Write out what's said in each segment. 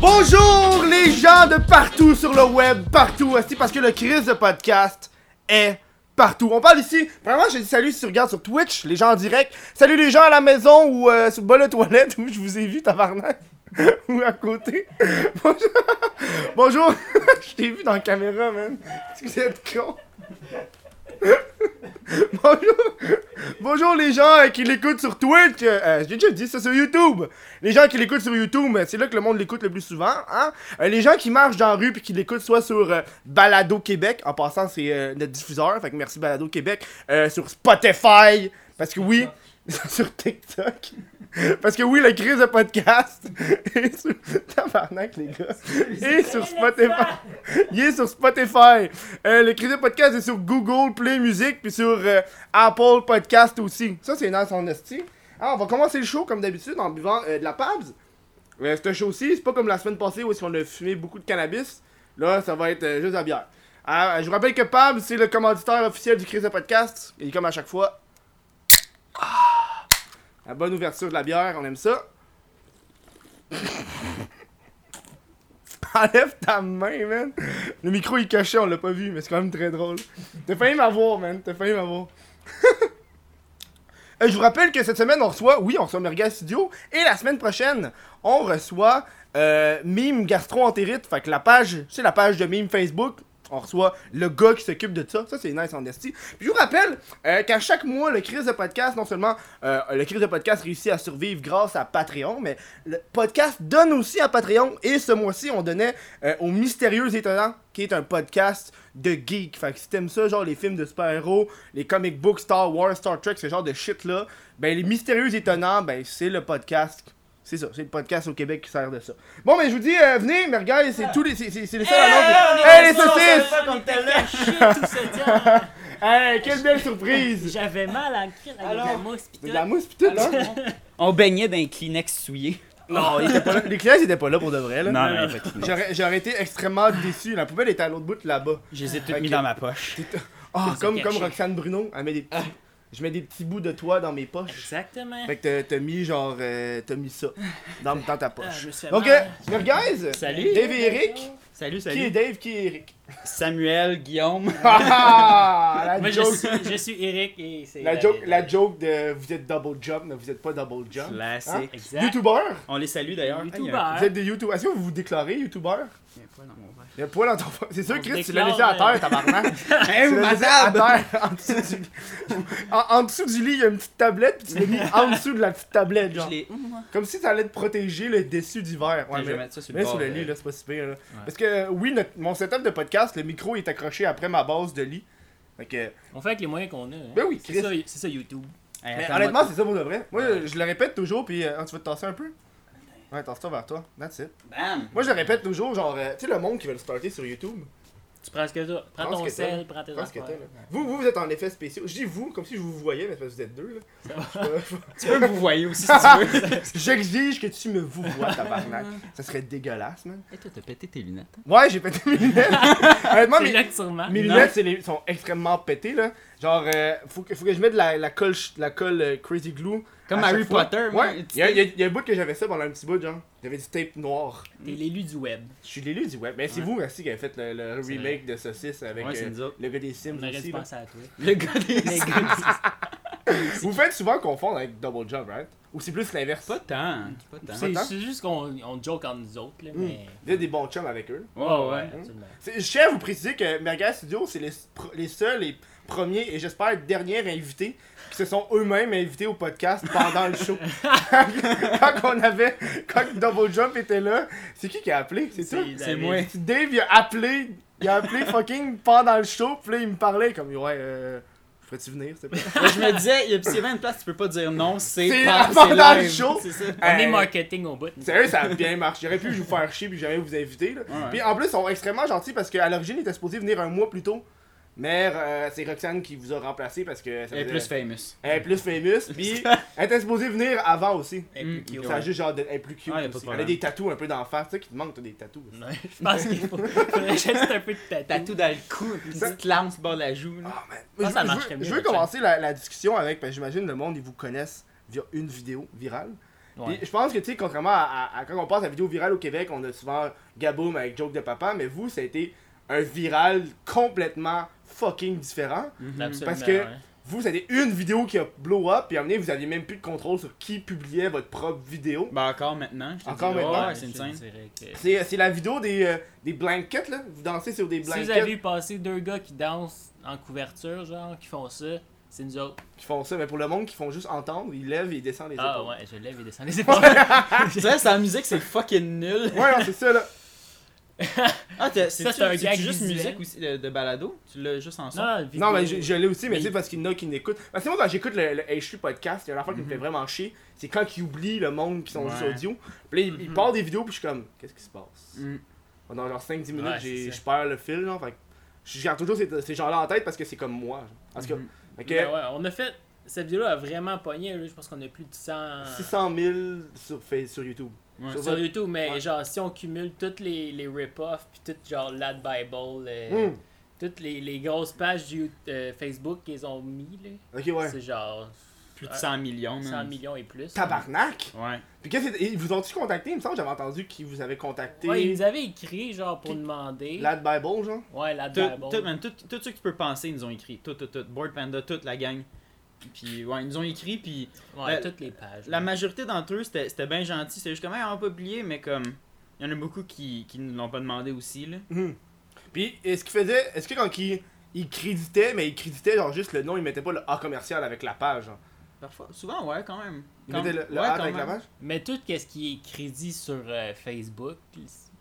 Bonjour les gens de partout sur le web, partout, aussi parce que le crise de podcast est partout. On parle ici, vraiment, je dis salut si tu regardes sur Twitch, les gens en direct. Salut les gens à la maison ou euh, sur le bas de la toilette où je vous ai vu, tabarnak. ou à côté. Bonjour. Bonjour. je t'ai vu dans la caméra, man. Est-ce que vous êtes con? Bonjour. Bonjour les gens euh, qui l'écoutent sur Twitch. Euh, euh, J'ai déjà dit ça sur YouTube. Les gens qui l'écoutent sur YouTube, euh, c'est là que le monde l'écoute le plus souvent. Hein? Euh, les gens qui marchent dans la rue puis qui l'écoutent soit sur euh, Balado Québec, en passant c'est euh, notre diffuseur, fait que merci Balado Québec, Euh, sur Spotify, parce que oui, sur TikTok. Parce que oui, la crise de podcast est sur... Tabarnak, les gars. Et sur Spotify. Il est sur Spotify. Euh, le crise de podcast est sur Google Play Music puis sur euh, Apple Podcast aussi. Ça, c'est nice en esti. Ah, on va commencer le show comme d'habitude en buvant euh, de la Pabs. Euh, c'est un show aussi, c'est pas comme la semaine passée où est-ce qu'on a fumé beaucoup de cannabis. Là, ça va être euh, juste de la bière. Ah, je vous rappelle que Pabs, c'est le commanditaire officiel du crise de podcast. Et comme à chaque fois, la bonne ouverture de la bière, on aime ça. Enlève ta main, man. Le micro il est caché, on l'a pas vu, mais c'est quand même très drôle. T'as failli m'avoir, man. T'as failli m'avoir. Euh, Je vous rappelle que cette semaine, on reçoit, oui, on reçoit Merga Studio. Et la semaine prochaine, on reçoit euh, Mime Gastro-Entérite. Fait que la page, c'est la page de Mime Facebook. On reçoit le gars qui s'occupe de ça. Ça, c'est nice en esti. Puis je vous rappelle euh, qu'à chaque mois, le Crise de Podcast, non seulement euh, le Crise de Podcast réussit à survivre grâce à Patreon, mais le podcast donne aussi à Patreon. Et ce mois-ci, on donnait euh, au Mystérieux Étonnant, qui est un podcast de geek. Fait que si t'aimes ça, genre les films de super-héros, les comic books, Star Wars, Star Trek, ce genre de shit-là, ben les Mystérieux Étonnants, ben c'est le podcast c'est ça, c'est le podcast au Québec qui sert de ça. Bon, ben, je vous dis, euh, venez, mais regardez, c'est tous les. C'est c'est- c'est les seuls annonces. Hey, Eh, les saucisses! Hey, quelle belle surprise! J'avais mal à la crête avec la mousse pis De tout. la mousse pis tout, hein? là? On baignait dans les Kleenex souillés. Non, ils étaient pas là. Les clients, ils étaient pas là pour de vrai, là. Non, non, effectivement. J'aurais j'aurais été extrêmement déçu. La poubelle était à l'autre bout de là-bas. Je les ai toutes Ok. mis dans ma poche. Ah, C'est comme, caché. Ah. comme Roxane Bruno, elle met des petits. Je mets des petits bouts de toi dans mes poches. Exactement. Fait que t'as- t'as mis genre. euh, t'as mis ça dans, dans ta Ah, je poche. me suis fait Donc, euh, mal. merguez! Salut. Dave et Eric! Salut, Qui est salut. Dave, qui est Eric? Samuel, Guillaume. Ah! La Moi, je joke! suis, je suis Eric et c'est. euh, La joke, la joke de vous êtes double jump, mais vous êtes pas double jump. Classique. Exact. Youtubeur? On les salue d'ailleurs. Ah, il y a un- Youtubeur. Vous êtes des youtubeurs. Est-ce que vous vous déclarez youtubeur? il y a un poil dans mon verre. Le poil dans ton C'est sûr, On Chris, tu l'as déclare, laissé à euh, terre, tabarnak. Hey, Tu l'as ma laissé à table! terre, en dessous du en, en dessous du lit, il y a une petite tablette, puis tu l'as mis en dessous de la petite tablette, Je genre. l'ai. Hum, Comme si ça allait te protéger le dessus du verre. Attends, Ouais, je vais mais mettre ça sur mais le sur bord. euh, le lit, là, c'est pas super, là. Parce que, oui, notre- mon setup de podcast, le micro est accroché après ma base de lit. Fait que, On fait avec les moyens qu'on a. hein. Ben oui, Chris. c'est ça, c'est ça YouTube. Hey, Mais attends, honnêtement, moi- c'est ça pour de vrai. Moi, je le répète toujours, puis euh, tu veux te tasser un peu? Ouais, tasse-toi vers toi. That's it. Bam! Moi, je le répète toujours, genre, euh, tu sais, le monde qui veut le starter sur YouTube. Tu prends ce que t'as. Prends Prends ce ton que t'as. sel, prends tes Prends ce que affaires. t'as, là. Vous, vous, vous êtes en effet spéciaux. Je dis vous, comme si je vous voyais, mais c'est parce que vous êtes deux, là. Tu peux vous voyez aussi si tu veux. J'exige que tu me vous vois, tabarnak. ça serait dégueulasse, man. Et toi, t'as pété tes lunettes. hein? Ouais, j'ai pété mes lunettes. Honnêtement, Ah, C'est mes, là que tu remarques. mes Ah, Non. lunettes c'est les- sont extrêmement pétées, là. Genre, euh, faut, que, faut que je mette de la, la colle, la colle euh, Crazy Glue. Comme à Harry chaque fois. Potter, moi, Ouais, tu il y, a- sais. y a- y a un bout que j'avais ça pendant un petit bout, genre. J'avais du tape noir. T'es l'élu du web. Je suis l'élu du web. Mais c'est vous merci qui avez fait le, le C'est remake de Saucisse avec Ouais, c'est euh, nous autres. le gars des Sims On aurait aussi. dû là. penser à toi. Le gars des. Les gars, Vous faites souvent confondre avec Double Job, right? Ou c'est plus l'inverse. Pas tant. Pas c'est- tant. c'est Attends. c'est juste qu'on on joke entre nous autres, Mm. là, mais. Ah, Vous êtes des bons chums avec eux. Ouais, ouais. absolument. C'est- Je tiens à vous préciser que Merga Studio, c'est les, pr- les seuls et premiers et j'espère derniers invités qui se sont eux-mêmes invités au podcast pendant le show. quand on avait, quand Double Jump était là, c'est qui qui a appelé C'est toi C'est moi. Dave, il a appelé, il a appelé fucking pendant le show, puis là, il me parlait comme ouais, euh, ferais-tu venir s'il te plaît? Moi, Je me disais, il y a- s'il y avait une place, tu peux pas dire non, c'est C'est par- avant c'est dans le live. show. C'est ça. On est Euh, marketing au bout. nous. Sérieux, ça a bien marché. J'aurais pu vous faire chier puis jamais vous inviter. Là. Ouais. Puis en plus, ils sont extrêmement gentils parce qu'à l'origine, ils étaient supposés venir un mois plus tôt. Mais euh, c'est Roxane qui vous a remplacé parce que ça Elle est faisait- plus famous. elle est plus famous. Puis elle était supposée venir avant aussi. Et puis, Mm. qui- Ça a juste genre de- elle est plus cute Ah, y a pas de aussi. Elle a problème. des tatous un peu d'en face. Tu sais qui te manque, t'as des tatous. Ouais, Je pense qu'il faut faudrait juste un peu de T'as tatou. tout dans le cou, une petite lance sur le bord de la joue. là. Ah, man. Je pense que ça je, marcherait veux, mieux je veux avec ça. commencer la, la discussion avec, parce que j'imagine le monde, ils vous connaissent via une vidéo virale. Puis Ouais. je pense que, tu sais, contrairement à, à- à quand on passe à la vidéo virale au Québec, on a souvent Gaboum avec Joke de Papa, mais vous, ça a été un viral complètement fucking différent. Mhm. Absolument, parce que- ouais. Vous, ça a été une vidéo qui a blow up, puis à un moment donné, vous aviez même plus de contrôle sur qui publiait votre propre vidéo. Ben encore maintenant, je te Encore dis, maintenant? Ah, ouais, c'est une Je scène. dirais que- C'est c'est la vidéo des, euh, des blankets, là. Vous dansez sur des Si blankets vous avez vu passer deux gars qui dansent en couverture, genre, qui font ça, c'est nous autres. qui font ça, mais pour le monde qui font juste entendre, ils lèvent et ils descendent les Ah épaules. ouais, je lève et descends les épaules. Ah, Tu sais, sa musique c'est fucking nul. Ouais, non, c'est ça, là. Ah, Ça, t'as- c'est c'est un tu- gag tu juste visuel. musique aussi de, de balado Tu l'as juste en son Non, le Non, mais vidéo- je, je l'ai aussi, mais, Mais c'est il- parce qu'il y en a qui n'écoutent. Parce que moi, quand j'écoute le, le HQ podcast, il y a une affaire qui me fait vraiment chier. C'est quand ils oublient le monde qui sont juste Ouais. audio. Puis là, ils, Mhm. ils partent des vidéos, puis je suis comme, qu'est-ce qui se passe Mm. Pendant genre 5-10 minutes, Ouais, j'ai- c'est ça. je perds le fil, genre. Fait que je garde toujours ces, ces gens-là en tête parce que c'est comme moi. genre. En tout cas, Mhm. fait que Mais Ben ouais, on a fait. Cette vidéo-là a vraiment pogné. là. Je pense qu'on a plus de 100. 600 000 sur, Fa- sur YouTube. Ouais. Sur Sur YouTube, mais Ouais. genre, si on cumule toutes les, les rip-offs, puis toutes genre Lad Bible, euh, Mm. toutes les, les grosses pages du You- euh, Facebook qu'ils ont mis, là, Ok, ouais. c'est genre Plus de 100 millions. 100 man. millions et plus. Tabarnak Ouais. Puis qu'est-ce que. Ils vous ont-tu contacté Il me semble que j'avais entendu qu'ils vous avaient contacté. Ouais, ils nous avaient écrit, genre, pour Puis- demander. Lad Bible, genre. Ouais, Lad Tout, Bible. tout, man, tout, tout ce que tu peux penser, ils nous ont écrit. Tout, tout, tout. Board Panda, toute la gang. Puis, ouais, ils nous ont écrit, puis Ouais, la- toutes les pages. la majorité d'entre eux, c'était c'était bien gentil. C'était juste comme, Hey, on va pas oublier, mais comme, il y en a beaucoup qui, qui nous l'ont pas demandé aussi, là. Mhm. Puis, est-ce qu'il faisait. Est-ce que quand il, il créditait, mais il créditait genre juste le nom, il mettait pas le A commercial avec la page. genre. Parfois, souvent, ouais, quand même. Il Quand- mettait le, le ouais, A quand avec la même. page Mais tout ce qui est crédit sur euh, Facebook,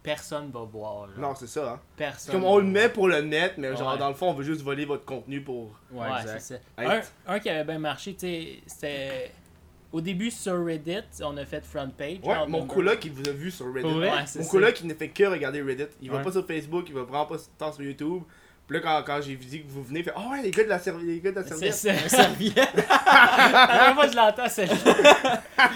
personne va voir. genre. Non, c'est ça. Hein. C'est personne. comme on le va met pour le net, mais genre Ouais. dans le fond, on veut juste voler votre contenu pour. Ouais, Ouais, exact. c'est ça. Un, Hey. un qui avait bien marché, tu sais, c'était. Au début, sur Reddit, on a fait front page. Ouais, genre, mon member. coloc, il vous a vu sur Reddit. Pour vrai? Ouais, c'est Mon ça. coloc, il ne fait que regarder Reddit. Il va Ouais. pas sur Facebook, il va vraiment pas tant sur YouTube. Puis là, quand, quand j'ai dit que vous venez, il fait Oh ouais, les gars de la, serv- les gars de la C'est serviette. ça. Un serviette. La première fois que je l'entends, c'est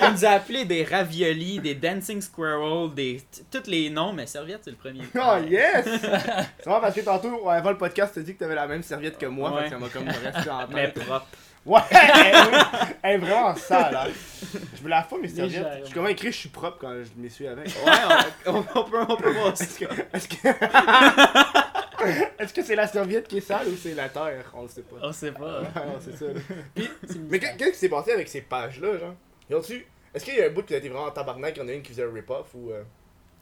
On nous a appelé des raviolis, des dancing squirrel, des. t- Tous les noms, mais serviette, c'est le premier. Oh yes! c'est vrai parce que tantôt, avant le podcast, tu as dit que t'avais la même serviette que moi, Ouais. fait que ça m'a comme resté en tête. Mais propre. Ouais, elle, est- elle est vraiment sale. hein. Je me lave pas mes Légèrement. serviettes. Je suis comment écrit, je suis propre quand je m'essuie avec. Ouais, on, on- on peut, on peut voir ça. Est-ce que est-ce que est-ce que c'est la serviette qui est sale ou c'est la terre On le sait pas. On sait pas. hein. Ah non, c'est ça. là. C'est une- Mais qu'est- qu'est-ce qui s'est passé avec ces pages-là, genre Ils ont-tu- Est-ce qu'il y a un bout qui a été vraiment en tabarnak, il y en a une qui faisait un rip-off ou. euh,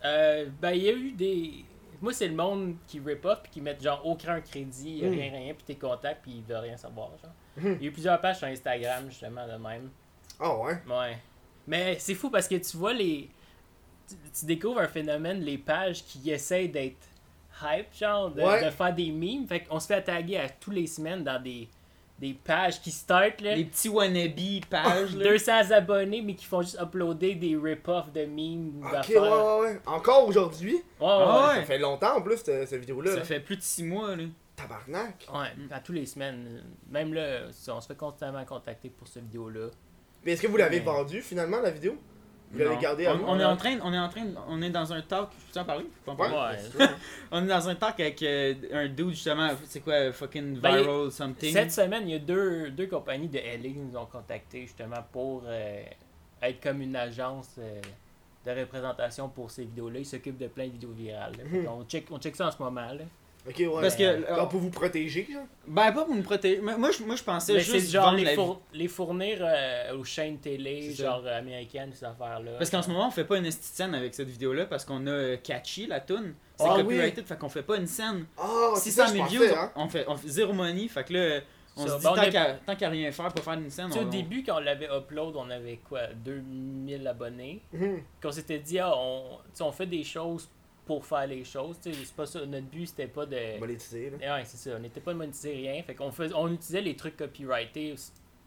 Euh, ben, il y a eu des. Moi, c'est le monde qui rip off puis qui met genre aucun crédit, Mm. rien, rien, puis tes contacts, puis ils veulent rien savoir. Genre. Hmm. Il y a eu plusieurs pages sur Instagram, justement, de même. Ah ouais. Ouais. Mais c'est fou parce que tu vois les. Tu, tu découvres un phénomène, les pages qui essaient d'être hype, genre, de, Ouais. de faire des memes. Fait qu'on se fait attaquer à tous les semaines dans des, des pages qui start, là. Les petits wannabe pages, là. 200 abonnés, mais qui font juste uploader des rip-offs de memes ou Ok, ouais, d'affaires. Ouais, ouais, ouais. Encore aujourd'hui ouais, Ah Ça fait longtemps en plus, cette, cette vidéo-là. Ça là. fait plus de 6 mois, là. Tabarnak. ouais. Ouais, à tous les semaines. Même là, ça, on se fait constamment contacter pour cette vidéo-là. Mais est-ce que vous l'avez Mais- vendue finalement, la vidéo Vous l'avez Non. gardée à on, vous hein? on est en train, on est en train, on est dans un talk. Je peux en parler? Je peux en Ouais. parler? On est dans un talk avec euh, un dude justement, c'est quoi, fucking Ben, viral something. Cette semaine, il y a deux, deux compagnies de LA qui nous ont contactés justement pour euh, être comme une agence euh, de représentation pour ces vidéos-là. Ils s'occupent de plein de vidéos virales. là. Hmm. Fait qu'on check, on check ça en ce moment. Là. Ok, ouais. Parce que euh, Genre pour vous protéger, genre ben pas pour nous protéger. Moi moi, je, moi je pensais Mais c'est juste genre vendre les, la vie. four- les fournir euh, aux chaînes télé, C'est ça. genre euh, américaines, ces affaires-là. Parce qu'en ce moment on fait pas une esti de scène avec cette vidéo là parce qu'on a euh, catchy la tune. C'est Ah copyrighted, fait qu'on fait pas une scène. Ah, c'est ça, 600 je 000 pensais, views, hein. on fait, on fait zéro money, fait que là on Ça, se dit ben, on tant est- qu'à tant qu'à rien faire pour faire une scène. Tu sais, on- au début, quand on l'avait upload, on avait quoi 2000 abonnés. Hmm. Mhm. Qu'on s'était dit, ah, on, tu sais, on fait des choses pour faire les choses. Tu sais, C'est pas ça. Notre but, c'était pas de. hein. Ben, Monétiser, là. Et Eh ouais, c'est ça. On n'était pas monétisé rien. Fait qu'on fais- on utilisait les trucs copyrightés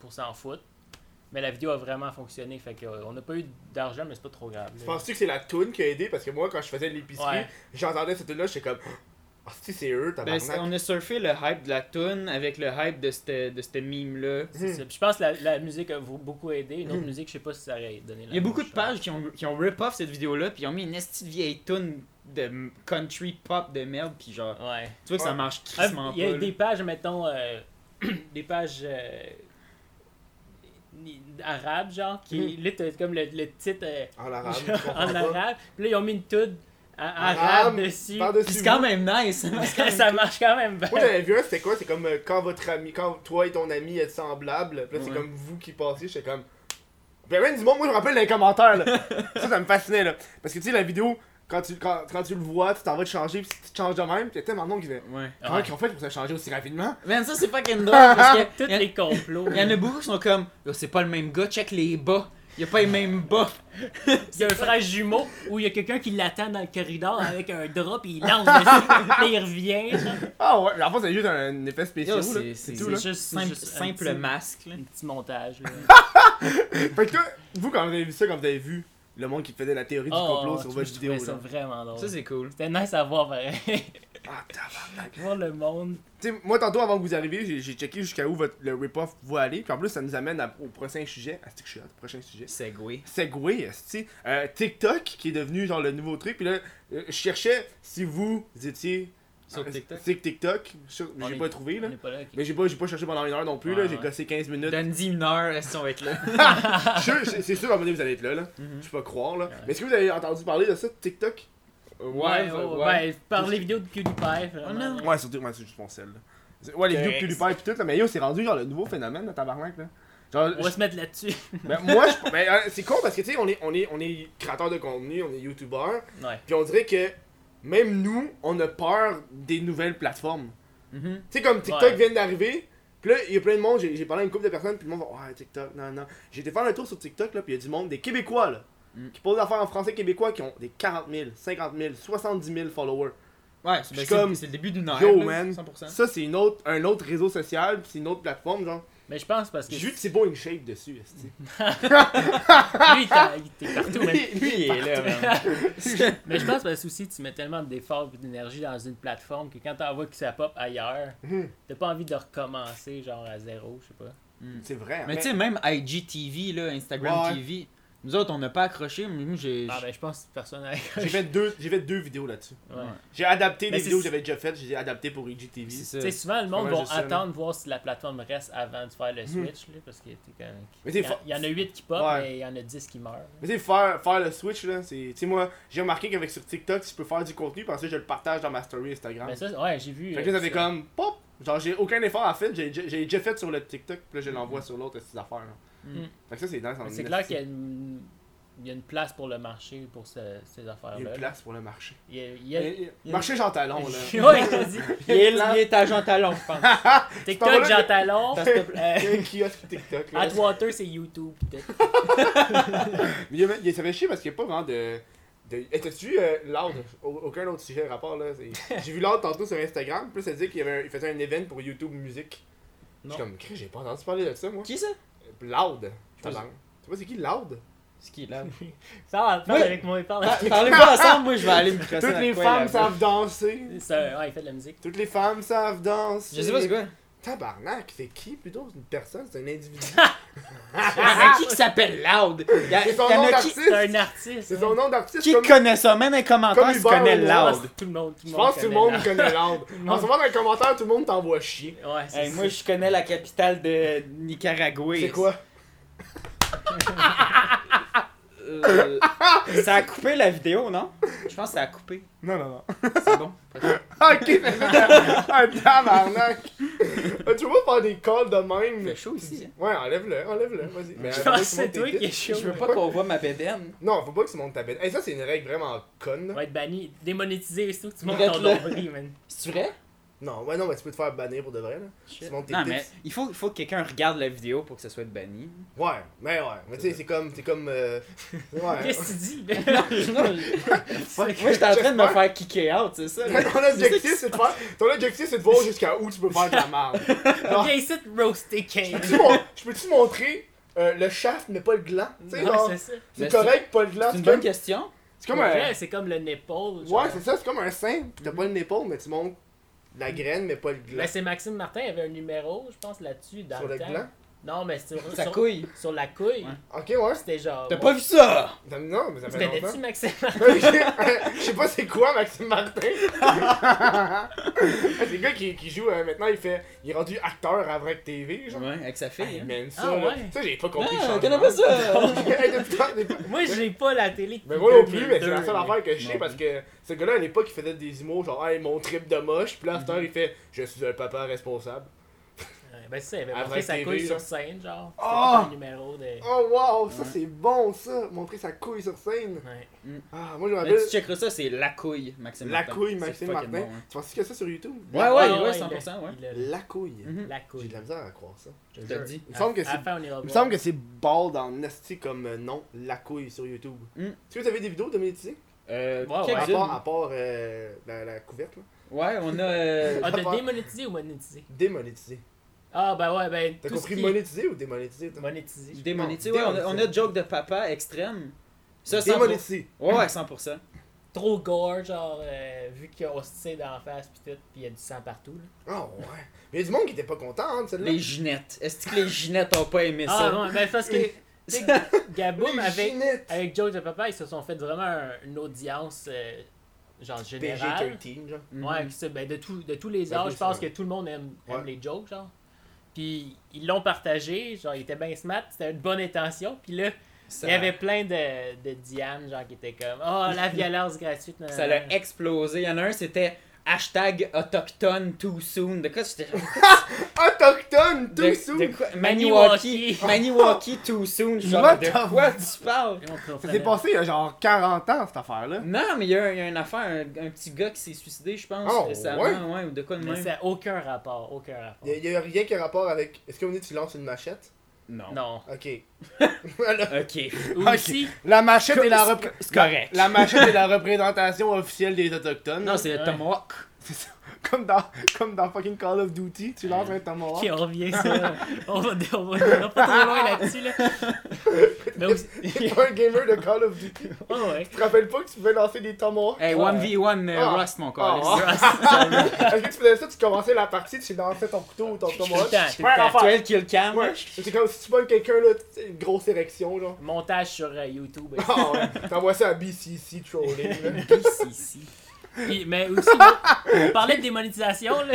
pour s'en foutre. Mais la vidéo a vraiment fonctionné. Fait qu'on n'a pas eu d'argent, mais c'est pas trop grave. Penses-tu que c'est la toune qui a aidé Parce que moi, quand je faisais l'épicerie, Ouais. j'entendais cette toune-là, j'étais comme Ah, si, c'est eux, Ben, tabarnak. c'est- on a surfé le hype de la toune avec le hype de cette, de cette meme-là. C'est ça. Puis je pense que la, la musique a vous- beaucoup aidé. Une autre musique, je sais pas si ça aurait donné la Hmm. Il y a même beaucoup de chose. pages qui ont, qui ont rip-off cette vidéo-là, puis ils ont mis une esti de vieille toune de m- country pop de merde, puis genre, Ouais. tu vois que ça Ouais. marche Ah, crissement Il y a pas, des là. pages, mettons, euh, des pages euh, ni- arabes, genre, qui. Hmm. Là, t'as comme le, le titre euh, En arabe. genre, en arabe. Puis là, ils ont mis une toute arabe, Arabe, dessus. Puis Par-dessus. c'est quand même nice. hein. ça marche quand même bien. Moi j'avais vu un, c'était quoi C'est comme euh, quand votre ami, quand toi et ton ami êtes semblables, puis là c'est Ouais. comme vous qui passez, j'étais comme. Ben même du monde, moi je me rappelle dans les commentaires là. ça, ça me fascinait là. Parce que tu sais, la vidéo, quand tu, quand, quand tu le vois, tu t'en vas te changer, puis tu te changes de même, pis t'es tellement de monde qui fait. ouais. Comment Ouais. qu'ils ont Ah, fait pour se changer aussi rapidement Man, ça c'est fucking drôle, parce que Tous y, a- les complots. y en a beaucoup qui sont comme, Yo, c'est pas le même gars, check les bas. Y a pas les mêmes bas. Il y a un frère jumeau où il y a quelqu'un qui l'attend dans le corridor avec un drap puis il lance dessus, puis il revient. genre. Ah ouais, mais en fait c'est juste un, un effet spécial Yo, là. c'est C'est c'est- tout c'est là. juste C'est simple, juste un simple petit- masque. là. Un petit montage. Là. Fait que toi, vous quand vous avez vu ça, quand vous avez vu le monde qui faisait la théorie du complot Oh, sur je votre trouvais vidéo ça là. vraiment drôle. Ça c'est cool. C'était nice à voir pareil. Ah tabarnak. voir le monde. Tu sais, moi tantôt avant que vous arriviez, j'ai- j'ai checké jusqu'à où votre, le rip-off va aller, puis en plus ça nous amène à- au prochain sujet. Ah, c'est que je suis hâte, prochain sujet. Segway. Segway, esti. Euh, TikTok qui est devenu genre le nouveau truc. Puis là, euh, je cherchais si vous étiez Sur euh, TikTok. sur TikTok. Sur- On J'ai est- pas trouvé là. On est pas là. ok. Mais j'ai pas, j'ai pas cherché pendant une heure non plus là. Ouais, J'ai ouais. gossé 15 minutes. Dandy une heure, est-ce qu'on va être là? Je suis sûr- C'est c'est sûr à un moment donné, vous allez être là là. Je peux pas croire là. Mais est-ce que vous avez entendu parler de ça de TikTok? Ouais, ouais, ouais. Ben, par les vidéos de PewDiePie. Vraiment. Ouais, surtout moi c'est juste mon sel là. C'est- Oh, Ouais, les Correct. vidéos de PewDiePie pis tout là, mais yo, c'est rendu genre le nouveau phénomène là, tabarnak là. Genre, On va se mettre là-dessus. je- ben, moi, je- ben, euh, c'est con parce que tu sais, on est, on, est, on est créateur de contenu, on est youtubeur, Ouais. Puis on dirait que même nous, on a peur des nouvelles plateformes. Mhm. Tu sais, comme TikTok Ouais. vient d'arriver, puis là, il y a plein de monde, j'ai j'ai parlé à une couple de personnes, puis le monde va, ouais, TikTok, non, non. J'ai été faire un tour sur TikTok, là, puis il y a du monde, des Québécois, là, Mm. qui posent affaire en français québécois, qui ont des 40 000, 50 000, 70 000 followers. Ouais, c'est Je suis ben, comme, c'est- c'est le début d'une heure. Yo, là, man. 100%. Ça, c'est une autre, un autre réseau social, puis c'est une autre plateforme, genre. Mais je pense parce que J'ai lui, vu que c'est beau une shape dessus, esti. il t'a- il était partout. Mais, Lui, il est là, man. mais je pense parce que aussi, tu mets tellement d'efforts et d'énergie dans une plateforme que quand t'en vois que ça pop ailleurs, Mhm. t'as pas envie de recommencer genre à zéro, je sais pas. C'est vrai, hein. Mais tu sais, même IGTV, là, Instagram Ouais. TV, nous autres, on n'a pas accroché, mais moi, j'ai. Ah, ben, je pense que personne n'a. J'ai fait deux, j'ai fait deux vidéos là-dessus. Ouais. J'ai adapté Mais des c'est- vidéos que j'avais déjà faites, j'ai adapté pour IGTV. C'est Tu ça. sais, souvent, le monde Ouais, je va sais, attendre voir si la plateforme reste avant de faire le switch, là, parce que t'es comme... Mhm. Mais Il t'es y, en- fa- il y en a 8 qui pop, Ouais. mais il y en a 10 qui meurent. Mais tu sais, faire, faire le switch, là, c'est. Tu sais, moi, j'ai remarqué qu'avec sur TikTok, je peux faire du contenu parce que je le partage dans ma story Instagram. Mais ça, ouais, j'ai vu. fait que là, euh, ça fait comme. Pop! Genre, j'ai aucun effort à faire, j'ai j'ai- j'ai déjà fait sur le TikTok, puis là, je l'envoie sur l'autre, ces affaires, là. Mhm. Fait que ça, c'est nice en Mm. Mais C'est esti. clair qu'il y, a une- il y a une place pour le marché, pour ce- ces Il y a affaires-là. une place pour le marché. Il y a- il y a- Et- Marché Jean Talon, là. Ouais, vas-y. Il est, il est à Jean Talon, je pense. pas TikTok, vrai Jean que- Talon. Dans cette- Il y a euh, un kiosque TikTok, là. Atwater, c'est YouTube, peut-être. Mais il y a- il y a- ça fait chier parce qu'il n'y a pas vraiment de. de... Eh, T'as-tu vu euh, Loud? Au- Aucun autre sujet rapport, là. c'est- J'ai vu Loud tantôt sur Instagram, puis là, ça disait qu'il y avait un- il faisait un event pour YouTube Music. Je Non. suis comme, Christ, j'ai pas entendu parler de ça, moi. Qui ça Loud. Je sais pas. Tabarnak. Tu vois, c'est qui Loud? C'est qui, là Ça va, parle Oui. avec moi, parle avec Parlez pas Ah, ensemble, moi, je vais aller me crosser. Toutes dans les le coin, femmes là-bas. savent danser. C'est un- Ouais, il fait de la musique. Toutes les femmes savent danser. Je sais pas c'est quoi. Tabarnak, c'est qui plutôt C'est une personne, c'est un individu. Il y en a qui qui s'appelle Loud. Il y, a- C'est son il y en nom a qui, d'artiste. C'est un artiste. C'est son nom d'artiste. qui comme- connaît ça. Même dans les Comme commentaires, ils Hubert connaissent Lenoir. Loud. Tout le monde, tout le Je monde. pense que tout le connaît monde la- connaît Loud. le monde- En ce moment, dans les commentaires, tout le monde t'envoie chier. Ouais, c'est Hey, ça. moi, je connais la capitale de Nicaragua. C'est quoi Euh, ça a coupé la vidéo, non? Je pense que ça a coupé. Non, non, non. C'est bon. Ok, c'est ça. un tabarnak. Ah, tu vois faire des calls de même. Il fait chaud ici, hein. Ouais, enlève-le, enlève-le, vas-y. Mais Je faut pas pense que tu que montes c'est toi tes qui est tits. chaud. Je veux pas qu'on voit ma bédaine. Non, faut pas que tu montes ta bête. Et ça, c'est une règle vraiment conne. On va être banni, démonétisé et tout. Tu montes Arrête ton là. nombril, man. C'est vrai? Non, ouais, non, mais tu peux te faire bannir pour de vrai, là. Tu montes tes Non, tits. mais il faut, il faut que quelqu'un regarde la vidéo pour que ça soit banni. Ouais, mais ouais. Mais tu sais, c'est comme. C'est comme. euh, Ouais. Qu'est-ce que tu dis? non, là? non, moi, j'étais en train de me faire kicker out, c'est ça? là. Ton objectif, c'est de faire. Ton objectif, c'est de voir jusqu'à où tu peux faire de la merde. Genre, Viens ici te roaster Kane. tu mon- je peux-tu montrer euh, le shaft, mais pas le gland Tu sais, Ouais, genre, c'est ça. c'est Mais correct, pas le gland. C'est une c'est bonne comme- question. C'est comme Pour un. vrai, C'est comme le nipple. genre. Ouais, c'est ça, c'est comme un sein. T'as pas le nipple, mais tu montes la graine, mais pas le gland. Ben, c'est Maxime Martin, il avait un numéro, je pense, là-dessus. dans Sur le temps. gland. Non, mais sur, Ça sur- couille. sur la couille. Ouais. Ok, ouais. C'était genre. T'as pas vu ça? c'est- Non, mais ça fait C'était dessus, longtemps. Maxime Je sais pas c'est quoi Maxime Martin. c'est le gars qui, qui joue euh, maintenant, il fait. Il est rendu acteur à Vrac TV, genre. Ouais, avec sa fille. hein. Man, ça, Ah, là, ouais. ça j'ai pas compris. le Ah, changement. connais pas ça? Hey, depuis tant- depuis- Moi, j'ai pas la télé. depuis Mais moi non plus, mais c'est la 2002. seule affaire que je sais Non. parce que ce gars-là à l'époque il faisait des humours genre hey mon trip de moche, puis là after il fait je suis un papa responsable. Ouais, Ben, c'est ça, il avait Avec montré sa TV, couille là. sur scène, genre. C'était Ah! pas un numéro de. Oh wow, ça Ouais. c'est bon ça, montrer sa couille sur scène. Ouais. Ah, moi je me Mais rappelle Ben, tu checkeras ça, c'est la couille, Maxime la Martin. couille C'est Maxime fucking Martin. bon, hein. Tu penses que ça sur YouTube Ouais, ouais, Ah, ouais, il 100%, l'a- ouais. il l'a- La couille. Mhm. La J'ai couille. de la misère à croire ça. Je Je te jure. le dis. Il me semble que À la c'est fin, on ira il me voir. semble que c'est bald en nasty comme euh, nom, la couille sur YouTube. Mhm. Est-ce que vous avez des vidéos de monétiser Euh, Ouais, À quelques-unes. part, à part euh, la, la couverte, là. Ouais, on a. euh, Ah, D'abord- t'as démonétisé ou monétisé Démonétiser. Ah, ben ouais, ben. T'as tout ce compris qui est monétiser ou démonétiser toi? Monétisé. je- Démonétisé, ouais, on a, on a Joke de Papa extrême. Ça, 100%. Démonétiser. Ouais, ouais, 100%. Trop gore, genre, euh, vu qu'on se tire dans la face, pis tout, pis il y a du sang partout. là. Ah ouais. Mais il y a du monde qui était pas content hein, de celle-là. Les ginettes. Est-ce que les ginettes ont pas aimé Ah, ça? non, ben, parce que. Les- tu sais, Gaboum, avec, avec Joe de Papa, ils se sont fait vraiment un- une audience, euh, genre, Ben, générale. PG-13, genre. Mhm. Ouais, pis ça, ben, de, tout- de tous les Ben, âges, oui, je pense c'est que tout le monde aime, aime Ouais. les jokes, genre. Puis ils l'ont partagé, genre, il était bien smart, c'était une bonne intention. Puis là, Ça- il y avait plein de, de Diane, genre, qui étaient comme, oh, la violence gratuite. nan, Ça nan, l'a nan. explosé. Il y en a un, c'était hashtag autochtone too soon. De quoi c'était. Autochtone, de- too soon. de quoi- Maniwaki. Maniwaki. Maniwaki too soon. Genre, What the- de quoi tu parles? Et on comprenait. Ça s'est passé il y a genre 40 ans, cette affaire-là. Non, mais il y, a un- il y a une affaire, un, un petit gars qui s'est suicidé, je pense, Oh, récemment, ouais? ouais. ou de quoi de Mais même. ça a aucun rapport, aucun rapport. Il y a- il y a rien qui a rapport avec. Est-ce qu'on dit tu lances une machette Non. Non. Ok. Voilà. Ok. Ou Ok. aussi, La machette est la, repré- C'est correct. la machette est la représentation officielle des Autochtones. Non, c'est le Ouais. tomahawk. C'est ça. Comme dans, comme dans fucking Call of Duty, tu lances un tomahawk. Ok, on revient ça. on va, on va, on va pas trop loin là-dessus là. Mais aussi- T'es pas un gamer de Call of Duty. Tu Ouais, ouais. te rappelles pas que tu pouvais lancer des tomahawks Hey, 1v1 euh, Ah. Rust, mon Ah, corps. Est-ce que tu faisais ça, tu commençais la partie, tu lançais ton couteau ou ton Tout le tomahawk temps, tout Ouais, le temps. enfin, Actuel kill cam. Ah. Ouais, c'est comme si tu pognes quelqu'un là, tu sais, une grosse érection genre. Montage sur euh, YouTube. euh. Ah ouais, t'envoies ça à BCC trolling là. BCC. Puis, mais aussi, là, on parlait de démonétisation là.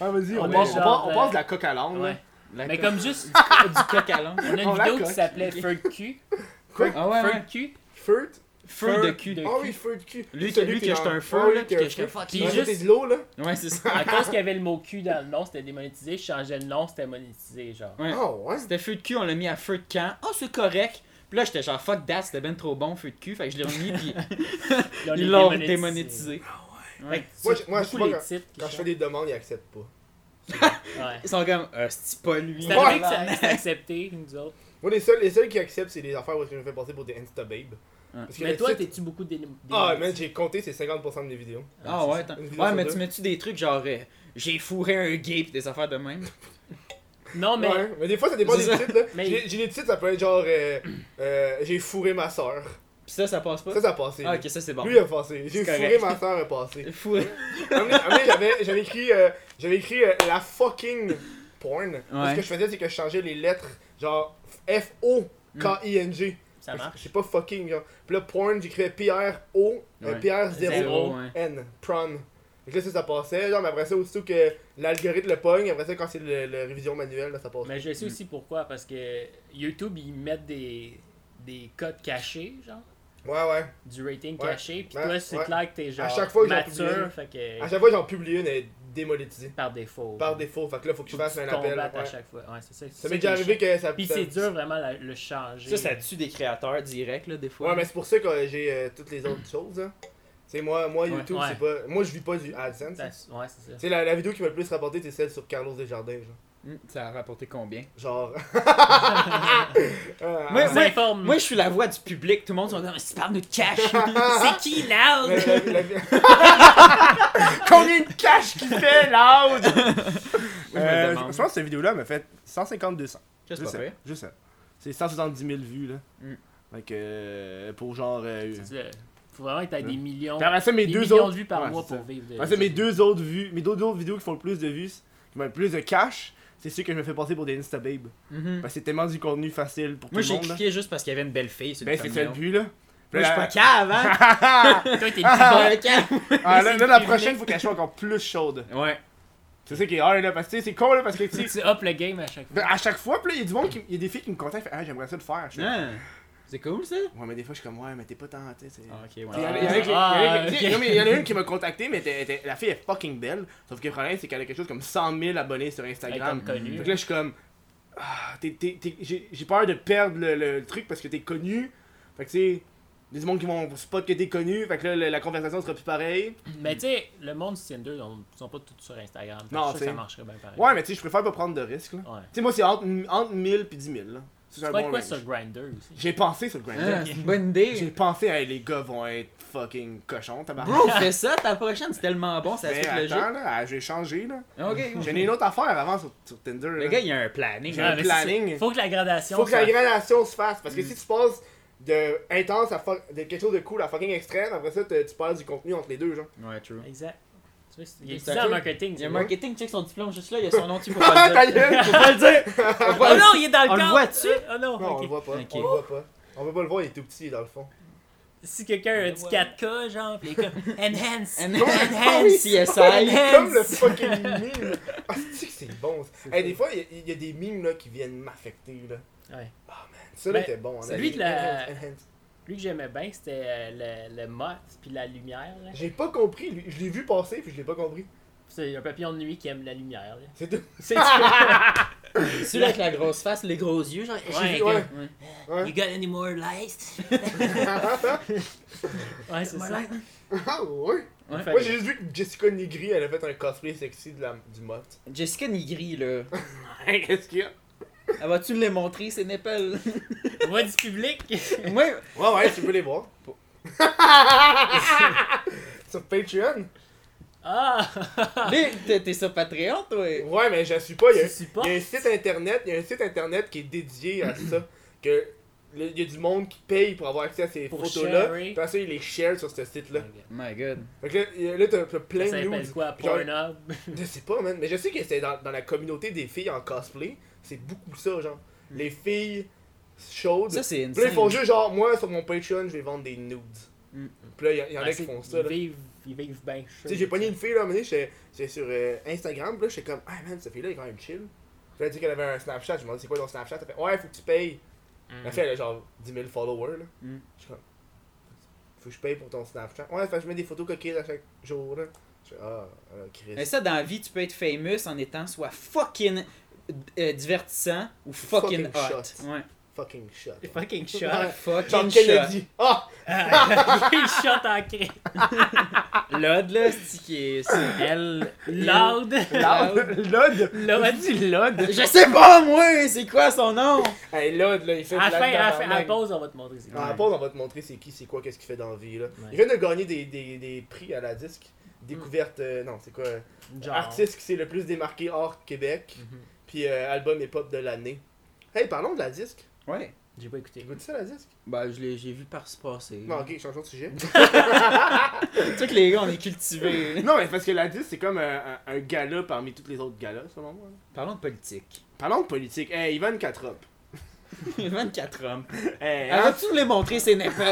Ah vas-y, on, Ouais, passe- on passe- genre, on euh, passe de la coque à l'âne Ouais. La Mais coque- comme juste, du coq à l'âne. on a On une la vidéo coque. qui s'appelait Feu de cul. Ah ouais, Feu ouais. de cul. Feu de- Feu de cul. Ah oui, feu de cul. Lui, Celui lui qui que est j'étais en- un Ah oui, feu, là, qui puis est que un j'étais feu. fuck Qui Puis you. juste... juste- de l'eau là. Ouais, c'est ça. À cause qu'il y avait le mot cul dans le nom, c'était démonétisé. Je changeais le nom, c'était monétisé genre. Ouais. Ah ouais. C'était feu de cul, on l'a mis à feu de camp. Oh, c'est correct. Puis là, j'étais genre fuck that, c'était ben trop bon, feu de cul. Fait que je l'ai remis, puis Puis on est ils l'ont démonétisé. démonétisé. Ah Fait que Moi, c'est je- moi, je beaucoup sais pas les titres qui Quand je fais changent. des demandes, ils acceptent pas. Ouais. Ils sont comme, euh, c'est pas lui. C'est arrivé que ça- que c'est accepté, nous autres. Moi, les seuls, les seuls qui acceptent, c'est les affaires où je me fais passer pour des Insta babes. Parce que Mais le toi, titre- t'es-tu beaucoup démonétisé? Ah, man, j'ai compté, c'est 50% de mes vidéos. Ah ouais, attends. Une vidéo Ouais, sur mais deux. tu mets-tu des trucs genre, euh, j'ai fourré un gay, pis des affaires de même. Non, Ah, mais Ouais, mais des fois, ça dépend des C'est ça. titres, là. Mais- J'ai j'ai des titres, ça peut être genre, euh, euh, j'ai fourré ma soeur. Pis ça, ça passe pas. Ça, ça a passé. Ah, lui. ok, ça c'est bon. Lui, il a passé. J'ai C'est fourré correct. ma soeur, a passé. Fourré. Un moment donné- un moment donné, j'avais- J'avais écrit, euh, j'avais écrit euh, la fucking porn. Ce Ouais. que je faisais, c'est que je changeais les lettres, genre F-O-K-I-N-G. ça marche. C'est pas fucking, genre. Puis là, porn, j'écrivais P-R-O, Ouais. P-R-0-N. Zéro, ouais. Prawn. Fait que là, ça, ça passait. Genre, mais après ça, aussitôt que l'algorithme le pogne, après ça, quand c'est le, le révision manuelle, là, ça passe. Mais je sais aussi pourquoi, parce que YouTube, ils mettent des, des codes cachés, genre, Ouais, ouais. du rating Ouais. caché, puis Ouais. toi, c'est Ouais. clair que t'es genre À chaque fois que j'en publie une. mature, fait que À chaque fois, j'en publie une, elle est démonétisée. par défaut. Par défaut. Fait que là, faut que je Faut fasse tu un combattes appel. à ouais. chaque fois. Ouais, c'est ça. Ça m'est déjà arrivé que ça. Puis ça- c'est dur vraiment la- le changer. Ça, ça tue des créateurs directs, là, des fois. Ouais, mais c'est pour ça que euh, j'ai euh, toutes les autres choses. hein. Tu sais, moi, moi, Ouais. YouTube, Ouais. c'est pas. Moi, je vis pas du AdSense. hein. Ça- Ouais, c'est Tu ça. sais, la, la vidéo qui m'a le plus rapporté, c'est celle sur Carlos Desjardins. Hmm, Ça a rapporté combien? Genre. genre... Euh, Moi- Ça informe. Moi, je suis la voix du public. Tout le monde sont comme, c'est par nous de cash. c'est qui, Mais loud? la- la- Combien de cash qu'il fait, loud? me Euh, le je, demande. je pense que cette vidéo-là m'a fait 150-200. Je sais Juste pas ça. vrai. Juste ça. C'est 170 000 vues, là. Mm. Fait que, euh, pour genre. Euh, C'est ça. Faut vraiment que t'aies des millions, T'as ramassé mes des deux millions autres. de vues par Ouais, mois c'est ça. pour vivre. de- Parce que mes deux autres vues, mes deux autres vidéos qui font le plus de vues, qui m'ont le plus de cash, c'est ceux que je me fais passer pour des Instababe. Mhm. Parce que c'est tellement du contenu facile pour Moi, tout le j'ai monde. là. cliqué juste parce qu'il y avait une belle fille sur le Ben, c'est ça le thumbnail. but, là. Puis Moi, je suis là- pas cave, hein? Toi, t'es qui Ah, va- Pas cave. Ah, là, C'est là, la plus prochaine, mec. faut qu'elle soit encore plus chaude. Ouais. C'est ça qui est hard, là. Parce que tu sais, c'est con, là, parce que tu sais, Tu up le game à chaque fois. ben, à chaque fois, pis là, il y a du monde qui. Il y a des filles qui me contactent, fait, ah, j'aimerais ça le faire. Je fais, Ah, C'est cool, ça? Ouais, mais des fois, je suis comme, ouais, mais t'es pas tant, tu sais. c'est- Ah, ok, ouais. Il y en a- il y en a qui- il y en Ah, a qui- tu sais, ok. non, mais il y en a une qui m'a contacté, mais t'es- t'es- la fille est fucking belle. Sauf que le problème, c'est qu'elle a quelque chose comme 100 000 abonnés sur Instagram. Elle est comme connue. Fait que là, je suis comme. ah, t'es- t'es- t'es- J'ai j'ai peur de perdre le, le- le truc parce que t'es connu. Fait que tu sais, il y a du monde qui vont spot que t'es connu. Fait que là, le- la conversation sera plus pareille. Mais tu sais, le monde sur Tinder, ils sont pas tous sur Instagram. Fait que Non, je suis sûr que t'sais. ça marcherait bien pareil. Ouais, mais tu sais, je préfère pas prendre de risques. là. Tu Ouais. sais, moi, c'est entre, entre 1000 puis 10 000. là. C'est Tu un vas bon être Ah. quoi range. sur Grindr aussi? J'ai pensé sur le grinder. Ah, c'est une bonne idée. J'ai pensé, hey, les gars vont être fucking cochons, tabarnak. Bro, fais ça, ta prochaine, c'est tellement bon, ça Mais suit le attends, jeu. là, ah, j'ai changé, là. Ok. J'en ai une autre affaire avant sur, sur Tinder. Le là. gars, il y a un planning. J'ai un Ah, mais planning. c'est- Faut que la gradation. Faut que Mm. la soit- gradation se fasse. Parce que si tu passes de intense à fuck- de quelque chose de cool à fucking extrême, après ça, te- tu perds du contenu entre les deux, genre. Ouais, true. Exact. Tu vois, c'est- Il Il est est étudiant en sacré. marketing. Il y a c'est un bon. marketing, check son diplôme juste là, il y a son nom dessus, faut pas le Ta dire. gueule! Faut pas le dire! Faut Oh pas le non, il est dans le On le cadre. voit-tu? Oh non, Non, on ok. le voit pas. Ok. On le voit pas. On peut pas le voir, il est tout petit, dans le fond. Si quelqu'un a dit Ouais. 4K, genre, pis il est comme Enhance! dire. Enhance! CSI. Comme le Enhance! fucking mime! Ah, c'est-tu que c'est bon, ça? Hey, des fois, il y a- il y, a des mimes, là, qui viennent m'affecter, là. Ouais. Ah, man. Ça, là, Ben, était bon. hein. c'est lui de la- Enhance, enhance. Lui que j'aimais bien, c'était euh, le, le moth puis la lumière. là. J'ai pas compris, lui. Je l'ai vu passer, puis je l'ai pas compris. C'est un papillon de nuit qui aime la lumière. là. C'est tout. C'est tu Celui avec la grosse face, les gros yeux, genre. Ouais, comme- ouais. Ouais. You got any more lights? ouais, c'est ça. Ah, ouais. Ouais. Fait Moi, que- j'ai juste vu que Jessica Nigri, elle a fait un cosplay sexy de la, du mot. Jessica Nigri, là. Hein, Qu'est-ce qu'il y a? Elle va-tu les montrer, ses nipples? Voix du public! Moi, Ouais, ouais, tu peux les voir. sur Patreon? Ah! là, t'es t'es sur Patreon, toi. Ouais, mais je suis pas. Il y, a, Tu supportes? il y a un site internet, il y a un site internet qui est dédié à ça. Que le- il y a du monde qui paye pour avoir accès à ces Pour photos-là. sharer. Puis après ça, ils les share sur ce site-là. My god. Fait que là, il y a- là, t'as t'as plein Ça de s'appelle nudes. quoi? Puis genre- Pornhub? Je sais pas, man. Mais je sais que c'est dans, dans la communauté des filles en cosplay. C'est beaucoup ça, genre. Les filles chaudes. Ça, c'est Puis là, ils font insane. juste genre, moi sur mon Patreon, je vais vendre des nudes. Mm. Puis là, il y, en a Ouais, qui Ben, c'est- font ça. Ils Là. Tu vivent, ils vivent bien chaud. sais, j'ai pogné une fille là, à un moment donné, j'étais j'étais sur euh, Instagram, puis là, j'étais comme, ah man, cette fille-là elle est quand même chill. Puis elle a dit qu'elle avait un Snapchat, je me demandé c'est quoi ton Snapchat. Elle fait, ouais, faut que tu payes. La fille, elle a genre 10 000 followers. Là. Mm. Je suis comme, faut que je paye pour ton Snapchat. Ouais, fait que je mets des photos coquilles à chaque jour. Là. Je fais, ah, euh, Chris. Mais ça, dans la vie, tu peux être famous en étant soit fucking euh, divertissant ou fucking, Fucking hot. shot. Ouais. Fucking shot. Fucking shot! Ouais. Genre Fucking shot. Kennedy. Ah! Fucking shot en cri! L'od, là, c'est qui est. c'est- Elle, loud! Lod! Lod! Lod! du Lod! Je sais pas, moi, c'est quoi son nom? Hey, Lod, là, il fait À la de la fin, à la fin, à la tabarnak. pause, on va te montrer c'est Ah, quoi. à la pause, on va te montrer c'est qui, c'est quoi, qu'est-ce qu'il fait dans la vie. Là. Ouais. Il vient de gagner des, des, des prix à la disque. Découverte, euh, non, c'est quoi euh, Genre. Artiste qui s'est le plus démarqué hors Québec. Puis euh, album hip-hop de l'année. Hey, parlons de la disque. Ouais. J'ai pas écouté. T'écoutes ça la disque Bah, je l'ai, j'ai vu par se passer. Non, ok, changeons de sujet. Tu sais que les gars, on est cultivés. non, mais parce que la disque, c'est comme euh, un, un, un gala parmi tous les autres galas, selon moi. Parlons de politique. Parlons de politique. Hey, Yvonne Catrop. 24 hommes. Hey, Elle hein, va-tu nous les montrer, ses nipples?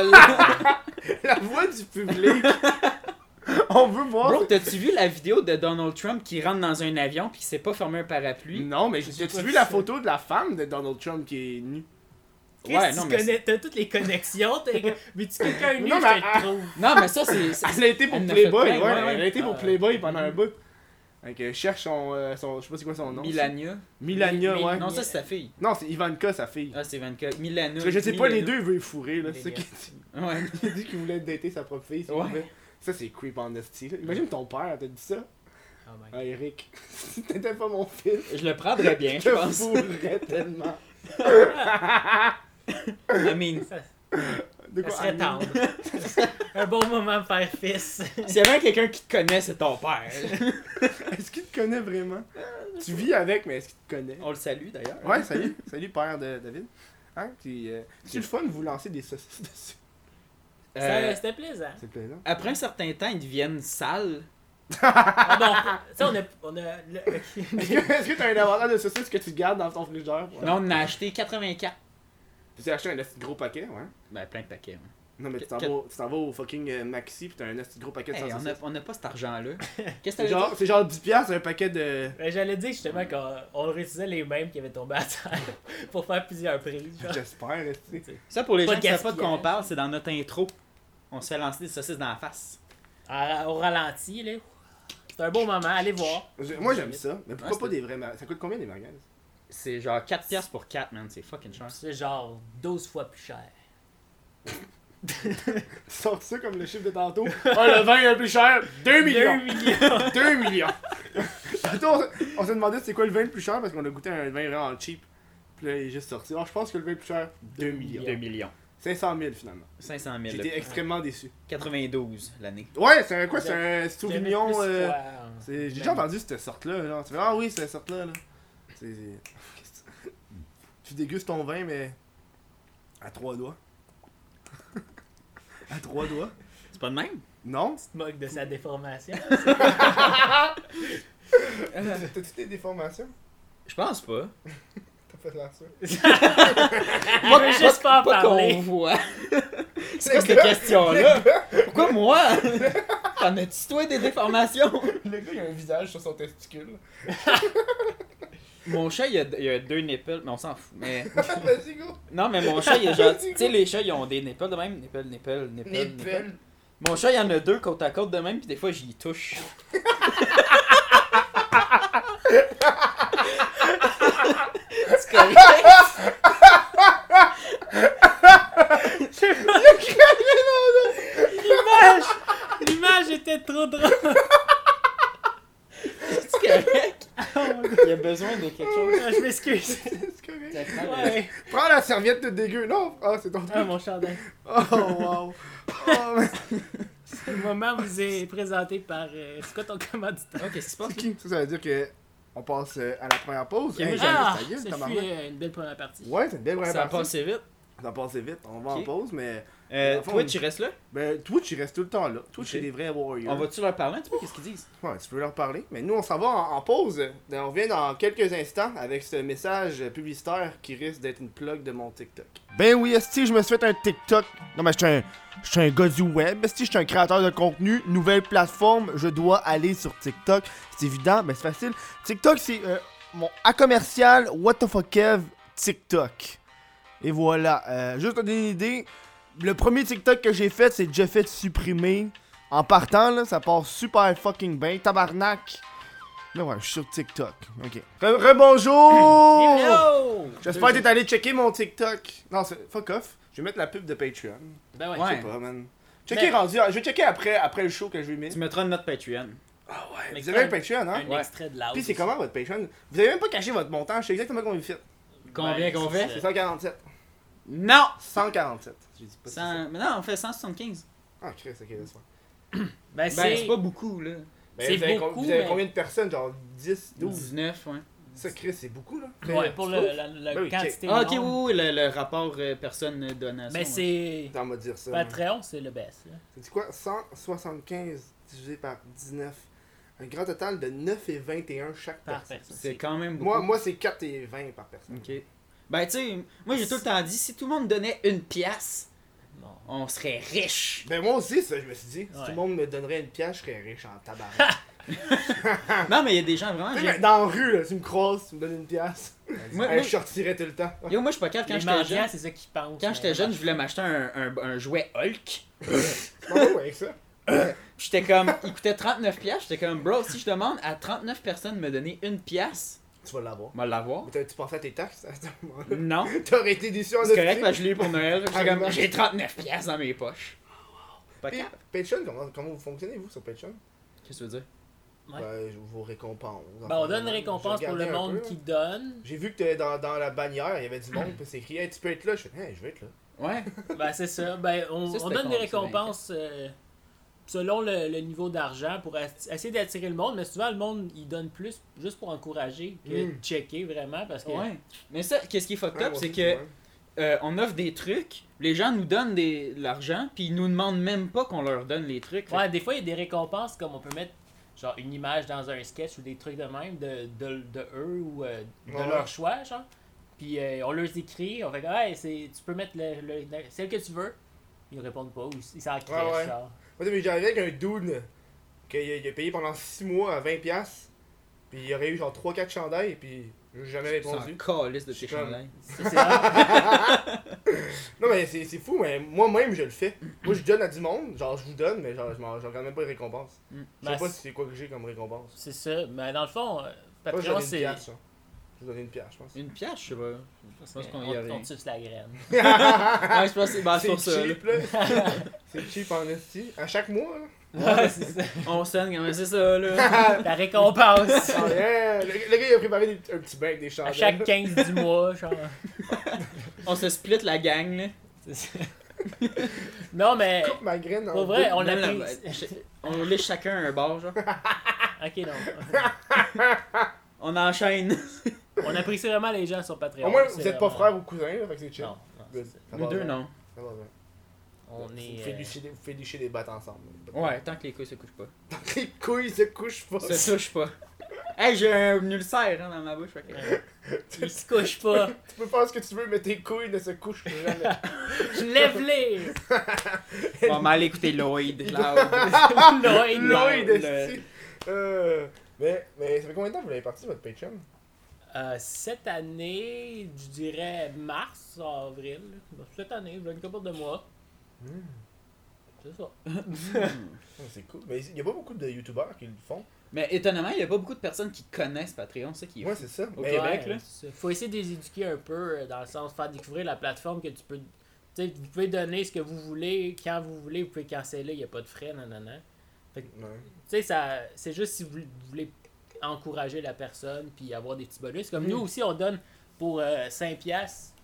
la voix du public. on veut voir. Bro, t'as-tu vu la vidéo de Donald Trump qui rentre dans un avion puis qui s'est pas formé un parapluie? Non, mais sais as-tu pas vu qui la c'est. photo de la femme de Donald Trump qui est nue Chris, Ouais, tu non, mais connais, t'as toutes les connexions, t'es- mais tu quelqu'un nu, Non, je mais- te le trouve. Non, mais ça, c'est. c'est- Elle a été pour Elle en a fait Playboy, plein, ouais, ouais, Elle a ouais. été pour Ah, Playboy pendant un bout. Fait que je cherche son, euh, son- Je sais pas c'est quoi son nom. Milania. Milania, Mi- ouais. Non, ça, c'est sa fille. Non, c'est Ivanka, sa fille. Ah, c'est 24. Milana. Parce que je sais pas, les deux, ils veulent fourrer, là. C'est ça Milena. qu'il dit. Ouais. Il a dit qu'il voulait dater sa propre fille. s'il Ouais. pouvait. Ça, c'est creep honesty. là. Imagine ton père t'a dit ça. Oh my Ah, Eric, si t'étais pas mon fils, Je le prendrais bien, je je te pense. fourrais tellement. I mean, De Ça serait ah, tendre. un bon moment de faire fils. s'il y avait quelqu'un qui te connaît, c'est ton père. Est-ce qu'il te connaît vraiment Tu vis avec, mais est-ce qu'il te connaît On le salue d'ailleurs. Ouais, salut. Salut, père de David. Hein? Puis, euh, c'est le fun de vous lancer des saucisses dessus. Euh, Ça- C'était plaisant. C'est plaisant. après un certain temps, ils deviennent sales. Ah, donc, tu sais, on a. On a le- Est-ce que est-ce que t'as un inventaire de saucisses que tu gardes dans ton frigeur? Là, on en a acheté 84. Tu t'es acheté un esti de gros paquet, ouais. Ben, plein de paquets. ouais. Non, mais tu t'en Quatre- vas au- tu t'en vas au fucking euh, Maxi pis t'as un esti de gros paquet de Hey, on, a, saucisses. on a pas cet argent-là. Qu'est-ce que C'est t'allais genre, dire? c'est genre 10 piastres, un paquet de. Ben, J'allais dire justement qu'on on réutilisait les mêmes qui avaient tombé à terre pour faire plusieurs prises. genre. J'espère, esti. Ça, pour les Pas gens de qui savent pas de quoi on gaspillage. parle, c'est dans notre intro. On se fait lancer des saucisses dans la face. À- Au ralenti, là. C'est un beau moment, allez voir. Je- Moi j'aime ça, mais pourquoi Ouais, pas c'est- des vrais mar- Ça coûte combien des merguez C'est genre 4 piastres pour 4, man. C'est fucking cher. C'est genre 12 fois plus cher. Sors ça comme le chiffre de tantôt. Ah, le vin est le plus cher 2 Euh, millions 2 millions. 2 millions Tantôt, on se- on s'est demandé c'est quoi le vin le plus cher parce qu'on a goûté un vin vraiment cheap. Puis là, il est juste sorti. Alors, je pense que le vin le plus cher 2 millions. 2 millions. 500 000 finalement. 500 000. J'étais extrêmement déçu. 92 l'année. Ouais, c'est un quoi C'est un Sauvignon. J'aimais plus, euh, ouais. ben, c'est- J'ai déjà entendu cette sorte-là. genre. Tu fais, ah oui, cette sorte-là. Là. C'est- Qu'est-ce que tu- Tu dégustes ton vin, mais à trois doigts. à trois doigts C'est pas de même? Non Tu te moques de sa déformation. T'as-tu des déformations Je pense pas. T'as fait l'air sûr. Je veux juste pas en Pas qu'on parler. voit. C'est quoi cette question-là? Pourquoi moi? T'en as-tu toi des déformations? Le gars, il a un visage sur son testicule. Mon chat, il a, il a deux nipples, mais on s'en fout. Mais... Vas-y, go Non, mais mon chat, il a genre. tu sais, les chats, ils ont des nipples de même. Nipples, nipples, nipples. nipples. Mon chat, il y en a deux côte à côte de même, puis des fois, j'y touche. C'est correct. L'image! L'image était trop drôle. C'est correct. Il a besoin de quelque chose. Ah, Je m'excuse. C'est correct. Ouais. Prends la serviette de dégueu. Non Ah, c'est ton Ah, truc. mon chandail. Oh, wow. Oh, mais- Le moment vous est présenté par. euh, c'est quoi ton commanditaire? Oh, qu'est-ce qui se passe? C'est qui? Ça, ça veut dire que on passe euh, à la première pause. Ok, moi, j'ai Ah, ta gueule, ça ta fut maman. euh, une belle première partie. Ouais, c'est une belle Ça première a partie. passé vite. Ça a passé vite. On va en Ok. pause, mais Euh, Au fond, toi, tu restes là? ben, Twitch, il reste tout le temps là. Twitch, Ok. c'est des vrais warriors. On va-tu leur parler un petit peu? Qu'est-ce qu'ils disent? Ouais, tu peux leur parler. Mais nous, on s'en va en, en pause. Ben, On revient dans quelques instants avec ce message publicitaire qui risque d'être une plug de mon TikTok. Ben oui, Esti, je me suis fait un TikTok. Non, mais je suis un, je suis un gars du web. Esti, je suis un créateur de contenu. Nouvelle plateforme, je dois aller sur TikTok. C'est évident, mais c'est facile. TikTok, c'est euh, mon A commercial, what the fuck, Kev, TikTok. Et voilà. Euh, juste pour donner une idée, le premier TikTok que j'ai fait, c'est déjà fait supprimer. En partant, là, ça part super fucking bien. Tabarnak. Là, ouais, je suis sur TikTok. Ok. Re- Rebonjour! Hello! J'espère que t'es allé checker mon TikTok. Non, c'est- fuck off. Je vais mettre la pub de Patreon. Ben ouais. Je Ouais. sais pas, man. Checker rendu. Je vais checker après, après le show que je vais mettre. Tu mettras notre Patreon. Ah ouais. Mais Vous avez un quand- Patreon, hein? Un Ouais. extrait de l'autre. Puis c'est comment votre Patreon? Vous avez même pas caché votre montant. Je sais exactement combien vous faites. Combien Ouais, qu'on c'est fait? C'est 147. Non! 147. Je dis pas si Cent- Mais non, on fait 175. c'est- Ah, Chris, ok, laisse-moi. Ben, Ben, c'est. c'est pas beaucoup, là. Ben, C'est vous avez, beaucoup, vous avez mais- combien de personnes? Genre 10, 12? 19, ouais. Ça, Chris, c'est beaucoup, là. Ouais, pour Tu le, trouves? la, la Ben oui, quantité. Ah, ok, oui, non. oui, le, le rapport euh, personne-donation. Mais c'est. T'en m'as dire ça. man. Patreon, c'est le best. là. C'est quoi 175 divisé par 19. Un grand total de 9 et 21 chaque Par personne. personne. C'est quand même beaucoup. Moi, moi c'est 4 et 20 par personne. Ok. Ben, tu sais, moi j'ai tout le temps dit, si tout le monde donnait une pièce, Bon. on serait riche. Ben moi aussi, ça, je me suis dit, si Ouais. tout le monde me donnerait une pièce, je serais riche en tabac. Non, mais il y a des gens vraiment. j'ai- dans la rue, là, tu me croises, tu me donnes une pièce. Moi, Hey, moi- je sortirais tout le temps. Yo, moi je suis pas calme quand Les j'étais mendiants, jeune. c'est ça qu'ils pensent. Quand j'étais hein. jeune, je voulais m'acheter un, un, un jouet Hulk. Comment on va Ah, avec ça? J'étais comme, il coûtait 39 pièces. J'étais comme, bro, si je demande à 39 personnes de me donner une pièce, Tu vas l'avoir. on va l'avoir. Mais t'as-tu pensé à tes taxes à ce moment-là? Non. T'aurais été déçu en C'est esti. correct, parce que je l'ai eu pour Noël. J'étais Ah, comme, non. j'ai 39 pièces dans mes poches. Pas Puis, calme. Patreon, comment, comment vous fonctionnez, vous, sur Patreon? Qu'est-ce que tu veux dire? Ouais. Ben, je vous récompense. Ben, on donne une récompense Je pour le regardais un monde peu, qui là. donne. J'ai vu que t'es dans, dans la bannière, il y avait du monde, puis c'est écrit Hey, tu peux être là? Je fais, hey, je vais être là. Ouais. Ben, c'est ça. Ben, on, Ça, on c'était donne des con, ça, récompenses euh, selon le, le niveau d'argent pour ass- essayer d'attirer le monde. Mais souvent, le monde, il donne plus juste pour encourager que Mm. de checker vraiment. Parce que. Ouais. Mais ça, qu'est-ce qui est fucked Ouais, up, moi c'est aussi, que. ouais. euh, on offre des trucs, les gens nous donnent des, de l'argent, puis ils nous demandent même pas qu'on leur donne les trucs. Fait Ouais, des fois, il y a des récompenses comme on peut mettre genre une image dans un sketch ou des trucs de même de, de, de eux ou euh, de Ouais. leur choix, genre. Puis euh, on leur écrit, on fait comme, hey, c'est- tu peux mettre le, le- le- celle que tu veux. Ils répondent pas ou ils s'en crèchent, ouais. genre. Moi, t'as vu, j'avais avec un dude qu'il a, il a payé pendant 6 mois à 20$, piastres, puis il aurait eu genre 3-4 chandails, puis j'ai jamais que C'est répondu. un calice de Je suis tes comme- chandails. C'est c'est vrai. Non, mais c'est c'est fou, mais moi-même, je le fais. Moi, je donne à du monde, genre, je vous donne, mais genre, je, m'en- je regarde même pas les récompenses. Je sais Ben, pas c'est- si c'est quoi que j'ai comme récompense. c'est ça. Mais dans le fond, euh, Moi, je Patreon, donne une c'est. pièce, hein. Je vous donne une pièce, je pense. Une pièce, je sais pas. Je pense qu'on y a On, on rien. te suce la graine. Ouais, je pense que c'est basé C'est sur ça. là. cheap, là. c'est cheap en esti. À chaque mois, là. Ouais, c'est ça. On sonne quand même, c'est ça, là. La récompense. Ah, yeah. le, le gars, il a préparé des- un petit bain avec des à chandelles. chaque 15 du mois, genre. on se split la gang, là. C'est ça. Non, mais. Coupe ma graine en Pour vrai, on Même la- l'apprécie. On lèche chacun un bar, genre. Ok, donc. On enchaîne. On apprécie vraiment les gens sur deux. Patreon. Au moins, Ah, c'est vous êtes pas vraiment- frère ou cousin, là, fait que c'est chill. Non, non, c'est Good. ça. Ça Nous va deux, bien. non. Ça va bien. On Vous est. faites euh, licher des- vous faites licher des battes ensemble. Ouais, tant que les couilles se couchent pas. Les couilles se couchent pas. Se touchent pas. Hey, j'ai un ulcère hein, dans ma bouche. fait que- euh, Ils se couchent pas. Tu peux faire ce que tu veux, mais tes couilles ne se couchent jamais. Lève-les! On va mal écouter Lloyd. Loud. Lloyd! Lloyd, le- esti. Euh, mais, mais ça fait combien de temps que vous l'avez parti, votre Patreon? Euh, cette année, je dirais mars, avril. Cette année, il y a une couple de mois. Hmm. C'est ça. Oh, c'est cool. Mais il n'y a pas beaucoup de YouTubers qui le font. Mais étonnamment, il y a pas beaucoup de personnes qui connaissent Patreon, c'est qui est Moi, fou. c'est ça. Au Mais- Québec. là. c'est ça. Faut essayer de les éduquer un peu, euh, dans le sens, faire découvrir la plateforme que tu peux. Tu sais, vous pouvez donner ce que vous voulez, quand vous voulez, vous pouvez canceller, il n'y a pas de frais, nanana. Ouais. Tu sais, ça, c'est juste si vous vous voulez encourager la personne puis avoir des petits bonus. Comme Mm. nous aussi, on donne pour euh, 5 piastres,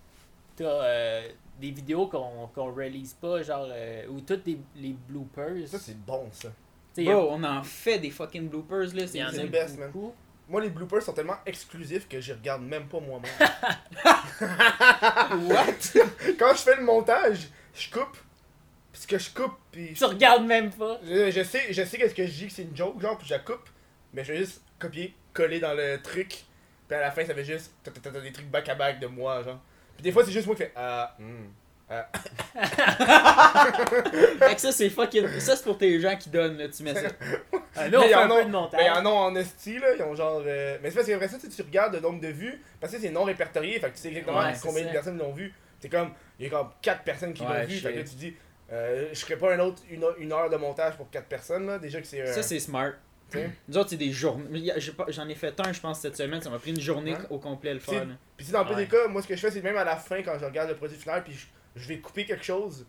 t'as euh, des vidéos qu'on qu'on release pas, genre, euh, ou toutes les, les bloopers. Ça, c'est bon, ça. T'sais, y a- Bro, on en fait des fucking bloopers, là. y C'est en c'est a le best, man. beaucoup. Moi, les bloopers sont tellement exclusifs que je regarde même pas moi-même. What? Quand je fais le montage, je coupe. Puis ce que je coupe, puis Tu regardes même pas. je, je sais, je sais qu'est-ce que je dis que c'est une joke, genre, puis je la coupe. Mais je vais juste copier, coller dans le truc. Puis à la fin, ça fait juste ta- ta- ta- ta- des trucs back à back de moi, genre. Puis des fois, c'est juste moi qui fais ah. hmm. fait que ça, c'est fucking. Ça, c'est pour tes gens qui donnent, là. Tu mets ça. Ah, nous, on Mais fait y un en ont- peu de montage. Mais ils en ont en esti, là, ils ont genre. euh, Mais c'est parce qu'après ça, tu sais, tu regardes le nombre de vues, parce que c'est non répertorié, fait que tu sais exactement Ouais, c'est combien de ça. personnes l'ont vu. C'est comme, il y a comme 4 personnes qui l'ont Ouais, vu, shit. fait que là, tu dis, euh, je ferais pas un autre, une, heure- une heure de montage pour 4 personnes, là, déjà que c'est. euh, Ça, c'est smart. T'sais. Nous autres, c'est des journées. J'ai pas- J'en ai fait un, je pense, cette semaine. Ça m'a pris une journée Hein? au complet, le C'est- faire. là. Puis tu sais, dans peu Ouais. des cas, moi ce que je fais, c'est même à la fin, quand je regarde le produit final, puis je, je vais couper quelque chose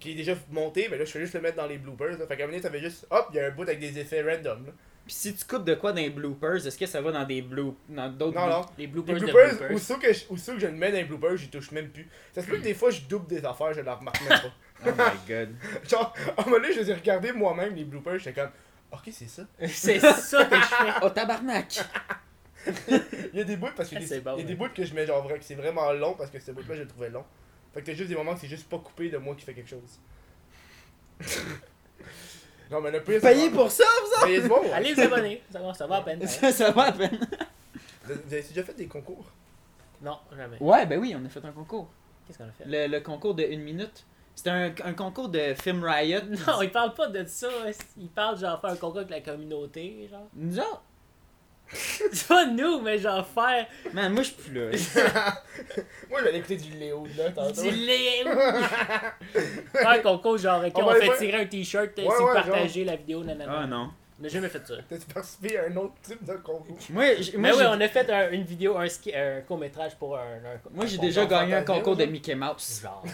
qui est déjà monté, mais là, je fais juste le mettre dans les bloopers, là. Fait qu'à un moment donné, ça fait juste, hop, il y a un bout avec des effets random, là. Puis si tu coupes de quoi dans les bloopers, est-ce que ça va dans des bloop... dans d'autres Non, bloop- non. Les Les bloopers, de bloopers, bloopers. ou ceux que je, ou ceux que je le mets dans les bloopers, j'y touche même plus. Ça se peut que des fois je double des affaires, je la remarque même pas. Oh my god. Genre, à un moment donné, je les ai regardés moi-même, les bloopers, j'étais comme, ok, c'est ça. c'est ça que je fais. oh tabarnak! Il y a des bouts parce que Ah, des- c'est bon, il y a des ouais. bouts que je mets genre vrai, que c'est vraiment long parce que ce bout-là, je le trouvais long. Fait que t'as juste des moments que c'est juste pas coupé de moi qui fait quelque chose. non, mais le pire. c'est Payez vraiment- pour ça, vous Payez pour moi. Allez vous abonner, ça va, ça va à peine. hein. autres! ça, ça va à peine. Vous avez vous avez déjà fait des concours Non, jamais. Ouais, ben oui, on a fait un concours. Qu'est-ce qu'on a fait? Le, le concours de une minute. C'était un, un concours de film Riot. Non, il parle pas de ça. hein. Il parle genre faire un concours avec la communauté, genre. Nous autres? C'est pas nous, mais genre faire Man, moi je suis plus là. Moi, j'allais écouter du Léo, là, tantôt. du lait. faire un concours genre, ok, On on, va aller fait faire- tirer un t-shirt euh, Ouais, si vous ouais, partagez la vidéo, nanana. Ah non. On n'a jamais fait ça. T'as-tu participé à un autre type de concours Moi, j'ai- moi, mais oui, j'ai- on a fait un- une vidéo, un, ski- un court-métrage pour un. un- moi, j'ai un déjà concours gagné un fantastique, concours de genre. Mickey Mouse. Genre.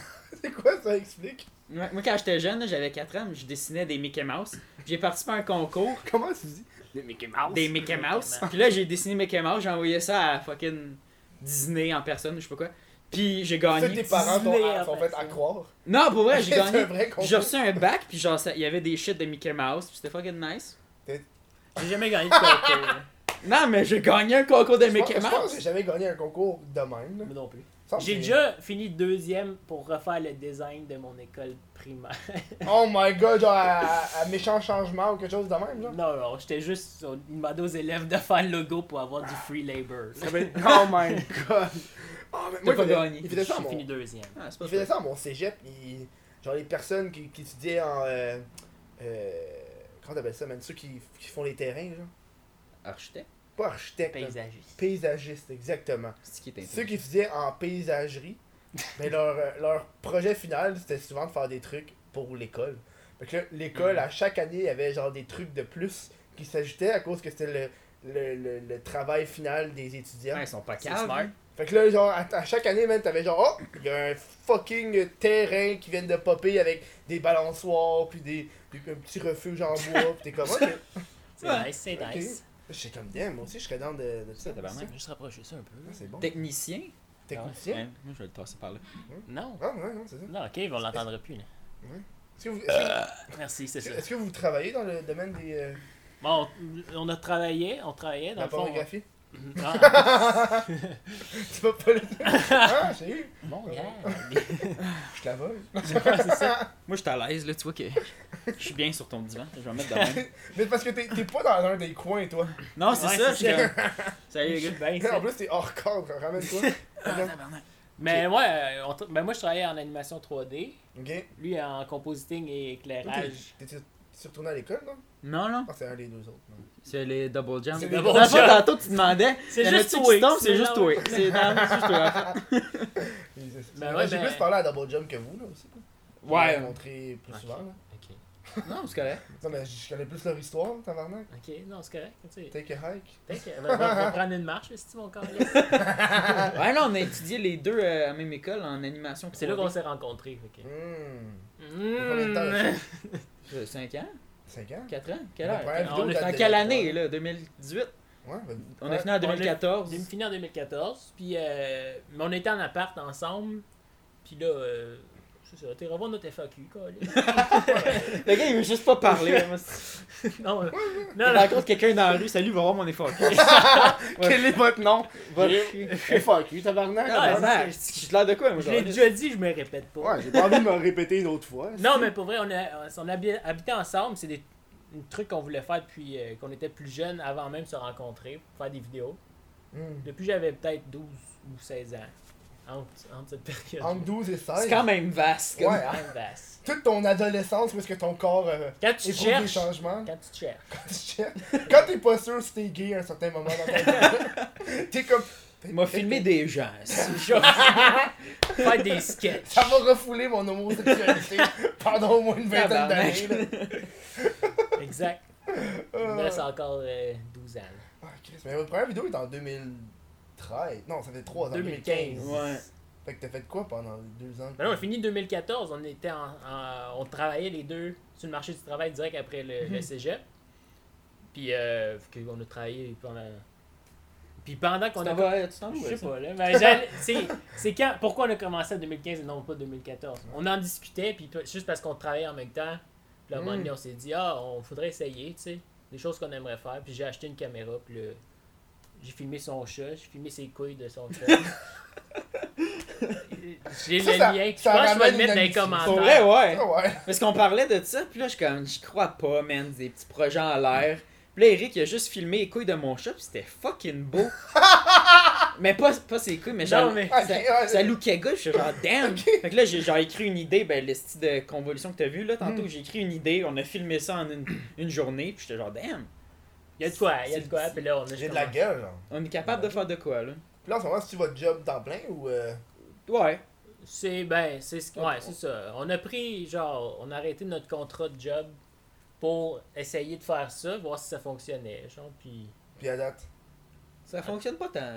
C'est quoi ça explique Ouais, Moi, quand j'étais jeune, là, j'avais 4 ans, je dessinais des Mickey Mouse. J'ai participé à un concours Comment tu dis Des Mickey Mouse. des Mickey Mouse. Puis là, j'ai dessiné Mickey Mouse, j'ai envoyé ça à fucking Disney en personne, je sais pas quoi. Puis j'ai Ça, gagné. tes parents Disney, t'ont- sont en fait, fait à croire. Non, pour vrai, j'ai C'est un gagné. vrai concours. J'ai reçu un bac, puis genre, ça- il y avait des shit de Mickey Mouse, puis c'était fucking nice. J'ai jamais gagné de concours. Non, mais j'ai gagné un concours de Je pense- Mickey je pense que j'ai Mouse. jamais gagné un concours de même. Moi non plus. Ça me J'ai fait- déjà fini deuxième pour refaire le design de mon école primaire. Oh my god, genre à, à méchant changement ou quelque chose de même, genre. non, non, j'étais juste. On demandait aux élèves de faire le logo pour avoir du free labor. Ça fait- Oh my god. Oh, mais moi, pas il faisait- gagné. Il faisait ça à J'ai mon, fini deuxième. Ah, c'est il pas faisait ça. ça à mon cégep. il- genre les personnes qui, qui étudiaient en. Euh, euh, comment t'appelles ça, man Ceux qui, qui font les terrains, genre. Architecte. Pas architecte. là. Paysagiste. Paysagiste, exactement. C'est qui est Ceux qui étudiaient en paysagerie, mais leur, euh, leur projet final, c'était souvent de faire des trucs pour l'école. Fait que là, Mhm. l'école, à chaque année, avait genre des trucs de plus qui s'ajoutaient à cause que c'était le, le, le, le travail final des étudiants. Ah, ils sont pas C'est caves. smart. hein. Fait que là, genre, à, à chaque année, même, t'avais genre, oh, il y a un fucking terrain qui vient de popper avec des balançoires, puis des, des- un petit refuge en bois, pis t'es comme, ok. C'est Ouais. nice, c'est Ok. nice. J'étais comme, damn, moi aussi, je serais dans de, de ça. Ça, tabarnak. Je vais ben, juste rapprocher ça un peu. Ah, C'est bon. Technicien. Technicien? Ouais, moi, je vais le tasser par là. Non. Ah, ouais, non, c'est ça. Non, ok, on l'entendra plus. là. Est-ce que vous- est-ce que- Merci, Euh, c'est ça. Est-ce que vous travaillez dans le domaine des, euh, Bon, on- on a travaillé, on travaillait de dans la le fond. pornographie Ah, Tu vas pas le Ah, j'ai eu bon, yeah. Je te la vole. Moi, je suis à l'aise, là. Tu vois que je suis bien sur ton divan. Je vais me mettre de même. Mais parce que t'es t'es pas dans un des coins, toi. Non, c'est Ouais, ça. c'est Je suis comme... Salut, Je les suis gars. bien, En c'est- plus, t'es hors cadre, ramène-toi. Ah, tabarnak. Mais ouais, euh, on tra- ben moi je travaillais en animation 3D, ok. lui en compositing et éclairage. T'es t'es retourné à l'école, non Non, non. Ah, c'est un des deux autres. non? C'est les double jumps. C'est les Dans double le fond, jumps. Tantôt, tu demandais. C'est y en juste a-tu qui toi. se tombent? C'est C'est juste là, toi. ouais. C'est dans- c'est juste toi. en fait. Mais c'est- Ben ouais, J'ai ben- plus parlé à Double Jump que vous, là, aussi. quoi. Vous Ouais. m'avez montré plus Ok. souvent, là. Ok, Non, c'est correct. Non, mais je connais plus leur histoire, tabarnak. ok, non, c'est correct. Tu sais, Take a hike. Peut-être que- va, va- va prendre une marche si tu vas encore Ouais, non, on a étudié les deux euh, à la même école en animation. C'est là qu'on s'est rencontrés. fait que- Hmm. combien de temps, là? Mm. 5 Euh, ans 5 ans 4 ans Quelle La heure première On vidéo est en date quelle de- année, là 2018 Ouais, ben, On ouais. a fini en On est- 2014. J'ai fini en 2014, puis euh, mais on était en appart ensemble, puis là, euh, c'est ça, t'es revoir notre FAQ, quoi. Le gars, il veut juste pas parler. là, moi, c'est- non, euh, Il non, non. rencontre quelqu'un dans la rue, salut, va voir mon effort. Quel est votre nom Va J'ai- chier. Eh, Fuck you, tabarnak. Ah, tabarnak. Tabarnak, J'ai l'air de quoi, moi, Je l'ai genre? déjà dit, je me répète pas. Ouais, j'ai pas envie de me répéter une autre fois. Non, mais pour vrai, on, a, on habi- habitait ensemble. C'est des des trucs qu'on voulait faire depuis euh, qu'on était plus jeune, avant même de se rencontrer, pour faire des vidéos. Hmm. Depuis j'avais peut-être 12 ou 16 ans, entre, entre cette période. Entre 12 et 16. C'est quand même vaste. comme- Ouais, hein. Même basse. toute ton adolescence, où est-ce que ton corps euh, Quand tu éprouve des cherches, changements. quand tu cherches, Quand t'es pas sûr si t'es gay à un certain moment dans ta vie, t'es comme. Il m'a filmé des gens. tu cherches. faire des sketchs. Ça va refouler mon homosexualité pendant au moins une vingtaine Tabarnak. d'années. là. Exact. Il me reste encore euh, 12 ans. Ah, Christ, mais votre première vidéo est en 2013. Non, ça fait 3 ans. 2015. Ouais. Fait que t'as fait quoi pendant 2 ans Ben non, on a fini 2014, on était en, en- on travaillait les deux sur le marché du travail direct après le, le cégep. Puis euh, que- on a travaillé pendant Puis pendant qu'on Tu a t'en vas- tu Ah t'en vas je où, sais ça? pas là, ben, j'allais- c'est c'est quand pourquoi on a commencé en 2015 et non pas 2014. On en discutait puis p- juste parce qu'on travaillait en même temps. Puis là, Hmm. à un moment donné, on s'est dit ah, on faudrait essayer, tu sais, des choses qu'on aimerait faire. Puis j'ai acheté une caméra puis là, j'ai filmé son chat, j'ai filmé ses couilles de son chat. j'ai le Ça, ça- lien. Je ça pense que je vais ramène le mettre dans les une ambition. Pour commentaires. vrai, ouais. Ah ouais. Parce qu'on parlait de ça, puis là, je suis comme, j'y crois pas, man, des petits projets en l'air. Puis là, Eric, il a juste filmé les couilles de mon chat, puis c'était fucking beau. mais pas, pas ses couilles, mais genre. Non, mais- Ah, Ça, ok, ouais. ça lookait good, je suis genre damn! Fait que là, j'ai genre écrit une idée, ben le style de convolution que t'as vu là, Mm. tantôt, j'ai écrit une idée, on a filmé ça en une, une journée, puis j'étais genre damn! Il y a de quoi, il y a de quoi. Puis là, on a J'ai juste de la commencé. gueule. genre. On est capable de faire de quoi là? Puis là, en ce moment, c'est-tu votre job temps plein ou. euh, Ouais. C'est ben, c'est ce- On- ouais, c'est ça. On a pris genre, on a arrêté notre contrat de job pour essayer de faire ça, voir si ça fonctionnait, genre puis Puis à date. Ça fonctionne pas tant.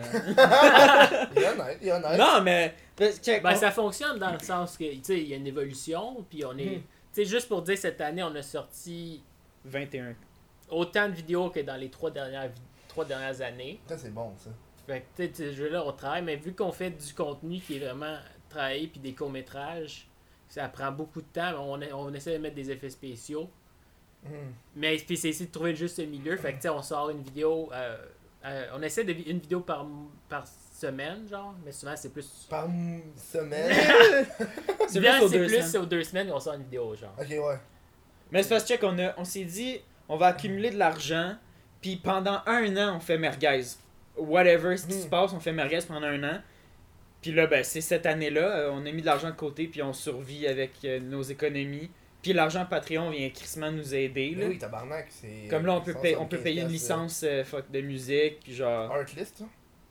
Il est honnête, il est honnête. non, mais. parce que- ben on- ça fonctionne dans le sens que tu sais, il y a une évolution, puis on est Mhm. tu sais juste pour dire cette année, on a sorti 21. autant de vidéos que dans les trois dernières vi- trois dernières années. Ça, c'est bon, ça. Fait que, tu sais, tu sais, je- là, on travaille, mais vu qu'on fait du contenu qui est vraiment travaillé, puis des courts-métrages, ça prend beaucoup de temps. On, on essaie de mettre des effets spéciaux. Hmm. Mais puis c'est essayer de trouver le juste milieu. Fait que, tu sais, on sort une vidéo euh, Euh, on essaie de vi- une vidéo par, par semaine, genre, mais souvent c'est plus. Par m- semaine. C'est Bien, plus aux c'est deux plus semaines. aux deux semaines et on sort une vidéo, genre. ok, ouais. Mais c'est parce que check, on, a- on s'est dit, on va accumuler de l'argent, puis pendant un an, on fait merguez. Whatever ce qui se Mm. passe, on fait merguez pendant un an. Puis là, ben, c'est cette année-là, euh, on a mis de l'argent de côté, puis on survit avec euh, nos économies. Puis l'argent Patreon vient crissement nous aider. Mais là. oui, tabarnak, c'est. Comme là, on peut, payer- on peut 175 payer une piastres, euh, licence euh, fuck, de musique, puis genre... Artlist, hein?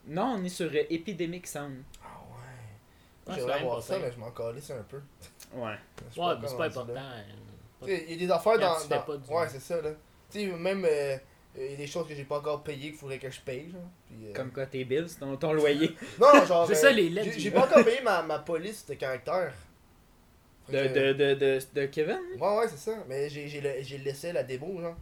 Non, on est sur euh, Epidemic Sound. Ah ouais. Ouais, c'est J'aimerais vraiment avoir ça, pas mais je m'en calisse un peu. Ouais. Je suis Ouais, mais c'est encore pas rendu là. important. hein. Tu sais, Il y a des affaires Quand dans. tu fais dans- pas du- Ouais, c'est ça, là. Tu sais, même. euh, Il y a des choses que j'ai pas encore payées qu'il faudrait que je paye, genre. Puis, euh, Comme quoi tes bills, ton, ton loyer Non, non, genre. C'est ça, euh, les lettres, j'ai- J'ai tu pas encore payé ma, ma police de caractère. Fait de, que- euh, de, de, de, de Kevin. Ouais, ouais, c'est ça. Mais j'ai j'ai la- j'ai laissé la démo, genre.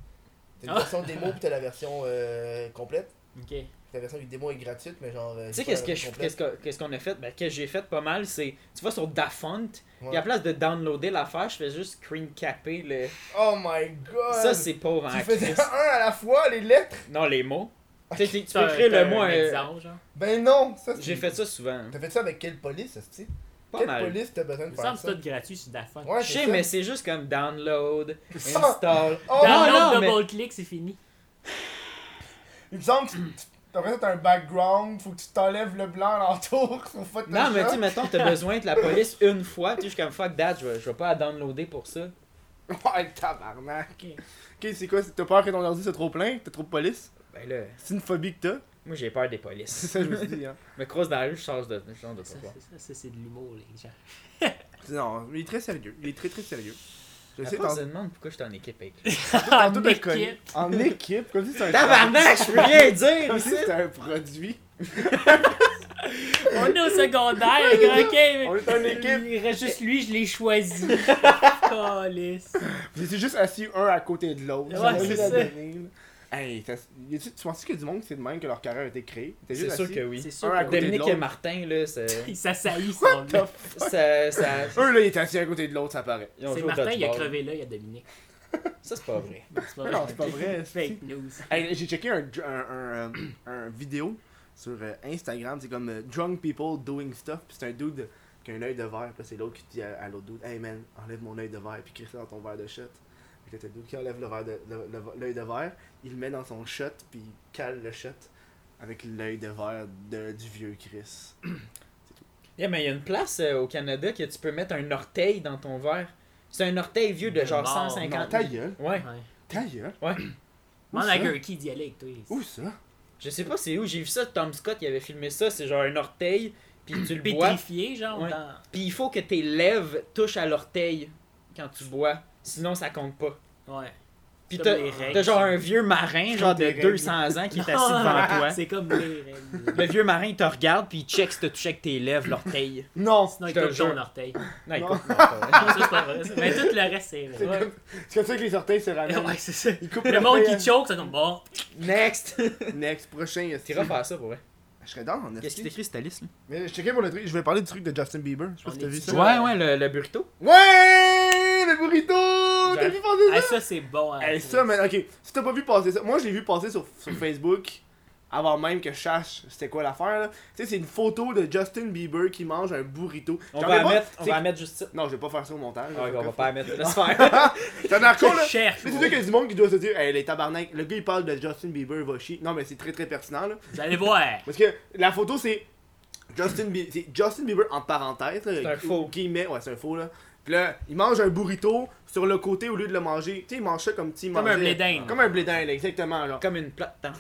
T'as une Ah. version démo, pis t'as la version euh, complète. Ok. La version avec démo est gratuite, mais genre. euh, Tu j'ai sais, pas la qu'est-ce que version je- complète. qu'est-ce que- qu'est-ce qu'on a fait? Ben, qu'est-ce que j'ai fait pas mal, c'est. Tu vas sur Dafont, Ouais. et à place de downloader l'affaire, je fais juste screen capper le. Oh my god! Ça, c'est pauvre en Tu faisais Christ. un à la fois, les lettres? Non, les mots. Tu sais, tu- tu T'as- peux écrire t'as le mot. un euh, exemple, genre. Ben non! ça, c'est- J'ai fait ça souvent. T'as fait ça avec quelle police, ce Pas Quelle mal. police t'as besoin Il de me faire semble ça? que c'est tout gratuit sur Dafone. Ouais, Je sais, mais c'est juste comme download, install. Oh, Dans non, l'autre mais- double-click, c'est fini. Il me semble que tu- après ça, t'as un background, faut que tu t'enlèves le blanc l'entour pour Photoshop. Non, mais tu sais, mettons, t'as besoin de la police une fois. Tu sais, je suis comme fuck that, je vais, je vais pas la downloader pour ça. Ouais, tabarnak. Ok, c'est quoi? c'est- T'as peur que ton ordi soit trop plein? T'as trop de police? Ben là, C'est une phobie que t'as? moi j'ai peur des C'est polices. ça que je me suis dit, hein. Je me croise dans la rue, je change de, je change de Ça, pourquoi. c'est- ça, ça, c'est de l'humour, les gens. Non, il est très sérieux. Il est très très sérieux. Je Après, sais, on t'en se demande pourquoi je suis en équipe avec En tout équipe. En équipe, comme si c'était un. Ah, Tabarnak, je peux rien dire Comme si ici! c'était un produit. On est au secondaire, ok. mais- On est en équipe. Il reste juste lui, je l'ai choisi. Calisse. Vous étiez juste assis un à côté de l'autre. Ouais, Ça m'a c'est juste ça. donné, là. Hey, t'as- y a-tu- tu penses que du monde, c'est de même que leur carrière a été créée? T'es C'est juste sûr assis- que oui. C'est sûr Un à que côté de Dominique l'autre. et Martin, là, c'est. ça saillit son the nom. ça, ça... Eux, là, ils étaient assis à côté de l'autre, ça paraît. ils ont C'est joué au Martin, il a dodgeball. crevé là, il y a Dominique. Ça, c'est pas vrai. C'est Mais pas vrai. non, c'est pas vrai, Fake news. Hey, j'ai checké un, un, un, euh, un- un vidéo sur euh, Instagram, c'est comme euh, Drunk People Doing Stuff, pis c'est un dude qui a un œil de verre, pis c'est l'autre qui dit à, à l'autre dude, Hey man, enlève mon œil de verre, pis crie ça dans ton verre de shot. Pis là, t'as le dude qui enlève le verre de- le- le- l'œil de verre, il le met dans son shot, pis il cale le shot avec l'œil de verre de- du vieux Chris. Yeah, mais il y a une place euh, au Canada que tu peux mettre un orteil dans ton verre. C'est un orteil vieux de De genre mort. 150. Non, ta gueule, Ouais. Ouais. ta gueule. Où Demande ça? à Gurky d'y aller avec toi. ici. Où ça? Je sais pas c'est où, j'ai vu ça, Tom Scott, il avait filmé ça, c'est genre un orteil, puis tu le bois, Pétrifié, genre. Ouais. dans- puis il faut que tes lèvres touchent à l'orteil quand tu bois, sinon ça compte pas. Ouais. Puis Comme t'as les règles. t'as genre un vieux marin, genre de des règles. 200 ans, qui est assis devant toi. Ah, C'est comme les règles. Le vieux marin, il te regarde, puis il check si t'as touché avec tes lèvres, l'orteil. Non! Sinon, il Je te coupe ton jure. orteil. Non, il Non. coupe. non, pas vrai. Non, ça, c'est pas vrai. ça. Mais tout le reste, c'est C'est vrai. comme, c'est comme ça que les orteils se ramènent. Ouais, c'est ça. Ils coupent Le leur monde feuille. qui choke, c'est comme bon. Next! Next, prochain, est-ce T'iras faire ça pour vrai. Ben, Je serais dans, en Qu'est-ce qui esti. t'écrit sur ta liste? Mais je checkais pour le truc, je vais parler du truc de Justin Bieber. Je sais pas On si t'as est vu du ça. Ouais, Ouais, ouais, ouais, le, burrito. Ouais, le burrito! T'as J'arrive- vu passer Ah, ça? ça, c'est bon. hein. Hey, ça, man, ok. Si t'as pas vu passer ça, moi je l'ai vu passer sur, sur Facebook avant même que je sache c'était quoi l'affaire. là. Tu sais, c'est une photo de Justin Bieber qui mange un burrito. On J'en va, ai la pas- mettre, on c'est- va la mettre juste ça. Non, je vais pas faire ça au montage. Ah, là, ok, on va fuck pas off. la mettre. Laisse faire. T'as l'air con là? Je cherche. Mais c'est moi. sûr qu'il y a du monde qui doit se dire, hey les tabarnak, le gars il parle de Justin Bieber, va chier. Non, mais c'est très très pertinent là. Vous allez voir. Parce que la photo c'est Justin Bieber, c'est Justin Bieber en parenthèse. C'est un faux. Guillemets, ouais, c'est un faux là. Puis là, il mange un burrito sur le côté au lieu de le manger. Tu sais, il mange ça comme petit Comme un blé d'Inde. Comme un blé d'Inde, exactement. Là. Comme une plate hein.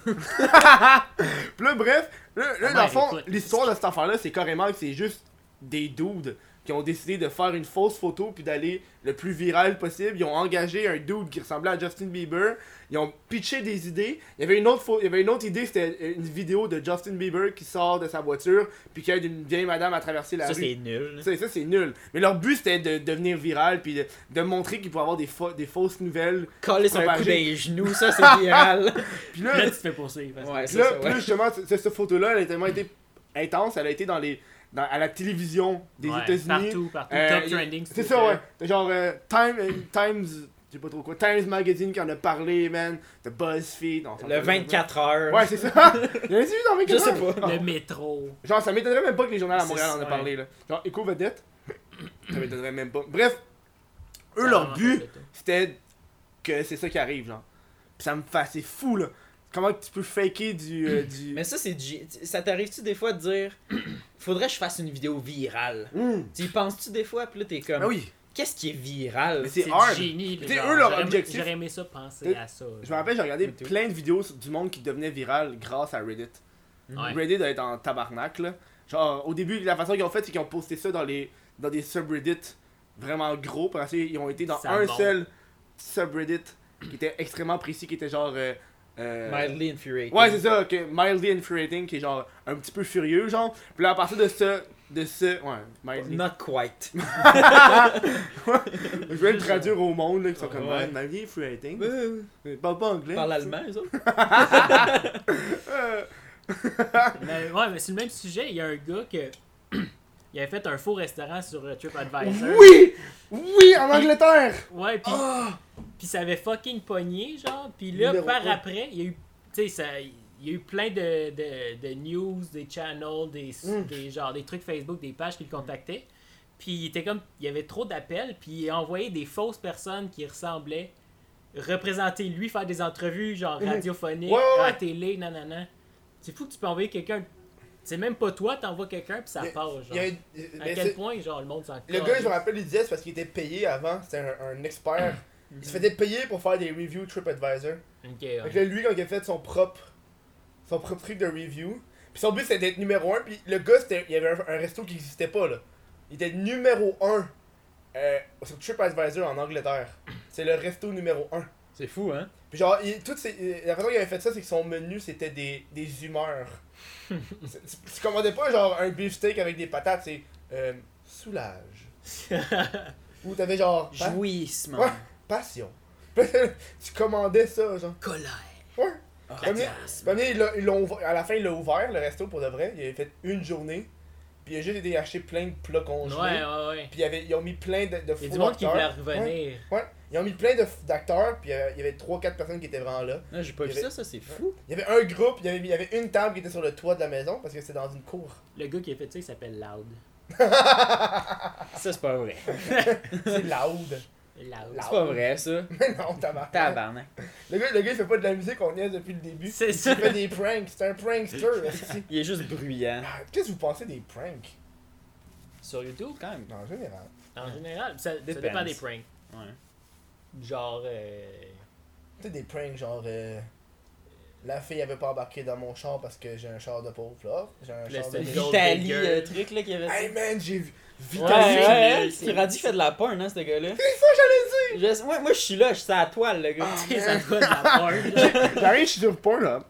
Puis là, bref, là, là, Ah, dans le ouais, fond, écoute. l'histoire de cette affaire-là, c'est carrément que c'est juste des dudes qui ont décidé de faire une fausse photo puis d'aller le plus viral possible. Ils ont engagé un dude qui ressemblait à Justin Bieber. Ils ont pitché des idées. Il y avait une autre, pho- il y avait une autre idée, c'était une vidéo de Justin Bieber qui sort de sa voiture puis qui aide une vieille madame à traverser la Ça, rue. c'est nul. Ça, ça, c'est nul. Mais leur but, c'était de devenir viral puis de, de montrer qu'ils pouvaient avoir des, fa- des fausses nouvelles. Coller son coup Propager. des genoux, ça, c'est viral. Puis Là, tu te fais poursuivre. ouais, Puis c'est là, ça, puis là, ouais. Mm. justement, c- c- cette photo-là, elle a tellement été intense, elle a été dans les, dans- à la télévision des Ouais, États-Unis. Partout, partout. Euh, Top il- trending. C'est ça, ouais. Genre, euh, Time, euh, Times, sais pas trop quoi, Times Magazine qui en a parlé, man, de BuzzFeed. on s'en Le fout. 24 heures. Ouais, c'est ça. Il y en a-tu vu dans 24 Je sais heures? pas. Ah. Le métro. Genre, ça m'étonnerait même pas que les journaux à C'est Montréal en aient ça, parlé, là. Genre, Éco-Vedette, ça m'étonnerait même pas. Bref, eux, Ça leur rentre but, dans le tout. c'était que c'est ça qui arrive, genre. Pis ça me fait, c'est fou, là. Comment tu peux faker du. euh, du... Mais ça, c'est. gi- Ça t'arrive-tu des fois de dire. Faudrait que je fasse une vidéo virale. Hum. Tu y penses-tu des fois, puis là, t'es comme. Ah oui, Qu'est-ce qui est viral? mais c'est du hard. génie. là, T'sais, genre, eux, leur j'aurais aimé- objectif- J'aurais aimé ça penser T'sais, à ça. Je me rappelle, j'ai regardé Mais tout. plein de vidéos sur- du monde qui devenait viral grâce à Reddit. Ouais. Reddit doit être en tabarnak, là. Genre, au début, la façon qu'ils ont fait, c'est qu'ils ont posté ça dans, les, dans des subreddits vraiment gros. Parce qu'ils ont été dans Ça un monte. seul subreddit qui était extrêmement précis, qui était genre. euh, euh, Mildly infuriated. Ouais, c'est ça, que mildly infuriating, qui est genre un petit peu furieux, genre. Puis là, à partir de ce. De ce. Ouais, mildly. Not quite. Je vais le traduire au monde, là, qui sont comme. Ouais. Ouais, mildly infuriating. Ils parlent pas anglais. Parle allemand, eux autres. Euh, Mais, Ben, ouais, mais c'est le même sujet. Il y a un gars que. Il avait fait un faux restaurant sur euh, TripAdvisor. Oui! Oui, en Angleterre! Ouais, pis, Ah! pis ça avait fucking pogné, genre. Pis là, Numéro par un. après, il y a eu. Tu sais, ça. Il y a eu plein de, de, de news, des channels, des, Mm. des, genre, des trucs Facebook, des pages qui le contactaient. Puis il était comme. Il y avait trop d'appels, puis il a envoyé des fausses personnes qui ressemblaient représenter lui, faire des entrevues, genre Mhm. radiophoniques, Ouais, ouais, à ouais. la télé, nanana. C'est fou que tu peux envoyer quelqu'un. C'est même pas toi, t'envoies quelqu'un, puis ça Il y a- part, genre. Il y a une- À mais quel c'est- point, genre, le monde s'en Le colle. gars, je me rappelle, il disait c'est parce qu'il était payé avant, c'était un, un expert. Il Mm-hmm. se faisait payer pour faire des reviews TripAdvisor. Ok, ouais. Fait que là, lui, quand il a fait son propre, son propre truc de review, puis son but c'était d'être numéro 1, puis le gars, c'était- il y avait un, un resto qui n'existait pas là. Il était numéro 1 sur TripAdvisor en Angleterre. C'est le resto numéro 1. C'est fou, hein? Puis genre, il- toutes ces- euh, la façon qu'il avait fait ça, c'est que son menu, c'était des, des humeurs. C'est- tu, tu commandais pas genre un beefsteak avec des patates, c'est euh, soulage. Ou t'avais genre pa- Jouissement. Ouais. passion. tu commandais ça, genre. Colère. Ouais. Ah, Premier- Sarcasme. premier, ils l'ont- ils l'ont ouvert- à la fin, il l'a ouvert, le resto, pour de vrai. Il avait fait une journée. Puis il a juste été acheter plein de plats Ouais, congelés. ouais, ouais. Puis il y avait- ils ont mis plein de, de Il y a faux du monde qui voulait acteurs. Ouais, revenir. ouais. Ils ont mis plein de f- d'acteurs, puis euh, il y avait 3-4 personnes qui étaient vraiment là. Non, j'ai pas Il y vu avait- ça, ça c'est fou. Il y avait un groupe, il y avait, il y avait une table qui était sur le toit de la maison parce que c'était dans une cour. Le gars qui a fait ça, il s'appelle Loud. Ça c'est pas vrai. C'est loud. Loud. Loud. C'est pas vrai ça. Mais non, tabarnak. Tabarnak. Le gars, le gars, il fait pas de la musique, on niaise depuis le début. C'est Il ça. fait des pranks, c'est un prankster. esti. Il est juste bruyant. Ah, Qu'est-ce que vous pensez des pranks Sur YouTube, Quand même. En général. en général, ça, ça Depends. dépend des pranks. Ouais. Genre, euh, Tu sais, des pranks genre. euh, la fille avait pas embarqué dans mon char parce que j'ai un char de pauvre, là. J'ai un Puis char là, de. c'était- pauvre. Vitali, Gold euh, Digger. truc là qui avait Hey man, j'ai vu. Ouais, Vitali. Vitali, ouais, euh, ouais. C'est rendu qu'il fait de la porn, hein, ce gars-là. C'est ça, j'allais Je- ouais, moi, je suis là, je suis à la toile, le Ah, gars. tu sais, ça doit de la porn. là. dire. J'arrive, je suis sur Pornhub.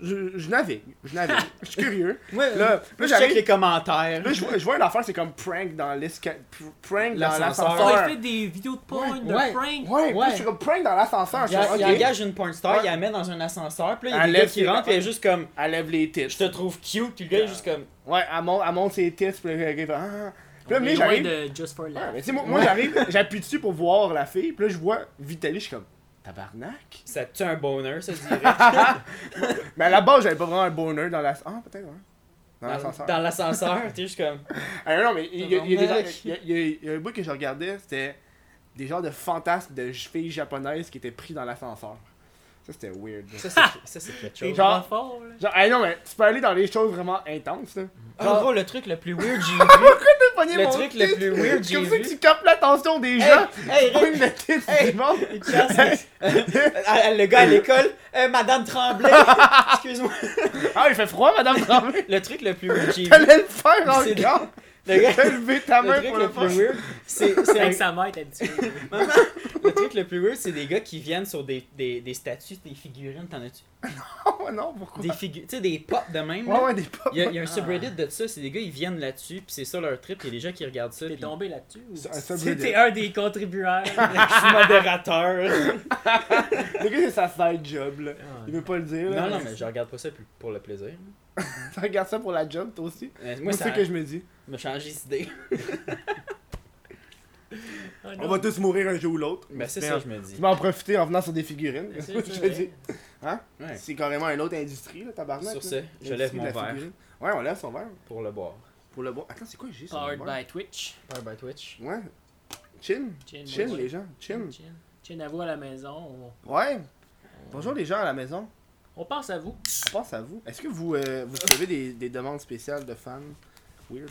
Je, je navigue, je navigue. Je suis curieux. Ouais, Là, moi, là, je check j'arrive- les commentaires. Là, je vois, je vois une affaire, c'est comme prank dans l'escalier. Prank dans L'ascenseur. Oh, l'ascenseur. il fait des vidéos de porn, de Ouais. prank. Ouais, Ouais. ouais. je suis comme prank dans l'ascenseur. Il, Je suis comme, il ok. engage une porn star, Ouais. il la met dans un ascenseur, puis là, il y a Elle des gars lève qui ses- rentrent, puis il est juste comme Elle lève les tits. Je te trouve cute, puis le gars est juste comme Ouais, elle monte, elle monte ses tits, puis le gars, il fait, ah. Puis On là, est mais loin j'arrive. de Just for Ouais, Laugh. mais tu sais, moi, moi, j'arrive, j'appuie dessus pour voir la fille, puis là, je vois Vitaly, je suis comme, tabarnak. Ça te tue un bonheur, ça dirait. Mais à la base, j'avais pas vraiment un bonheur dans l'ascenseur. Ah, peut-être, ouais. Dans l'ascenseur. Dans l'ascenseur, t'es juste comme Ah, non, non, mais il y, a- il y a des Tabarnak. il y a- il y a- il y a un bout que je regardais, c'était des genres de fantasmes de filles japonaises qui étaient pris dans l'ascenseur. Ça, c'était weird. là. Ça, c'est- ça, c'est quelque T'es chose. vraiment fort, là. Genre, ah non, mais tu peux aller dans les choses vraiment intenses, là. En gros, le truc le plus weird, j'ai vu. pogner Le mon truc tit. le plus weird, C'est comme j'ai ça vu. que tu captes l'attention des gens. Hey, Pogne Rick, le tit Hey. du monde. Charles, euh, le gars à l'école, Euh, Madame Tremblay, excuse-moi. Ah, il fait froid, madame Tremblay. Le truc le plus weird, j'ai vu. T'allais le faire C'est- encore. Le gars- T'as levé ta Le main truc pour le le plus faire. weird, c'est c'est un- Avec sa mère, t'as dit. Maman, le truc le plus weird, c'est des gars qui viennent sur des, des, des statues, des figurines, t'en as-tu? Oh non, pourquoi? Des figurines, tu sais, des pops de même. Ouais, là. ouais, des pop. Il y, a, il y a un subreddit de ça, c'est des gars, ils viennent là-dessus, puis c'est ça leur trip, il y a des gens qui regardent ça. T'es puis- tombé là-dessus. ou- C'est un T'es subreddit. un des contributeurs. Je suis modérateur. Le gars, c'est sa side job, là. Il Ouais. veut pas le dire. là. non, non, mais je regarde pas ça pour- pour le plaisir. Tu regardes ça pour la job, toi aussi? Euh, moi, Moi, c'est ça ce que je me dis. m'a changé d'idée. Ah, Oh On non. va tous mourir un jour ou l'autre. Ben, c'est Merde. ça, je me dis. Tu vas en profiter en venant sur des figurines. C'est- Je c'est te vrai. dis. Ouais. C'est carrément une autre industrie, là, tabarnak. là. Sur ce, je L'industrie lève de mon la verre figurine. Ouais, on lève son verre. pour le boire. Pour le boire. Attends, c'est quoi j'ai sur Powered mon verre? by Twitch. Power by Twitch. Ouais. Chin. Chin, Chin, ouais. les gens. Chin. Chin. Chin à vous à la maison. On, Ouais. Bonjour les gens à la maison. on pense à vous. On pense à vous. Est-ce que vous, euh, vous recevez des, des demandes spéciales de fans? Weird.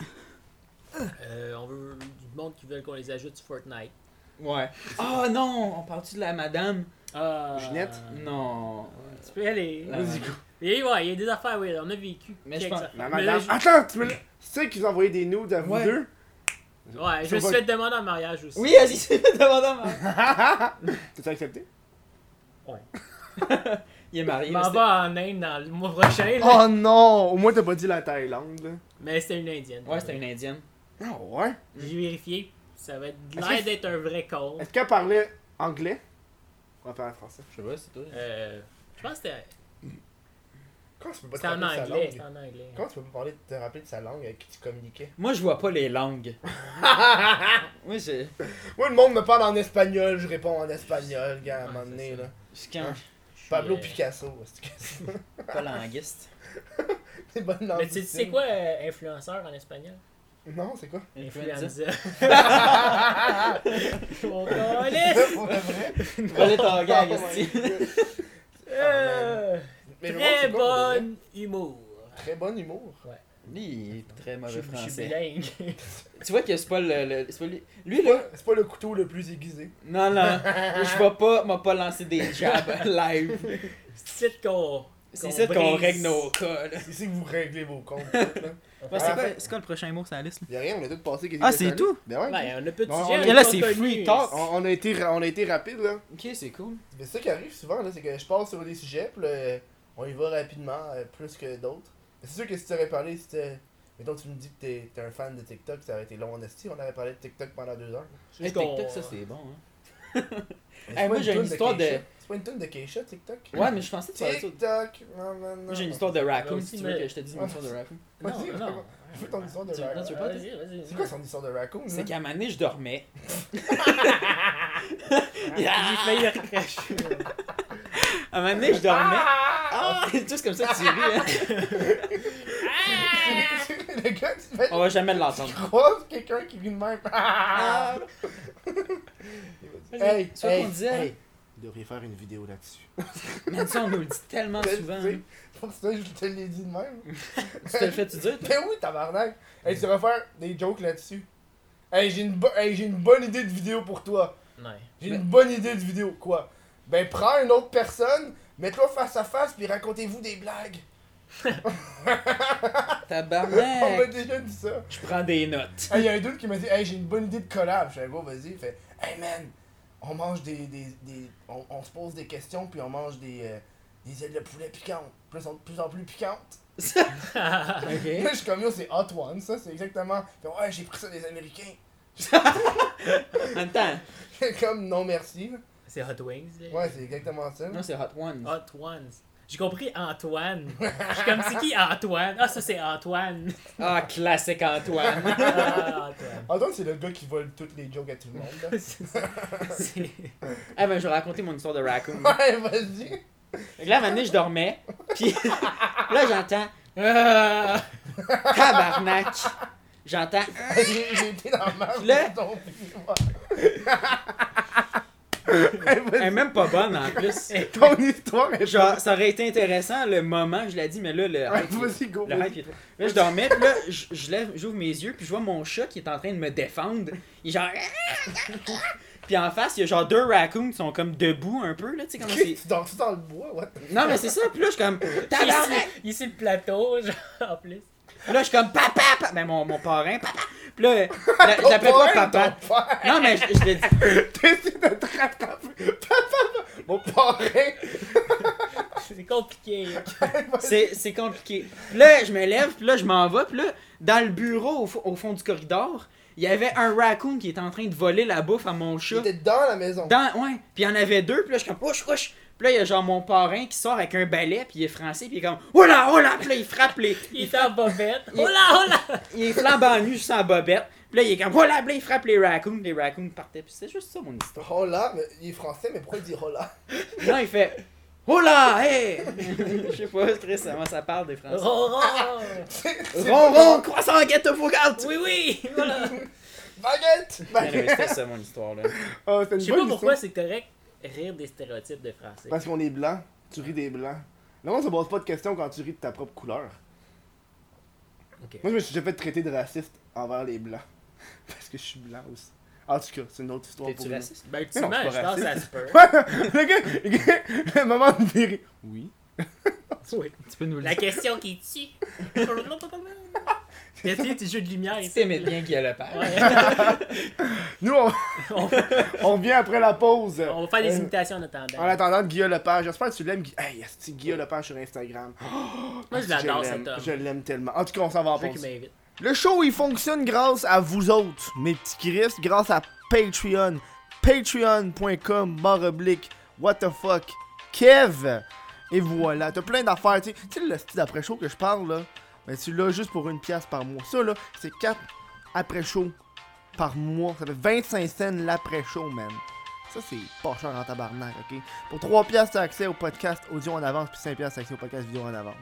Euh, on veut du monde qui veut qu'on les ajoute sur Fortnite. Ouais. Ah non, on parle-tu de la madame? Ah, Ginette? Ah. Non. Tu peux aller. La madame. Et ouais, il y a des affaires, oui, on a vécu. Mais quelques je pense- affaires. La Mais là, madame. Ah, Attends, tu me l'as- C'est qu'ils ont envoyé des nudes à vous Ouais. deux? je- Ouais, Je je me suis vois- fait demander en mariage aussi. Oui, vas-y, c'est le demandeur. T'as accepté? Il est marié. Je mais Ah. m'en c'était- vais en Inde dans le mois prochain. là. Oh non! Au moins t'as pas dit la Thaïlande. là. Mais c'était une Indienne. Ouais, c'était une indienne. Ah ouais? J'ai vérifié. Ça va être Est-ce l'air que- d'être un vrai con. Est-ce qu'elle parlait anglais? On parlait français. Je sais pas, c'est toi. Euh, je pense que c'était Comment tu peux c'était en anglais. C'était en anglais. tu peux pas parler, te rappeler de sa langue avec qui tu communiquais? Moi, je vois pas les langues. Moi, je. Moi, le monde me parle en espagnol, je réponds en espagnol, gars, à un Ouais, moment c'est donné, ça. là. Je suis quand Je suis, Pablo euh, Picasso, c'est que c'est pas languiste. des bonnes langues. Mais tu sais- tu sais quoi, euh, influenceur en espagnol Non, c'est quoi? Influenza. Influenza. Mon calice! Pour de vrai? Prenez ton gag, esti. Euh, Mais le monde, Très c'est quoi, pour de vrai? bon humour. Très bon humour. Lui, il est très Je mauvais je suis français. bilingue. Tu vois que c'est pas le. le- c'est pas lui. Lui, là. C'est pas le couteau le plus aiguisé. Non, non. Je vais pas, m'a pas lancé des jabs live. C'est qu'on. C'est qu'on ça qu'on brise. règle nos cas, là. C'est ici que vous réglez vos comptes. là. Ah, Ouais, c'est, quoi, Ouais. c'est quoi le prochain mot sur la liste? là? Y'a rien, on a tout passé. Ah, c'est tout? Ben ouais. Ben, on a plus de Non, sujet, on- on Et là, a c'est contenu. free talk. On, on a été, ra- on a été rapide, là. Ok, c'est cool. Mais c'est ça qui arrive souvent, là, c'est que je passe sur des sujets, puis là, on y va rapidement, euh, plus que d'autres. Mais C'est sûr que si tu avais parlé, c'était. Mettons, tu me dis que t'es t'es un fan de TikTok, ça aurait été long en esti, on aurait parlé de TikTok pendant deux heures. Juste Hey, qu'on- TikTok, ça, c'est bon, hein. Mais Hey, c'est Eh, moi, pas j'ai toune une histoire de- Keisha. C'est pas une tune de Keisha, TikTok Ouais, mais je pensais que tu parlais de ça. TikTok non, non, non. Moi, j'ai une histoire de raccoon, Moi si aussi, tu veux mais- que je te dise mon histoire de raccoon. Non, Vas-y, non. je veux ton histoire de Tu- raccoon. non, tu veux pas, Vas-y, vas-y. C'est quoi son histoire de raccoon C'est là? qu'à un moment donné, je dormais. J'ai failli recracher. À un moment donné, je dormais. Ah! C'est juste comme ça que tu ris, hein. Ah! Le gars, tu fais. On va jamais l'entendre. croise quelqu'un qui vit de même. Ah! Hey, C'est quoi hey, qu'on disait? hein. hey. Vous devriez faire une vidéo là-dessus. Man, ça, on nous le dit tellement souvent. Tu sais, hein. Pour ça, je te l'ai dit de même. Tu te le fais-tu dire, toi? Ben oui, tabarnak. Hey, tu devrais faire des jokes là-dessus. Hey, j'ai une, bo- hey, j'ai une bonne idée de vidéo pour toi. Non. J'ai Ben- une bonne idée de vidéo. Quoi? Ben, prends une autre personne, mets-toi face à face, puis racontez-vous des blagues. On m'a Tabarnak! déjà dit ça. Je prends des notes. Hey, y a un dude qui m'a dit, hey, j'ai une bonne idée de collab. Je fais, gros, vas-y. Il fait, hey man, on mange des. des, des on, on se pose des questions, puis on mange des. euh, des ailes de poulet piquantes. Puis elles sont de plus en plus piquantes. Ok. Là, je suis comme, yo, c'est Hot One, ça, c'est exactement. Fait, ouais, j'ai pris ça des Américains. Attends. Fait comme, non merci. là. C'est Hot Wings. là. Ouais, c'est exactement ça. Non, c'est Hot Ones. Hot Ones. J'ai compris Antoine. Je suis comme, c'est qui Antoine? Ah, ça, c'est Antoine. Ah, classique Antoine. Ah, Antoine. Antoine, c'est le gars qui vole toutes les jokes à tout le monde. là. C'est- c'est- Ah ben, je vais raconter mon histoire de raccoon. ouais, vas-y. Fait que là, à un moment donné, je dormais. Puis là, j'entends. Ah, tabarnak! J'entends. J'ai j'ai été dans ma Tu l'as? ton ouais, Elle est vas-y. même pas bonne en plus. Ton Oh, histoire est genre. Genre, ça aurait été intéressant le moment que je l'ai dit, mais là, le. Ouais, vas-y, go. Le hype, il est trop- Là, je dormais, puis là, je, je lève, j'ouvre mes yeux, puis je vois mon chat qui est en train de me défendre. Il est genre. Puis en face, il y a genre deux raccoons qui sont comme debout un peu, là, tu sais, comment c'est. Tu dors tout dans le bois, what? Non, mais c'est ça, puis là, je suis comme. Tabarnak! Ici, ici, le plateau, genre, en plus. Puis là, je suis comme papa, papa. Ben, mon, mon parrain, papa. Puis là, la- je l'appelle pas papa. Non, mais je, je l'ai dit. T'essaies de te rattraper. Papa, mon parrain. C'est compliqué. C'est, c'est compliqué. Puis là, je me lève, puis là, je m'en vais, puis là, dans le bureau au, fo- au fond du corridor, il y avait un raccoon qui était en train de voler la bouffe à mon Il chat. était dans la maison. Dans, ouais, puis il y en avait deux, puis là, je suis comme, ouch, ouch. Puis là, il y a genre mon parrain qui sort avec un balai, puis il est français, puis il est comme, oh là, oh là, puis là, il frappe les. Il est en bobette. Oh là, oh là! Il est flambant nu, juste en bobette. Puis là, il est comme, voilà, là, il frappe les raccoons. Les raccoons partaient. Puis c'est juste ça, mon histoire. oh Hola, mais il est français, mais pourquoi il dit hola Non, il fait, hola, hey! Je sais pas, Chris, comment ça parle des Ah, Français. Oh, Ron, ron, croissant, guette, fougate! Oui, oui! Voilà! Baguette Ben, Anyway, Baguette C'était ça, mon histoire, là. Ah, c'est une Je sais bonne pas pourquoi histoire. c'est correct rire des stéréotypes de français. Parce qu'on est blanc. Tu ris des blancs. Le monde se pose pas de questions quand tu ris de ta propre couleur. Ok. Ben, Moi, je me suis déjà fait traiter de raciste envers les blancs. Parce que je suis blanc aussi. En tout cas, c'est une autre histoire pour T'es-tu nous. raciste? Ben, Mais non, ultimement, c'est je pas pense que ça raciste. se peut. Ouais, le gars, le gars, le moment de virer. Oui. Oui. Tu peux nous La question qui tue. T'as essayé tes jeux de lumière. Tu t'aimais bien Guy Lepage. Ouais. Nous, on, on, va- on revient après la pause. on va faire des Euh, imitations en En attendant. attendant, Guillaume Lepage, j'espère que tu l'aimes. Gui- Hey, c'est Guillaume Lepage sur Instagram. Moi, je l'adore, l'aime, cet homme. Je l'aime tellement. En tout cas, on s'en va en Je veux qu'il pause. m'invite. Le show, il fonctionne grâce à vous autres, mes petits Chris, grâce à Patreon. Patreon.com, barre oblique, what the fuck, Kev. Et voilà, t'as plein d'affaires. Tu sais- tu sais, le style d'après-show que je parle, là, ben tu l'as juste pour une pièce par mois. Ça, là, c'est 4 après-show par mois. Ça fait 25 cents l'après-show, man. Ça, c'est pas cher en tabarnak, ok? Pour 3 pièces, t'as accès au podcast audio en avance, puis 5 pièces, t'as accès au podcast vidéo en avance.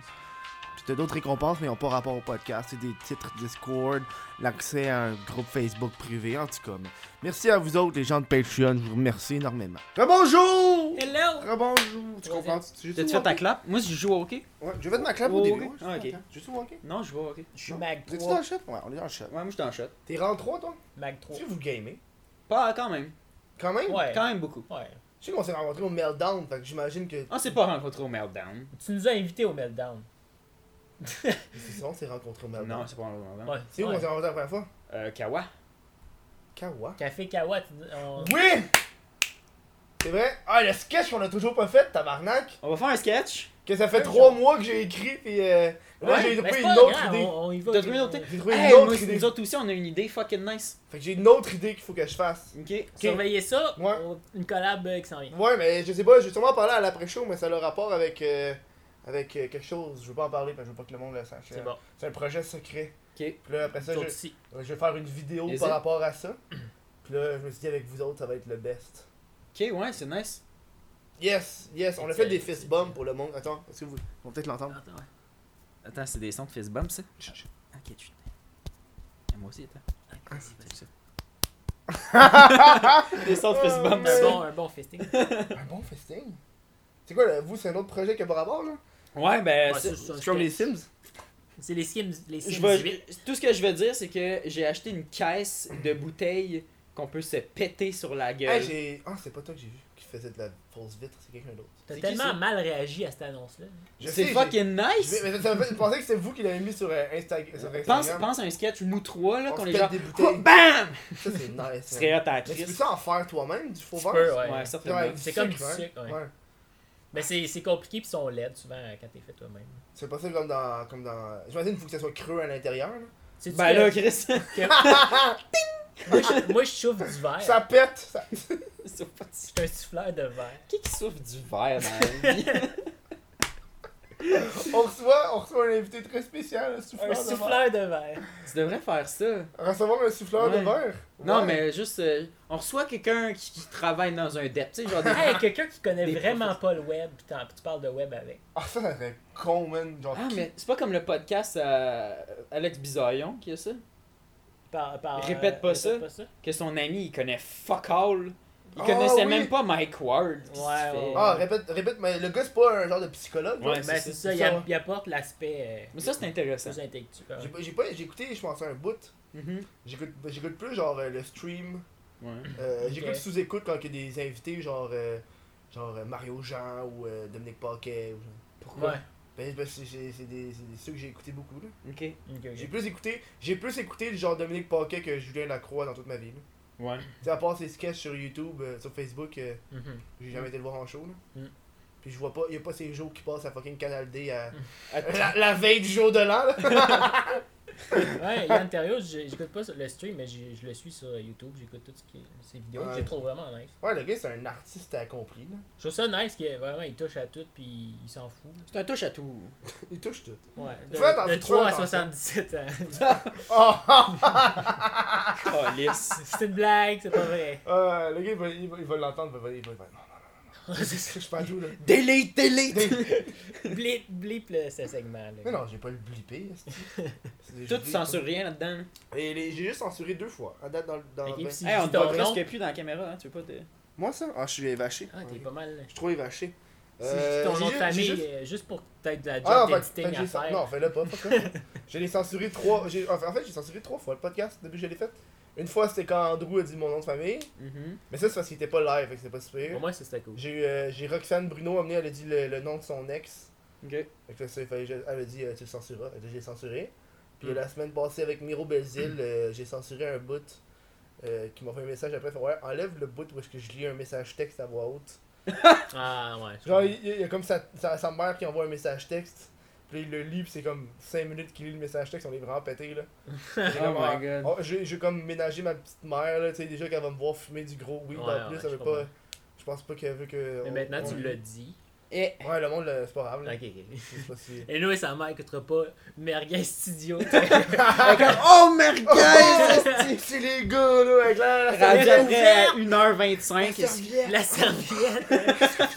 Puis t'as d'autres récompenses, mais ils n'ont pas rapport au podcast. C'est des titres Discord, l'accès à un groupe Facebook privé, en tout cas. mais Merci à vous autres, les gens de Patreon. Je vous remercie énormément. Rebonjour! Hello! Rebonjour! Tu comprends? Tu T'as-tu fait ta clap? Moi, je joue au hockey. Ouais, je vais mettre ma clap au Oh, début. ok. ouais, je Ah, suis ok. content. Je suis walké. Non, je joue au hockey. Je suis Mag T'es-tu 3. dans le shot? Ouais, on est dans le shot. Ouais, moi, je suis en shot. T'es rang 3, toi? Mag Tu 3. sais, vous gamez. Pas quand même. Quand même? Ouais. Quand même beaucoup. Ouais. Je sais qu'on s'est rencontrés au Meltdown, fait que j'imagine que. On s'est pas rencontrés au Meltdown. Tu nous as invités au Meltdown. C'est ça, on s'est rencontrés au Meltdown. Non, c'est pas au Meltdown. Ouais. Ah. C'est où ouais. qu'on s'est rencontrés la première fois? Euh, Kawa. Kawa. Café Kawa. tu- on- Oui! C'est vrai? Ah, le sketch qu'on a toujours pas fait, tabarnak! On va faire un sketch. Que ça fait Ouais, trois genre. mois que j'ai écrit, puis euh, là Ouais, j'ai Ben, trouvé c'est une pas autre grave, idée. On, on y va. T'as trouvé une autre J'ai idée? trouvé une Hey, autre moi, idée. Nous autres aussi, on a une idée fucking nice. Fait que j'ai une autre idée qu'il faut que je fasse. Ok. Ok. Surveillez ça. Ouais. on- Une collab euh, qui s'en vient. Ouais, mais je sais pas, j'ai sûrement parlé à l'après-show, mais ça a le rapport avec, euh, avec euh, quelque chose. Je veux pas en parler, parce que je veux pas que le monde le sache. C'est bon. C'est un projet secret. Ok. Puis là, après ça, Nous je, autres ici. je vais faire une vidéo Is par it? rapport à ça. Puis là, je me suis dit, avec vous autres, ça va être le best. Ok, ouais, c'est nice. Yes, yes, on a Excellent. fait des fist bumps pour le monde. Attends, est-ce que vous. On va peut-être l'entendre. Attends, ouais. Attends, c'est des sons de fist bump, ça? Ok, tu. Moi aussi, attends. Ah, Des sons Ah, de fist bump. Un bon, un bon fisting. un bon festing. C'est quoi, là, vous, c'est un autre projet qui a pas rapport, là Ouais, ben. Ouais, c'est- c'est ça, C'est c'est- comme les Sims. C'est les Sims. Les Sims Je vais- 8. tout ce que je veux dire, c'est que j'ai acheté une caisse de bouteilles qu'on peut se péter sur la gueule. Hey, j'ai. Ah, c'est pas toi que j'ai vu qui faisait de la fausse vitre, c'est quelqu'un d'autre. T'as C'est qui, tellement ça? mal réagi à cette annonce-là. Je sais, c'est fucking j'ai- nice! Mais mais ça me fait penser que c'est vous qui l'avez mis sur, euh, Insta- sur Pense, Instagram. pense à un sketch, nous trois, là, On qu'on se est pète genre. des bouteilles. Oh, BAM! Ça, c'est nice. Tu hein. serais hot à la Mais tu peux crise. ça en faire toi-même, du faux Tu beurre? peux, ouais. Ouais, certainement. Ouais, C'est comme du hein? sucre, ouais. Ouais. Mais c'est c'est compliqué puis ils sont laides souvent euh, quand t'es fait toi-même. C'est pas ça comme dans. Comme dans... J'imagine qu'il faut que ça soit creux à l'intérieur. là. Sais-tu Ben que- là, Chris. moi, je, moi, je souffle du verre. Ça pète! ça- c'est pas si- Je suis un souffleur de verre. Qui qui souffre du verre dans la vie? On, reçoit, on reçoit un invité très spécial, un souffleur. Un de verre. souffleur de verre. Tu devrais faire ça. Recevoir un souffleur Ouais. de verre? Non, Ouais. mais juste. euh, on reçoit quelqu'un qui, qui travaille dans un dep, tu sais, genre des. Hey, quelqu'un qui connaît Des vraiment pas le web puis t'en- puis tu parles de web avec. Ah, ça, ça serait con, man. Genre, Ah, qui- mais c'est pas comme le podcast à euh, Alex Bisaillon qui a ça? Par, par, Répète pas ça. Ben, Que son ami, il connaît fuck all. Il Ah, connaissait oui. même pas Mike Ward. Qu'est-ce Ouais, qu'il ouais, fait? Ah, répète, répète, mais le gars, c'est pas un genre de psychologue. Ouais, genre. Ben, c'est c'est ça. ça, il, Ça, a- ouais. il apporte l'aspect Mais ça, c'est euh, intéressant. plus intellectuel. J'ai pas- J'ai pas, j'ai écouté, je pense, un bout. Mhm. J'écoute j'écoute plus genre euh, le stream. Ouais. Euh, Ok. J'écoute sous-écoute quand il y a des invités genre euh, genre euh, Mario Jean ou euh, Dominique Paquet. Ou... Pourquoi? Ouais. Ben, ben, c'est c'est- c'est des, c'est des- ceux que j'ai écouté beaucoup. là. Ok. ok, ok. J'ai plus écouté j'ai plus écouté le genre Dominique Paquet que Julien Lacroix dans toute ma vie. là. Ouais. Tu sais, à part ses sketchs sur YouTube, euh, sur Facebook, euh, Mhm. j'ai jamais été le voir en show. Là. Mm. Puis je vois pas, y a pas ces jours qui passent à fucking Canal D à... À- la, la veille du jour de l'an. là. Ouais, Yann Terriot, j'ai- j'écoute pas le stream, mais j'ai- je le suis sur YouTube, j'écoute toutes ses vidéos, Ouais. je les trouve vraiment nice. Ouais, le gars, c'est un artiste accompli. Là. Je trouve ça nice qu'il vraiment il touche à tout puis il s'en fout. C'est un touche à tout. Il touche tout. Ouais. De, Fais attention, de 3 à Ah! fais attention. 77 ans. Oh, Oh, lisse. C'est une blague, c'est pas vrai. Euh, le gars, il va, il va, il va l'entendre, il va, il va, il va- non, non, C'est je suis pas tout, là. Delete, delete. Blip, blip là, ce segment. Mais Là. non, j'ai pas le blippé, esti. C'est- Tout, j'ai- tu censures rien là-dedans. Et les- j'ai juste censuré deux fois, à date dans le... Dans Fait que ben- si- Hey, on dis te voit ton nom. presque plus dans la caméra, hein. Tu veux pas te. Moi, ça? Ah, je suis évaché. Ah, t'es Ouais. pas mal. là. Je suis trop évaché. Euh, Si je dis ton j'ai nom de ju- j'ai famille, juste- euh, juste pour peut-être de la Ah job non, fait, fait editing que à j'ai cen- faire. non, fais-le pas, fuck off. Je l'ai censuré trois. j'ai- Enfin, en fait, j'ai censuré trois fois le podcast depuis que je l'ai fait. Une fois, c'était quand Andrew a dit mon nom de famille. Mhm. Mais ça, c'est parce qu'il était pas live, fait que c'était pas Pour super. moi, ça, c'était cool. J'ai eu, euh, j'ai Roxane Bruno amené, elle a dit le, le nom de son ex. Ok. Fait que là, ça, il fallait, juste- elle a dit euh, tu le censureras. Fait que là, j'ai censuré. Puis Mm. la semaine passée avec Miro Belzil, Hmm. euh, j'ai censuré un bout euh, qui m'a fait un message après. Fait, ouais, enlève le bout où est-ce que je lis un message texte à voix haute. Ah, ouais. je Genre, il, il y a comme sa, sa, sa mère qui envoie un message texte. Puis là, il le lit, puis c'est comme 5 minutes qu'il lit le message texte, on est vraiment pété là. J'ai Oh comme, my ah, God. oh, j'ai j'ai comme ménagé ma petite mère là, tu sais, déjà qu'elle va me voir fumer du gros weed Ouais, en plus, ouais, elle je veut pas. comprends. Je pense pas qu'elle veut que. Mais on- maintenant, on- tu l'as dit. Eh, Ouais, le monde, là, c'est pas grave Ok, là. ok. Je sais pas si- Et nous, sa mère écoutera pas Merguez Studio. Oh, merde! Oh, c'est- c'est les gars là, avec la. la- la- Rendu après à la 1h25. est-ce que- serviette. la serviette.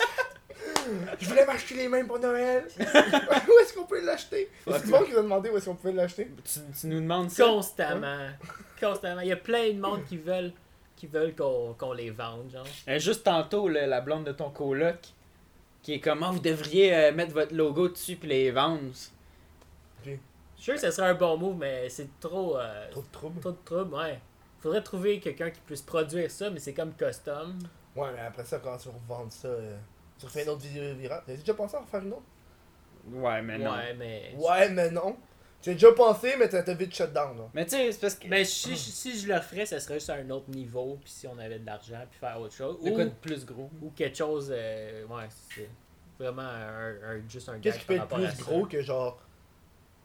Je voulais m'acheter les mêmes pour Noël. où est-ce qu'on peut l'acheter C'est le monde qui nous a demandé où est-ce qu'on pouvait l'acheter. Tu, tu nous demandes ça? Constamment. Constamment. Il y a plein de monde qui veulent qui veulent qu'on qu'on les vende, genre. Euh, juste tantôt, là, la blonde de ton coloc, qui est comme, Ah, vous devriez euh, mettre votre logo dessus puis les vendre. Je suis sûr que ce serait un bon move, mais c'est trop, euh, Trop de troubles. trop de trouble, ouais. Faudrait trouver quelqu'un qui puisse produire ça, mais c'est comme custom. Ouais, mais après ça, quand tu revends ça, euh, tu refais une autre vidéo virale. T'as déjà pensé à en refaire une autre Ouais, mais non. Ouais, mais. Ouais, mais non. J'ai déjà pensé, mais t'as t'as vite shut down. Là. Mais tu sais, c'est parce que. Mais si, si je le ferais, ça serait juste à un autre niveau, puis si on avait de l'argent, puis faire autre chose. De Ou, quoi de plus gros? ou quelque chose. euh, ouais, c'est vraiment un, un- juste un Qu'est-ce qui gag peut par être rapport à plus ça. gros que genre.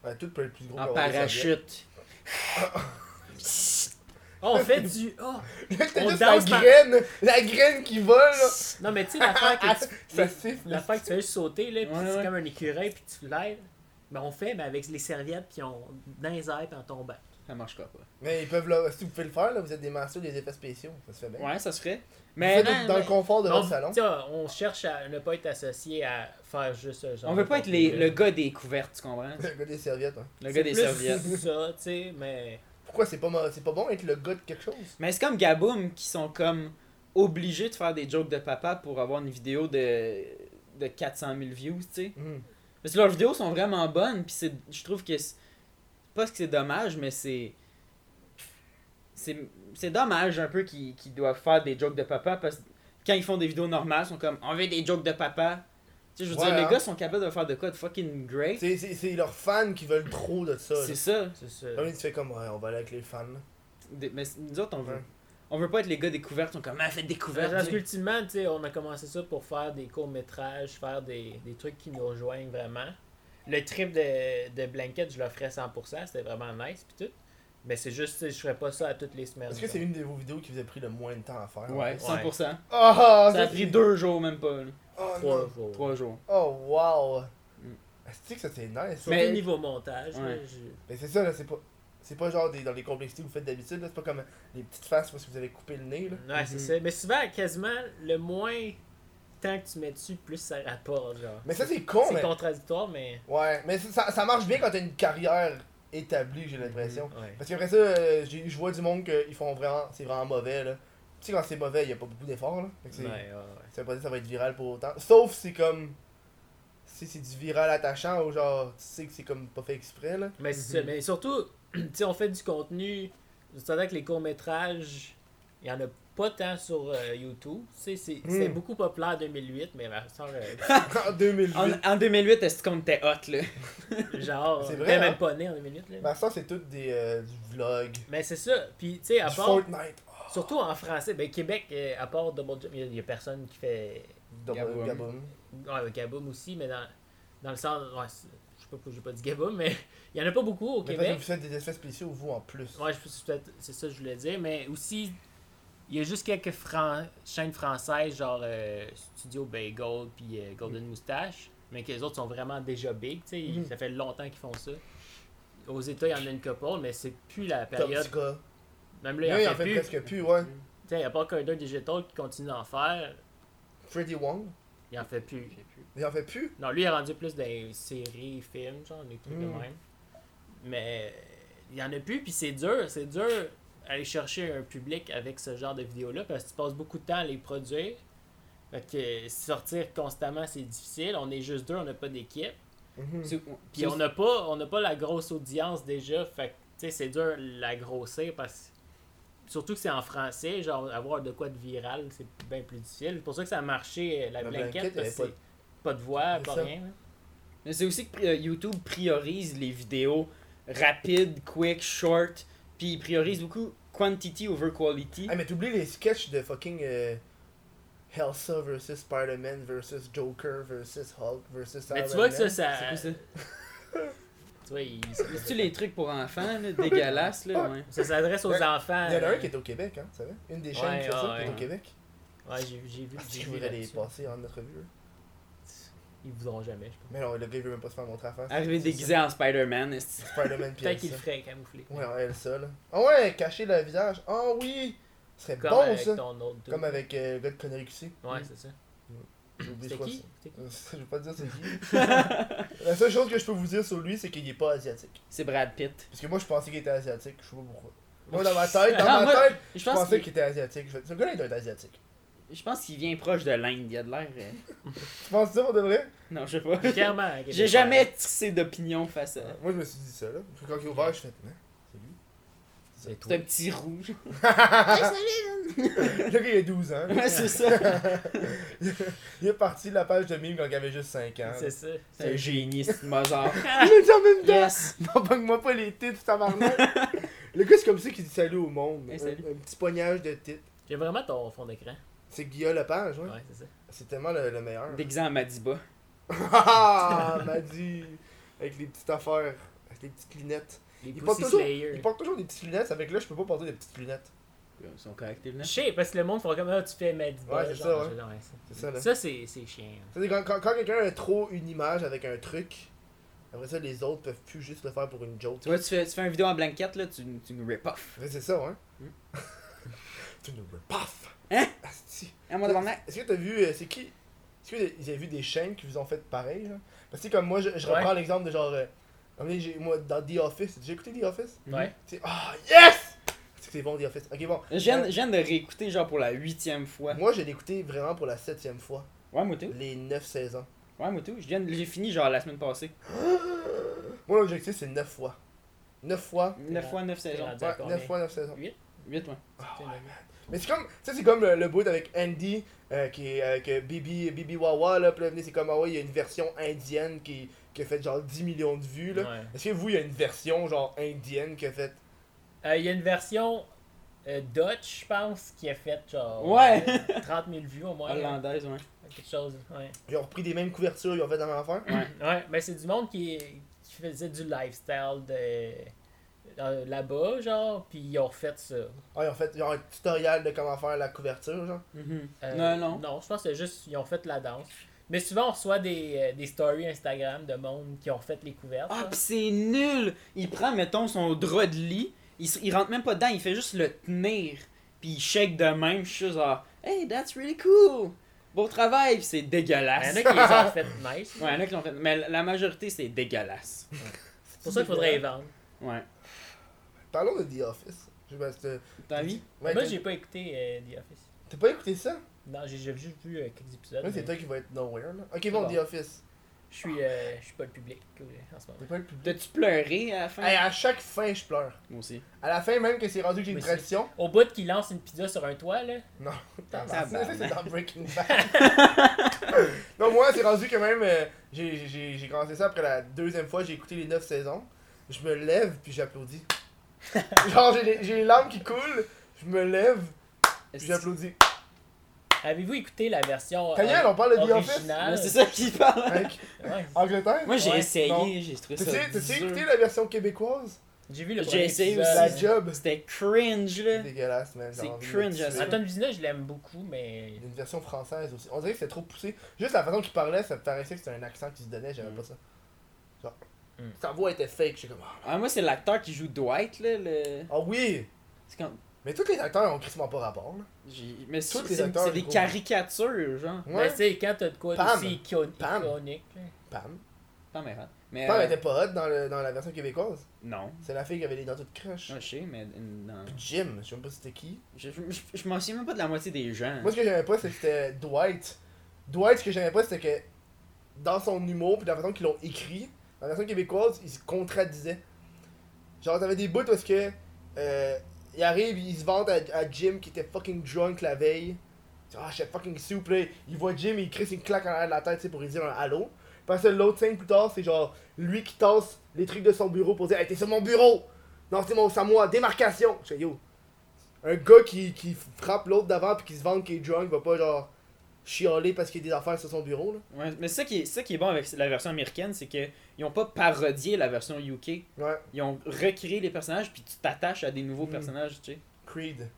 Ouais, tout peut être plus gros En que genre, parachute. Oh, on fait du. Oh! les serviettes. T'as On juste la danse par- graine, la graine qui vole là. Non, mais tu sais, l'affaire que tu. Ça siffle. La fois que tu fais juste sauter, là, puis Ouais, c'est ouais. comme un écureuil, puis tu l'aides. Mais on fait, mais avec les serviettes, puis on. dans les airs, puis en tombant. Ça marche pas, Ben. quoi. Mais ils peuvent là, si vous pouvez le faire là, vous êtes des masters des effets spéciaux, ça se fait bien. Ouais, ça se ferait. Mais Mais dans, non, dans le mais- confort de Non, votre salon. tu sais, on cherche à ne pas être associé à faire juste ce genre. on veut de pas être les- contenu-là. le gars des couvertes, tu comprends? Le gars des serviettes. Hein. Le C'est gars des plus serviettes. ça, tu sais, mais. Pourquoi c'est pas, ma- c'est pas bon être le gars de quelque chose Mais c'est comme Gaboum qui sont comme obligés de faire des jokes de papa pour avoir une vidéo de, de 400 000 views, tu sais. Mhm. Parce que leurs vidéos sont vraiment bonnes, puis c'est, je trouve que c'est pas ce que c'est dommage, mais c'est c'est c'est dommage un peu qu'ils, qu'ils doivent faire des jokes de papa parce que quand ils font des vidéos normales, ils sont comme on veut des jokes de papa. Tu sais, je veux Ouais, dire, hein. les gars sont capables de faire de quoi de fucking great. C'est, c'est, c'est leurs fans qui veulent trop de ça. C'est là. ça. C'est ça. Là, tu fais comme ouais, on va aller avec les fans. là. Des- mais c'est- nous autres, on veut, Ouais. on veut pas être les gars découvertes. On sont comme ah, faites découverte. Parce qu'ultimement, tu sais, on a commencé ça pour faire des courts-métrages, faire des, des trucs qui nous rejoignent vraiment. Le trip de, de Blanket, je le ferais 100%, c'était vraiment nice, puis tout. Mais c'est juste, tu sais, je ferais pas ça à toutes les semaines. Est-ce que genre. c'est une de vos vidéos qui vous a pris le moins de temps à faire Ouais, 100%. Ah, Ça a pris deux jours, même pas. là. Oh, non. Trois jours. Trois jours. Oh wow! Mm. Est-ce que ça c'est nice? ça? Surtout Mais, Mais- niveau montage. là, Ouais. je- c'est ça là, c'est pas. C'est pas genre des, dans les complexités que vous faites d'habitude, là, c'est pas comme les petites faces parce que vous avez coupé le nez là. Ouais, c'est Mhm. ça. Mais souvent, quasiment, le moins temps que tu mets dessus, plus ça rapporte, genre. Mais ça c'est con, C'est mais. contradictoire, mais. Ouais, mais c'est- ça, ça marche bien quand t'as une carrière établie, j'ai Mm-hmm. l'impression. Ouais. Parce qu'après ça, euh, j'ai- je vois du monde qu'ils font vraiment. C'est vraiment mauvais là. Tu sais, quand c'est mauvais, y a pas beaucoup d'efforts là. Fait que c'est- Ouais, ouais, ouais. Ça veut pas dire que ça va être viral pour autant. Sauf si c'est comme. Si c'est du viral attachant ou genre, tu sais que c'est comme pas fait exprès là. Mais, c'est ça. Mhm. mais surtout, tu sais, on fait du contenu. C'est vrai que les courts-métrages, il y en a pas tant sur euh, YouTube. Tu sais, c'est Mm. c'est beaucoup populaire en 2008, mais ma soeur, euh, en 2008. En, en 2008, est-ce qu'on était hot, là? Mm. genre, C'est on vrai, était hein? même pas né en 2008. là. Ma soeur, c'est tout des, euh, du vlog. Mais c'est ça. Puis, tu sais, à du part. Fortnite. Ah, Surtout en français. Ben, Québec, euh, à part Double Jump, il y, a personne qui fait. Double Gaboum. Gaboum. Ouais, le Gaboum aussi, mais dans, dans le sens. Ouais, c'est- je sais pas pourquoi j'ai pas dit Gaboum, mais il y en a pas beaucoup au Mais parce que Québec. vous faites des effets spéciaux, vous, en plus. Ouais, je pense que c'est peut-être- c'est ça que je voulais dire, mais aussi, il y a juste quelques fran- chaînes françaises, genre euh, Studio Bagel puis euh, Golden Moustache, mais que les autres sont vraiment déjà big, tu sais, ils- Mm. ça fait longtemps qu'ils font ça. Aux États, il y en a une couple, mais c'est plus la Top période. Tika. Même là, Là, il il en en fait, fait plus. presque plus, ouais. Tu sais, il n'y a pas qu'un deux digital qui continue d'en faire, Freddy Wong, il en fait plus. il en fait plus. Non, lui, il est rendu plus dans les séries, films, genre, des trucs de Mm. même. Mais il n'y en a plus, puis c'est dur, c'est dur aller chercher un public avec ce genre de vidéos-là, parce que tu passes beaucoup de temps à les produire. Fait que sortir constamment, c'est difficile. On est juste deux, on n'a pas d'équipe. Mm-hmm. Mhm. C'est- Puis on n'a pas, on n'a pas la grosse audience déjà, fait que, tu sais, c'est dur la grossir parce que, surtout que c'est en français, genre avoir de quoi de viral, c'est bien plus difficile. C'est pour ça que ça a marché euh, la La blanquette, Blanquette, parce que elle c'est pas de voix, C'est pas ça. rien. là. Mais c'est aussi que euh, YouTube priorise les vidéos rapides, quick, short, puis il priorise beaucoup quantity over quality. Ah, mais t'oublies les sketchs de fucking euh, Elsa versus Spider-Man versus Joker versus Hulk versus Mais Iron tu vois que ça, Man. ça. C'est quoi ça? Tu vois, il- Euh, C'est-tu les trucs pour enfants, là, dégueulasses, là, ouais. ça s'adresse aux Il y enfants. Il y en a un euh, qui est au Québec, hein, tu savais Une des Ouais, chaînes qui fait ça, ouais, qui est ouais. au Québec. Ouais, j'ai j'ai vu. Ah, si j'ai je vu voudrais les là-dessus. passer en notre vue. Ils voudront jamais, je pense. Mais non, le gars il veut même pas se faire montrer à la face. Arrivé déguisé en Spider-Man, est-ce que- Spider-Man puis Ah, Peut-être qu'ils Elsa. le feraient camoufler. Ouais, ouais, Elsa là. Ah ouais, cacher le visage. Ah oui Ce serait Comme bon avec ça ton autre. dude. Comme avec euh, le gars de Connery QC. Ouais, c'est ça. J'ai oublié, je C'était crois, qui ça. C'était qui? Euh, Je vais pas dire c'est qui. La seule chose que je peux vous dire sur lui, c'est qu'il est pas asiatique. c'est Brad Pitt. Parce que moi, je pensais qu'il était asiatique, je sais pas pourquoi. Moi, dans ma tête, dans Non, Ah, ma moi, tête, Je je pense pensais qu'il qu'il était asiatique. Je fais, Ce gars-là, il doit être asiatique. je pense qu'il vient proche de l'Inde, il a de l'air... euh, Tu penses ça, on devrait Non, je sais pas. Clairement. J'ai jamais tissé d'opinion face à... Moi, je me suis dit ça, là. Puis Quand il est ouvert, je fais, hein, c'est lui. C'est C'est toi. un petit rouge. Le gars, il a 12 ans. Ouais, c'est ça. Il est parti de la page de mime quand il avait juste 5 ans. C'est ça. C'est un génie, c'est Mozart. Il l'a dit en même temps Yes! Non, banque-moi pas les titres, tabarnak Le gars, c'est comme ça qu'il dit salut au monde. Hey, Un, salut. un petit poignage de titres. J'ai vraiment ton fond d'écran. C'est Guillaume Lepage, ouais. Ouais, c'est ça. C'est tellement le, le meilleur. Déguisé en Madiba. Ah, m'a dit avec les petites affaires, avec les petites lunettes. Les Il porte Pussy toujours, Slayers. il porte toujours des petites lunettes, avec là je peux pas porter des petites lunettes. Ils sont correctés, là. Je sais, parce que le monde font comme ah, tu fais Madiba. Ouais, c'est genre, ça, ouais. genre, C'est ça là. Ça, c'est c'est chiant. C'est quand, quand, quand quelqu'un a trop une image avec un truc, après ça les autres peuvent plus juste le faire pour une joke. Tu vois, tu fais, tu fais une vidéo en blanquette, là, tu, tu nous rip off. Mais c'est ça hein. Hmm. tu nous veux paf. Hein? Asti. Ah, Hein, mon tabarnak? Est-ce que t'as vu, euh, c'est qui Est-ce que vous avez vu des chaînes qui vous ont fait pareil là Parce que comme moi je, je Ouais. reprends l'exemple de genre, euh, j'ai- moi dans The Office, j'ai écouté The Office. Ouais. Tu sais, ah yes. C'est bon The Office. Ok bon. Euh, Je viens, je viens de réécouter, genre, pour la huitième fois. Moi, je l'ai écouté vraiment pour la septième fois. Ouais, Moutou? Les 9-16 ans. Ouais, Moutou? Je viens de- J'ai fini, genre, la semaine passée. Moi, l'objectif, c'est 9 fois. 9 fois. 9 fois, 9 Ah, T'es saisons. rendu à Ouais, combien? 9 fois, 9 saisons. 8, ouais. Ah, T'es ouais. rendu- Mais c'est comme, tu sais, c'est comme le, le bout avec Andy, euh, qui est avec euh, Bibi, Bibi Wawa, là. Puis là, venez, c'est comme, ah ouais, il y a une version indienne qui, qui a fait genre 10 millions de vues, là. Ouais. Est-ce que vous, il y a une version genre indienne qui a fait. Euh, Il y a une version euh, Dutch, je pense, qui a fait genre Ouais. euh, 30 000 vues au moins. hein. Hollandaise, ouais. Quelque chose. Ouais. Ils ont repris des mêmes couvertures, ils ont fait dans l'enfer. Ouais, mais c'est du monde qui, qui faisait du lifestyle de euh, là-bas, genre, puis ils ont refait ça. Ah, ils ont fait genre un tutoriel de comment faire la couverture, genre. Mhm. Euh, non, non. Non, je pense que c'est juste ils ont fait la danse. Mais souvent, on reçoit des, euh, des stories Instagram de monde qui ont fait les couvertes. Ah, là. pis c'est nul! Il prend, mettons, son drap de lit, il, s- il rentre même pas dedans, il fait juste le tenir, puis il shake de même, je suis genre, hey, that's really cool! Beau travail, pis c'est dégueulasse. Il y en a qui les ont fait nice. Ouais, il y en a qui l'ont fait, mais la- la majorité, c'est dégueulasse. C'est pour ça qu'il faudrait les vendre. Ouais. Parlons de The Office. Je sais pas si t'as- T'as envie? Ouais, Moi, t'as- j'ai pas écouté euh, The Office. T'as pas écouté ça Non, j'ai j'ai juste vu euh, quelques épisodes. Là, c'est mais toi qui vas être nowhere, là. Ok, bon, Bon. The Office. Je suis, euh, je suis pas le public euh, en ce moment. T'es pas le public. T'as-tu pleuré à la fin? Hey, ah. à chaque fin, je pleure. Moi aussi. À la fin, même que c'est rendu que j'ai une Mais tradition. Au bout qu'il lance une pizza sur un toit, là. Non, Tabarnak. Ça, c'est dans Breaking Bad. non, moi, c'est rendu que même. euh, j'ai- j'ai j'ai commencé ça après la deuxième fois, j'ai écouté les 9 saisons. Je me lève, puis j'applaudis. Genre, j'ai les, j'ai les larmes qui coulent, je me lève, puis Est-ce- j'applaudis. Avez-vous écouté la version euh, Ta gueule, on parle de The Office originale? Mais C'est ça qu'il parle! Mec, Ouais. Angleterre Moi, j'ai Ouais, non. essayé, j'ai trouvé ça. T'as-tu t'as-tu dur. écouté la version québécoise J'ai vu le J'ai premier essayé épisode. aussi. La job C'était cringe, là. C'est dégueulasse, man. j'ai C'est envie de me cringe à tuer. ça. Antoine Vizina, je l'aime beaucoup, mais Il y a une version française aussi. On dirait que c'était trop poussé. Juste la façon qu'il parlait, ça me paraissait que c'était un accent qui se donnait, j'aimais Mm. pas ça. Genre, Mm. Sa voix était fake, j'étais comme. Ah Ah, moi, c'est l'acteur qui joue Dwight, là. Le... ah oui C'est quand... Mais tous les acteurs ont quasiment pas rapport. là. J'ai- Mais Tous c'est les c'est- acteurs, c'est des gros. caricatures, genre. Mais Ouais. tu sais, quand t'as de quoi Pam. d'aussi icon- Pam. iconique. là. Pam. Pamela. Mais. Pam euh, était pas hot dans, le, dans la version québécoise. Non. C'est la fille qui avait les dents toutes croches. Non, je sais, mais. euh, non. Puis Jim, je sais même pas c'était qui. Je, je, je- je m'en souviens même pas de la moitié des gens. Moi, ce que j'aimais pas, c'est que c'était Dwight. Dwight, ce que j'aimais pas, c'était que dans son humour, puis la façon qu'ils l'ont écrit, dans la version québécoise, il se contradisait. Genre, t'avais des bouts parce que. euh, il arrive, il se vante à, à Jim qui était fucking drunk la veille. Ah, oh, j'étais fucking souple. là. Il voit Jim, il crisse une claque en l'air de la tête, tu sais, pour lui dire un allô. Parce que l'autre scène plus tard, c'est genre lui qui tasse les trucs de son bureau pour dire Hey, t'es sur mon bureau Non, c'est mon, c'est à moi, démarcation Je fais, yo, un gars qui, qui frappe l'autre d'avant puis qui se vante qu'il est drunk va pas genre chialer parce qu'il y a des affaires sur son bureau là. Ouais, mais ça qui, est, ça qui est bon avec la version américaine, c'est que ils ont pas parodié la version UK. Ouais, Ils ont recréé les personnages, puis tu t'attaches à des nouveaux Mm. personnages, tu sais. Creed,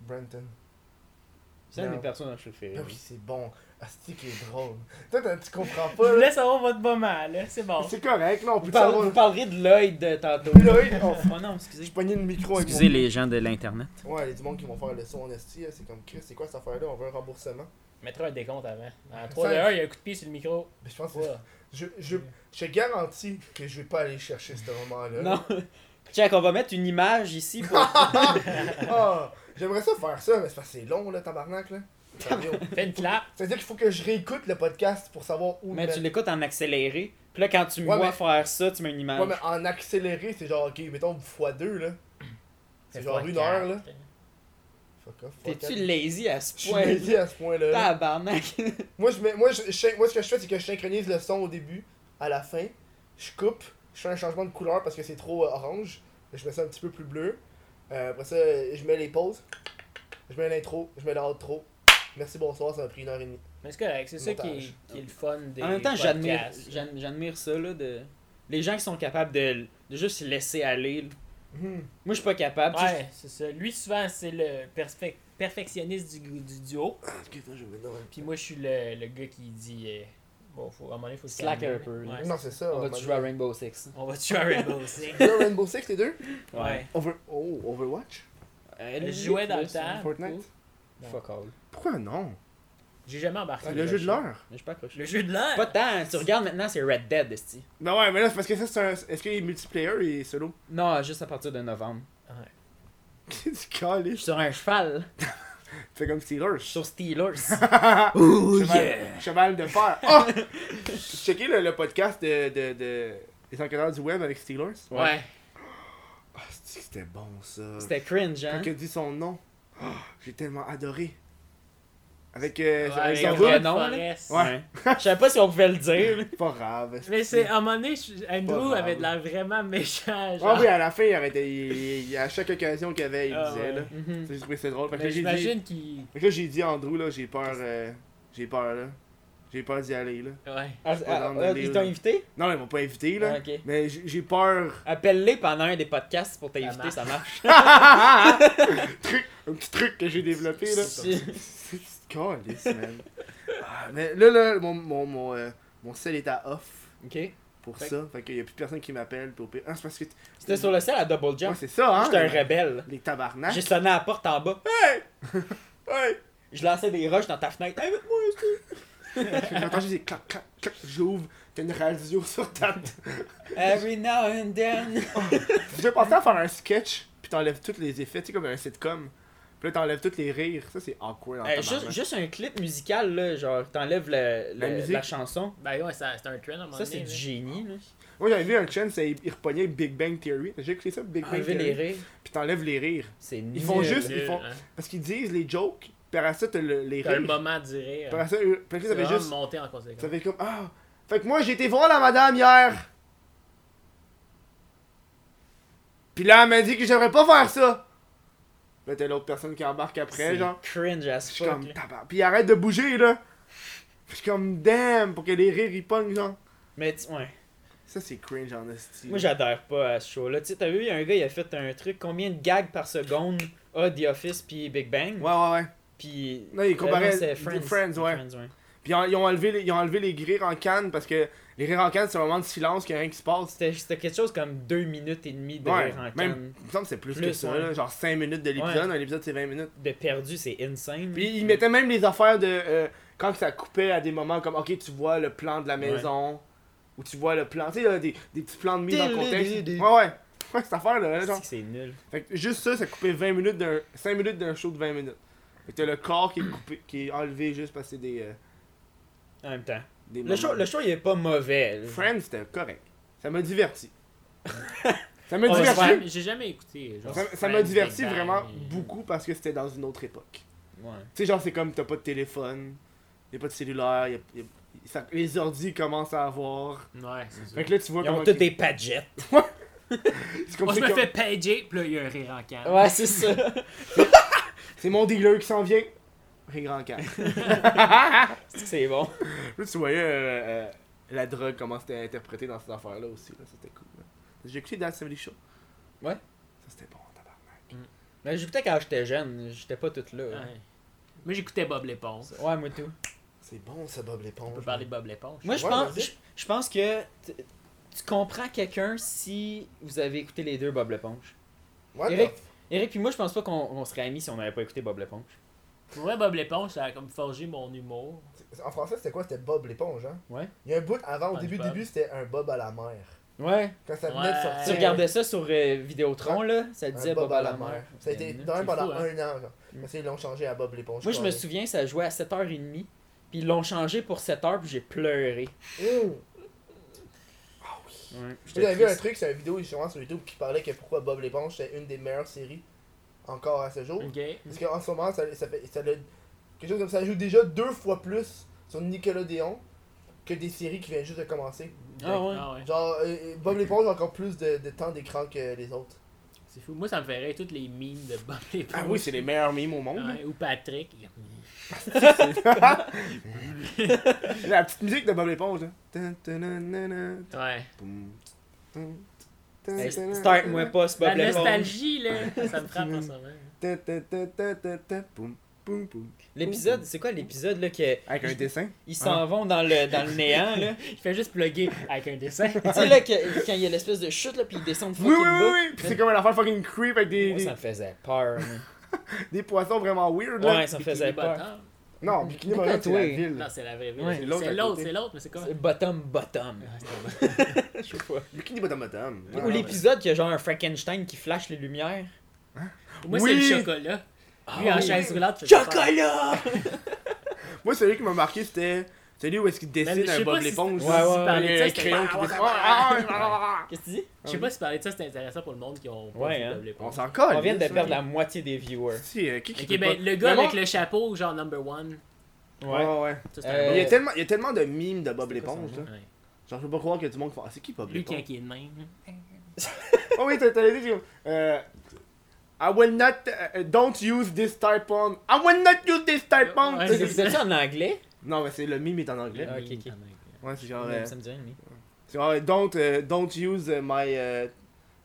Brenton. C'est un Non. des personnages préférés. Ben Ah oui, c'est bon. Asti qui est drôle. Toi, t'as- tu comprends Je pas vous là. laisse savoir votre moment, là. C'est bon. C'est correct, là, on peut Vous, parle- savoir. vous parlerez de Lloyd euh, tantôt. Lloyd, oh. Oh non, excusez. J'ai pogné le micro avec Excusez les gens de l'internet. mon... Ouais, il y a du monde qui vont faire le son en esti, là. c'est comme Chris, c'est quoi cette affaire là, on veut un remboursement. Mettra un décompte avant. En 3 de 1, il y a un coup de pied sur le micro. Mais je pense que Trois. je, je, je te garantis que je vais pas aller chercher ce moment là. Non. Check, on va mettre une image ici pour. Ah, j'aimerais ça faire ça, mais c'est parce que c'est long là, tabarnak là. Fais une clap. C'est-à-dire qu'il faut que je réécoute le podcast pour savoir où le mais mettre. tu l'écoutes en accéléré. Puis là, quand tu me Ouais, vois mais- faire ça, tu mets une image. Ouais, mais en accéléré, c'est genre, ok, mettons x2 là. C'est genre fois une quatre. heure là. Fuck off. fois T'es-tu quatre. lazy à Je ce suis point? lazy à ce point-là. là. Tabarnak. Moi, je mets, moi, je, je- moi, ce que je fais, c'est que je synchronise le son au début, à la fin. Je coupe, je fais un changement de couleur parce que c'est trop euh, orange. Je mets ça un petit peu plus bleu. Euh, après ça, je mets les pauses. Je mets l'intro, je mets l'outro. Merci, bonsoir, ça m'a pris une heure et demie. Mais c'est correct, c'est ça qui est, Montage. qui est le fun des. En même temps, j'admire, podcasts. j'ad- j'admire ça, là, de... Les gens qui sont capables de, de juste se laisser aller. là. Mhm. Moi, je suis pas capable. tu sais, Ouais, c'est ça. Lui, souvent, c'est le perfec- perfectionniste du, du duo. Excuse-moi, je vais m'énerver. Puis moi, je suis le, le gars qui dit. euh, bon, faut, à un moment donné, faut se Slack calmer, un là. peu, là. Ouais. Non, c'est ça. On va man. jouer à Rainbow Six. On va tuer un Rainbow Six. Tu veux Rainbow Six, les deux Ouais. Over... Oh, Overwatch Euh, Je lui, jouais dans là, le c'est- temps. Fortnite hein. Fuck all. Pourquoi non J'ai jamais embarqué. Ah, Le là. jeu de l'heure Mais je suis pas accroché. Le jeu de l'heure. Pas tant. Tu regardes maintenant, c'est Red Dead, esti. Non, Ben ouais, mais là, c'est parce que ça, c'est un. Est-ce qu'il est multiplayer et solo Non, juste à partir de novembre. Qu'est-ce que Je calé suis sur un cheval. Fais comme Je suis Steelers. sur Steelers. Ouh, cheval, cheval de fer. Oh Checkez le, le podcast de, de, de- des enquêteurs du web avec Steelers. Ouais. Ah, c'est- c'était bon ça. C'était cringe, hein? Quand il a dit son nom, oh, j'ai tellement adoré. Avec. Euh, Ouais, avec avec son Red gars. nom, là. Forest. Ouais. Je savais pas si on pouvait le dire. là. Pas grave. Mais c'est, à un moment donné, je- Andrew grave. avait de l'air vraiment méchant. Ah Genre. oui, à la fin, il arrêtait. il- il- à chaque occasion qu'il y avait, il Ah, disait. ouais. Là. Mhm. Ça, J'ai trouvé ça drôle. Fait que Mais j'ai dit- j'imagine qu'il. Fait que là, j'ai dit à Andrew, là, j'ai peur. euh, j'ai peur, là. J'ai peur d'y aller, là. Ouais. Ah, ah, ah, Ils t'ont invité? Non, ils m'ont pas invité, là. Ah, ok. Mais j'ai j'ai peur. Appelle-les pendant un des podcasts pour Ça t'inviter, marche. ça marche. Truc, un petit truc que j'ai développé, là. Si- C'est calice, man. Ah, mais là, là, mon, mon, mon, euh, mon cell est à off Ok. pour Fait ça. Fait qu'il y a plus personne qui m'appelle. puis au pire- Ah, c'est parce que. t- C'était sur le sel à double Ouais, jump. c'est Hein? ça, hein. J'étais un rebelle. Les tabarnaks. J'ai sonné à la porte en bas. Ouais. Je lançais des roches dans ta fenêtre. Hey, moi aussi. J'ai entendu des clac, clac, clac. J'ouvre. T'as une radio sur ta Every now and then. J'ai pensé à faire un sketch, puis t'enlèves tous les effets, tu sais, comme un sitcom. Puis là, t'enlèves tous les rires. Ça, c'est awkward. en Euh, Ah, tabarnak. juste, juste un clip musical, là, genre, t'enlèves le, le- La musique. la chanson. Ben ouais, ça- c'est un trend à un moment Ça, donné. c'est du là. génie. Là. Moi, j'avais vu un challenge, c'est il repognait Big Bang Theory. J'ai écouté ça, Big Bang Enlever les Theory. rires, Puis t'enlèves les rires. c'est Ils font nul. juste- Nul, ils font- hein. Parce qu'ils disent les jokes, puis après ça, t'as le- les T'as le rires. moment du rire. Puis après ça, eux- puis après ça, C'est t'avais vraiment juste. monté en conséquence. T'avais comme. Ah! Fait que moi, j'ai été voir la madame hier! Puis là, elle m'a dit que j'aimerais pas faire ça! Là, t'as l'autre personne qui embarque après, C'est genre. cringe as Je suis fuck. comme là. tabar- Puis il arrête de bouger là. Je suis comme damn pour que les rires ils pognent genre. Mais tu- ouais. Ça c'est cringe en esti. Moi, j'adhère pas à ce show-là. Tu sais, t'as vu, il y a un gars, il a fait un truc, combien de gags par seconde a The Office puis Big Bang? Ouais ouais ouais. Puis. Non, il comparait c'est Friends, ouais. Friends, ouais. Puis ils ont- ils ont enlevé les, ils ont enlevé les rires en canne parce que Les rires en canne, c'est un moment de silence qu'il y a rien qui se passe. C'était c'était quelque chose comme 2 minutes et demie de Ouais, rire en même, canne. il me semble que c'est plus, que Plus, ça, ouais. là, genre 5 minutes de l'épisode, un épisode c'est 20 minutes. De perdu, c'est insane. Puis ils mettaient même les affaires de. euh, quand ça coupait à des moments comme, ok, tu vois le plan de la maison, ou tu vois le plan, tu sais, là, des, des petits plans de mise en contexte. Ouais, ouais. Ouais, cette affaire-là, là, genre. C'est que c'est nul. Fait que juste ça, ça coupait 20 minutes d'un 5 minutes d'un show de 20 minutes. Fait que t'as le corps qui est coupé, qui est enlevé juste parce que c'est des, euh, En même temps. des Le moments. show, le show, il est pas mauvais. là. Friends, c'était correct. Ça m'a diverti. ça m'a Ouais, j'ai diverti. jamais- J'ai jamais écouté. genre, Ça- Ça m'a Friends, diverti Big Bang, vraiment euh, beaucoup parce que c'était dans une autre époque. Ouais. Tu sais, genre, c'est comme t'as pas de téléphone, y'a pas de cellulaire, y a- y a- ça- les ordi commencent à avoir. Ouais, c'est ça. Fait que là, tu vois Ils ont comment. tous des pagettes. c'est comme Moi, je c'est me comme- fais pager, pis là, il y a un rire en canne. Ouais, c'est ça. C'est mon dealer qui s'en vient. Ré grand calme. C'est que c'est bon. Là, tu voyais euh, euh, la drogue, comment c'était interprété dans cette affaire-là aussi. Là. Ça, C'était cool. là. J'ai écouté Dance Family Show. Ouais. Ça, c'était bon, tabarnak. Mais j'écoutais quand j'étais jeune, j'étais pas toute là. Ouais. Moi, j'écoutais Bob l'éponge. Ouais, moi tout. C'est bon ça, Bob l'éponge. On peut parler de Bob l'éponge. Moi, je Ouais, pense, vas-y. je, je pense que t- tu comprends quelqu'un si vous avez écouté les deux Bob l'éponge. What the Eric, Eric puis moi, je pense pas qu'on on serait amis si on n'avait pas écouté Bob l'éponge. Pour vrai, Bob l'éponge, ça a comme forgé mon humour. f- En français, c'était quoi C'était Bob l'éponge, hein Ouais. Il y a un bout avant, au Punch début, Bob. début, c'était un Bob à la mer. Ouais. Quand ça venait de Ouais. sortir. Tu regardais ça sur euh, Vidéotron, là, ça un disait Bob, à la mer. mer. Ça a été Ben, dans c'est même pendant fou, hein. un an. Genre. Mm. Mais ça, ils l'ont changé à Bob l'éponge. Moi, je me carré. souviens, ça jouait à 7h30. Puis ils l'ont changé pour 7h, puis j'ai pleuré. Mm. Ouais. Vous avez vu un truc, c'est une vidéo justement sur YouTube qui parlait que pourquoi Bob l'éponge c'est une des meilleures séries encore à ce Oh. jour. Ok. Parce qu'en ce moment, ça, ça fait ça le- quelque chose comme ça joue déjà deux fois plus sur Nickelodeon que des séries qui viennent juste de commencer. Ah ouais. Genre, euh, euh, Bob l'éponge a encore plus de, de temps d'écran que les autres. C'est fou. Moi, ça me ferait toutes les mimes de Bob l'éponge. Ah oui, c'est les meilleurs mimes au monde. hein. Ouais, Ou Patrick. La petite musique de Bob l'éponge. hein. là. Tan, tan, nan, nan, nan, Ouais. boum, tan, tan, Hey, tan, Start-moi pas ce La Bob l'éponge. nostalgie, là. Ça me frappe en ce moment. tan, tan, tan, tan, tan, tan, boum, boum, boum. L'épisode, c'est quoi l'épisode, là, que Avec un dessin. ils s'en Ah. vont dans le, dans le néant, là? Il fait juste plugger avec un dessin. tu sais, là, que- quand il y a l'espèce de chute, là, puis ils descendent Oui, fucking oui, oui, bas. oui. Puis c'est comme une affaire fucking creep avec des, Moi, ça des, me faisait peur. man. des poissons vraiment weird. Là. Ouais, ça me faisait Bikini peur. Bottom. Non, Bikini Pourquoi Bottom, c'est toi? la ville. Non, c'est la vraie vie. Ouais. C'est L'autre à l'autre, c'est l'autre, côté. c'est l'autre, mais c'est comme. C'est Bottom, bottom. Ah, c'est pas- Je sais pas. Bikini Bottom Bottom. Ou l'épisode qu'il y a genre un Frankenstein qui flash les lumières. Pour Moi, Oui. c'est le chocolat. Lui, Ah en oui. chaise roulante, je fais peur. Chocolat! Moi, celui qui m'a marqué, c'était celui où est-ce qu'il Mais je dessine sais un pas Bob si l'éponge. c'est- Ouais, là. si ouais, tu parlais de Avec ça, un c'était- crayon qui dessine. Ah, ah, ah, ah, Qu'est-ce que tu dis? Je sais pas si parler de ça, c'est intéressant pour le monde qui ont Ouais, vu hein. Bob ah. On l'éponge. s'en colle. On vient de ça. perdre la moitié des viewers. Si, euh, qui qui Ok, peut ben pas- le gars Mais avec bon, le chapeau, genre number one. Ouais, ouais. Ça, c'est Euh, Il y, un a tellement, il y a tellement de mimes de Bob C'est quoi son l'éponge. nom? là. Ouais. Genre, je peux pas croire qu'il y a du monde qui fait Ah, c'est qui Bob Lui qui l'éponge qui est de Ah, même. Oh oui, t'as t'as dit. Euh, I will not. euh, don't use this type on. I will not use this type on. Ouais, C'est c'est ça en anglais? Ah, Non, mais c'est le mime est en anglais. ok, Oui, ok. Ah, quand même. Ouais, c'est genre. euh, Ça me dit rien, mais- c'est genre, don't, euh, don't use euh, my. euh,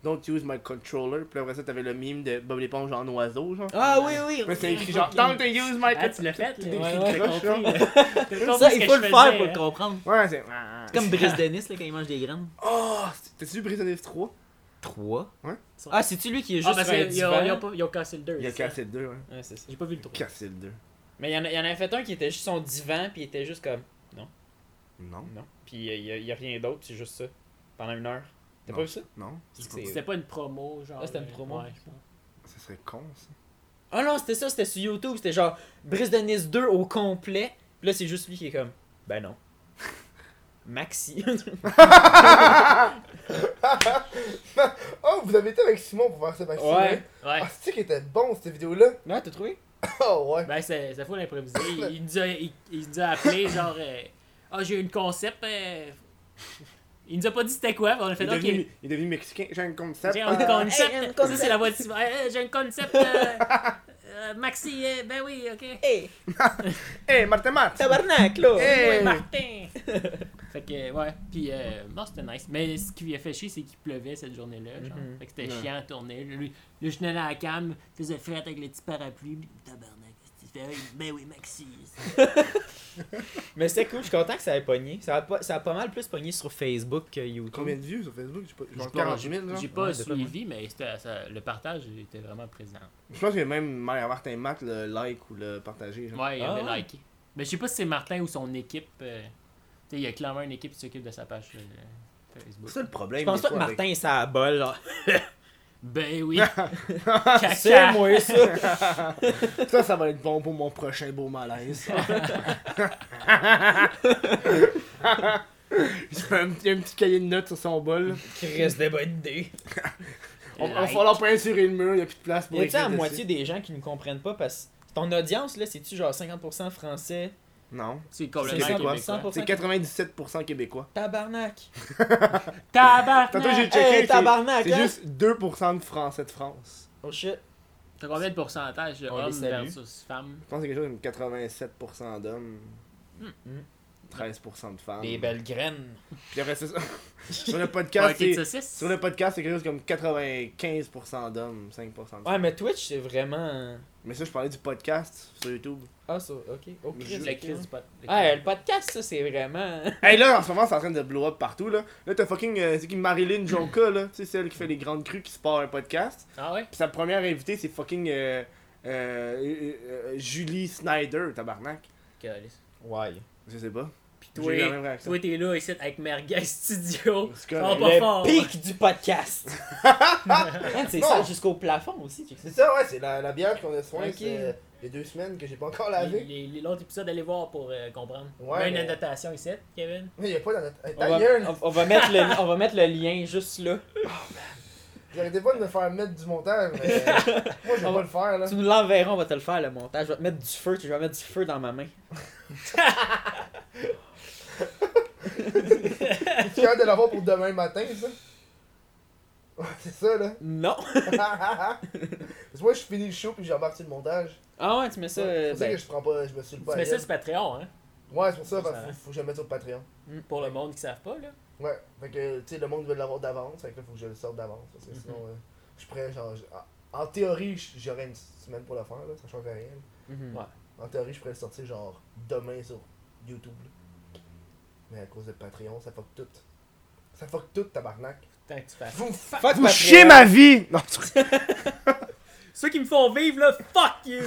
don't use my controller. Puis après ça, t'avais le mime de Bob l'éponge en oiseau, genre. Ah oui, oui! Mais c'est écrit genre. Don't use my Ah, tu controller. l'as fait, là. des Ouais, cris de ouais, cloche, t'as compris, là. T'as compris Ça, ce il que faut je le faire faisais, pour le hein. comprendre. Ouais, c'est. ah, C'est comme Brice Dennis là, quand il mange des graines. Oh, t'as-tu vu Brisonniers 3 3. Ouais. Ah, c'est-tu lui qui est Ah, juste parce sur un qu'ils ont- ils ont divan? pas- ils ont cassé le 2. Il a hein. cassé le 2, ouais. Ouais, c'est ça. J'ai pas vu le 3. Cassé le 2. Mais il y, en a, il y en a fait un qui était juste son divan, puis il était juste comme. Non. Non. Puis euh, il y, a- il y a rien d'autre, c'est juste ça. Pendant une heure. T'as Non. pas vu ça? Non. C'est que C'était pas une promo, genre. Ah, c'était une euh, promo. Ouais, je pense. Ça serait con, ça. Ah non, c'était ça, c'était sur YouTube, c'était genre Brice de Nice 2 au complet. Puis là, c'est juste lui qui est comme, ben non. Maxi. Oh, vous avez été avec Simon pour faire ça, Maxime. Ouais. hein? Ouais. Ah, c'est-tu qui était bon cette vidéo-là? non, t'as trouvé? Oh, ouais. Ben, c'est ça faut l'improviser. Il, il nous a, il, il nous a appelé, genre, euh, ah, j'ai eu une concept. euh. Il nous a pas dit c'était quoi, mais on a fait Il est, donc. devenu, il est devenu mexicain. J'ai un concept. J'ai euh, un concept. Hey, un Ça, c'est la voix de Simon. Hey, hey, j'ai un concept. euh, euh, Maxi, euh, ben oui, ok. Hey, Hey, Martin Matt! tabarnak, là! Hey! Martin! fait que, ouais. Puis, euh, non, c'était nice. Mais ce qui lui a fait chier, c'est qu'il pleuvait cette journée-là. genre. Mhm. Fait que c'était Mm-hmm. Ouais. chiant à tourner. Lui, lui, je tenais la cam, faisait frette avec les petits parapluies. puis Tabarnak, c'est J'étais là, ben oui, Maxi. Mais c'était cool, je suis content que ça ait pogné. Ça a, pas, ça a pas mal plus pogné sur Facebook que YouTube. Combien de vues sur Facebook J'ai pas- J'ai Genre pas- 40 000, genre. J'ai pas Ouais, de pas suivi, mais c'était- ça- le partage était vraiment présent. Je pense que même Martin Matt le like ou le partager. genre. Ouais, il Ah avait ouais. liké. Mais je sais pas si c'est Martin ou son équipe. euh, tu sais, il y a clairement une équipe qui s'occupe de sa page euh, Facebook. C'est ça le problème. Je pense des pas que fois, avec- Martin, ça a bol. genre. Ben oui. C'est Caca. moi, ça. Ça, ça va être bon pour mon prochain beau malaise. Il fait un, petit- un petit cahier de notes sur son bol. Chris de bonne idée. On, on va falloir peindre sur le mur, il n'y a plus de place pour Y a-tu écrire la dessus. moitié des gens qui nous comprennent pas parce que ton audience, là, c'est-tu genre 50% français Non. C'est C'est complètement ça, toi, québécois. C'est 97% québécois. Tabarnak! Tantôt, j'ai Tabarnak! checké. Hey, c'est- tabarnak, C'est hein? juste 2% de Français de France. Oh shit! T'as combien de pourcentage de On les hommes salue. versus femmes? Je pense que c'est quelque chose comme 87% d'hommes. 13% de femmes. Hmm. Des belles graines! Puis après, c'est ça. sur le Party podcast, de c'est. saucisse? Sur le podcast, c'est quelque chose comme 95% d'hommes, 5% de femmes. Ouais, mais Twitch, c'est vraiment. Mais ça, je parlais du podcast sur YouTube. Ah, ça, ok. Oh, Chris, La crise du pot- la Ah, crise. le podcast, ça, c'est vraiment. Hey là, en ce moment, c'est en train de blow up partout là. Là, t'as fucking euh, c'est qui Marilyn Jonka là, tu sais celle qui fait les grandes crues qui se part un podcast. Ah ouais? Puis sa première invitée, c'est fucking euh, euh, euh, euh, Julie Snyder, tabarnak. Ouais. Je sais pas. Puis toi, j'ai eu la même réaction. Toi, t'es là ici avec Merguez Studio. C'est Ça correct. va pas Le fort. pic du podcast! Man, c'est Non. ça jusqu'au plafond aussi, tu sais. C'est ça, ouais, c'est la, la bière qu'on a soin. Ok. c'est, euh, il y a deux semaines que j'ai pas encore Les- lavé. les- les- L'autre épisode, allez voir pour euh, comprendre. Ouais, Ouais, une mais- annotation ici, Kevin. Il y a pas dans notre. Hey, On ta va, gueule! on- on va mettre le, on va mettre le lien juste là. J'arrêtais pas de me faire mettre du montage, mais. euh, moi, je On vais va- pas le faire, là. Tu nous l'enverras, on va te le faire le montage. Je vais te mettre du feu, tu vas mettre du feu dans ma main. Je suis capable de l'avoir pour demain matin, ça. Ouais, c'est ça, là. Non! Parce que moi, je finis le show puis j'embarque sur le montage. Ah ouais, tu mets ça. C'est euh, pour ça ben, que je prends pas, je me suis le Tu Bah, pas. mets à ça l'aise. sur Patreon, hein? Ouais, c'est pour ça, parce Ça qu'il va. faut, faut que je le mette sur Patreon. Pour le monde qui savent pas, là. Ouais, fait que, tu sais, le monde veut l'avoir d'avance, fait que là, faut que je le sorte d'avance. Parce que sinon, euh, je pourrais, genre. je- en- En théorie, j- j'aurais une semaine pour le faire, là, ça change rien. là. mhm. En théorie, je pourrais le sortir, genre, demain sur YouTube. là. Mais à cause de Patreon, ça fuck tout. Ça fuck tout, tabarnak. Tant que tu fasses. Vous Fuck Vous Patreon. chiez ma vie. Non, Ceux qui me font vivre, là, fuck you!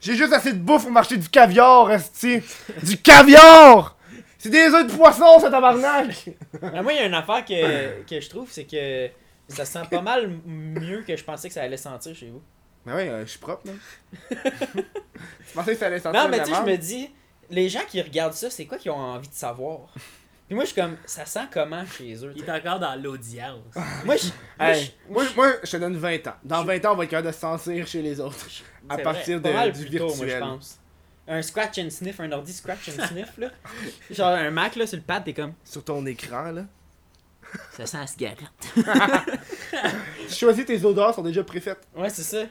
j'ai juste assez de bouffe pour marcher du caviar, esti. Du caviar. C'est des œufs de poisson, ce tabarnak. Ah, moi, il y a une affaire que, que je trouve, c'est que ça sent pas mal mieux que je pensais que ça allait sentir chez vous. Mais ouais, euh, je suis propre là. Je pensais que ça allait sentir Non, de mais la tu sais, je merde. me dis, les gens qui regardent ça, c'est quoi qu'ils ont envie de savoir? Puis moi, je suis comme, ça sent comment chez eux? Il tu est encore dans l'audience. sais? Moi, je. moi, Hey, moi, moi, je te donne 20 ans. Dans 20 ans, on va être capable de se sentir chez les autres. À C'est partir je- pas mal de, du plus tôt, moi, je virtuel. pense. Un scratch and sniff, un ordi scratch and sniff, là. Genre, un Mac, là, sur le pad, t'es comme, Sur ton écran, là. ça sent la cigarette. Tu choisis tes odeurs, sont déjà préfaites. Ouais, c'est ça. Tu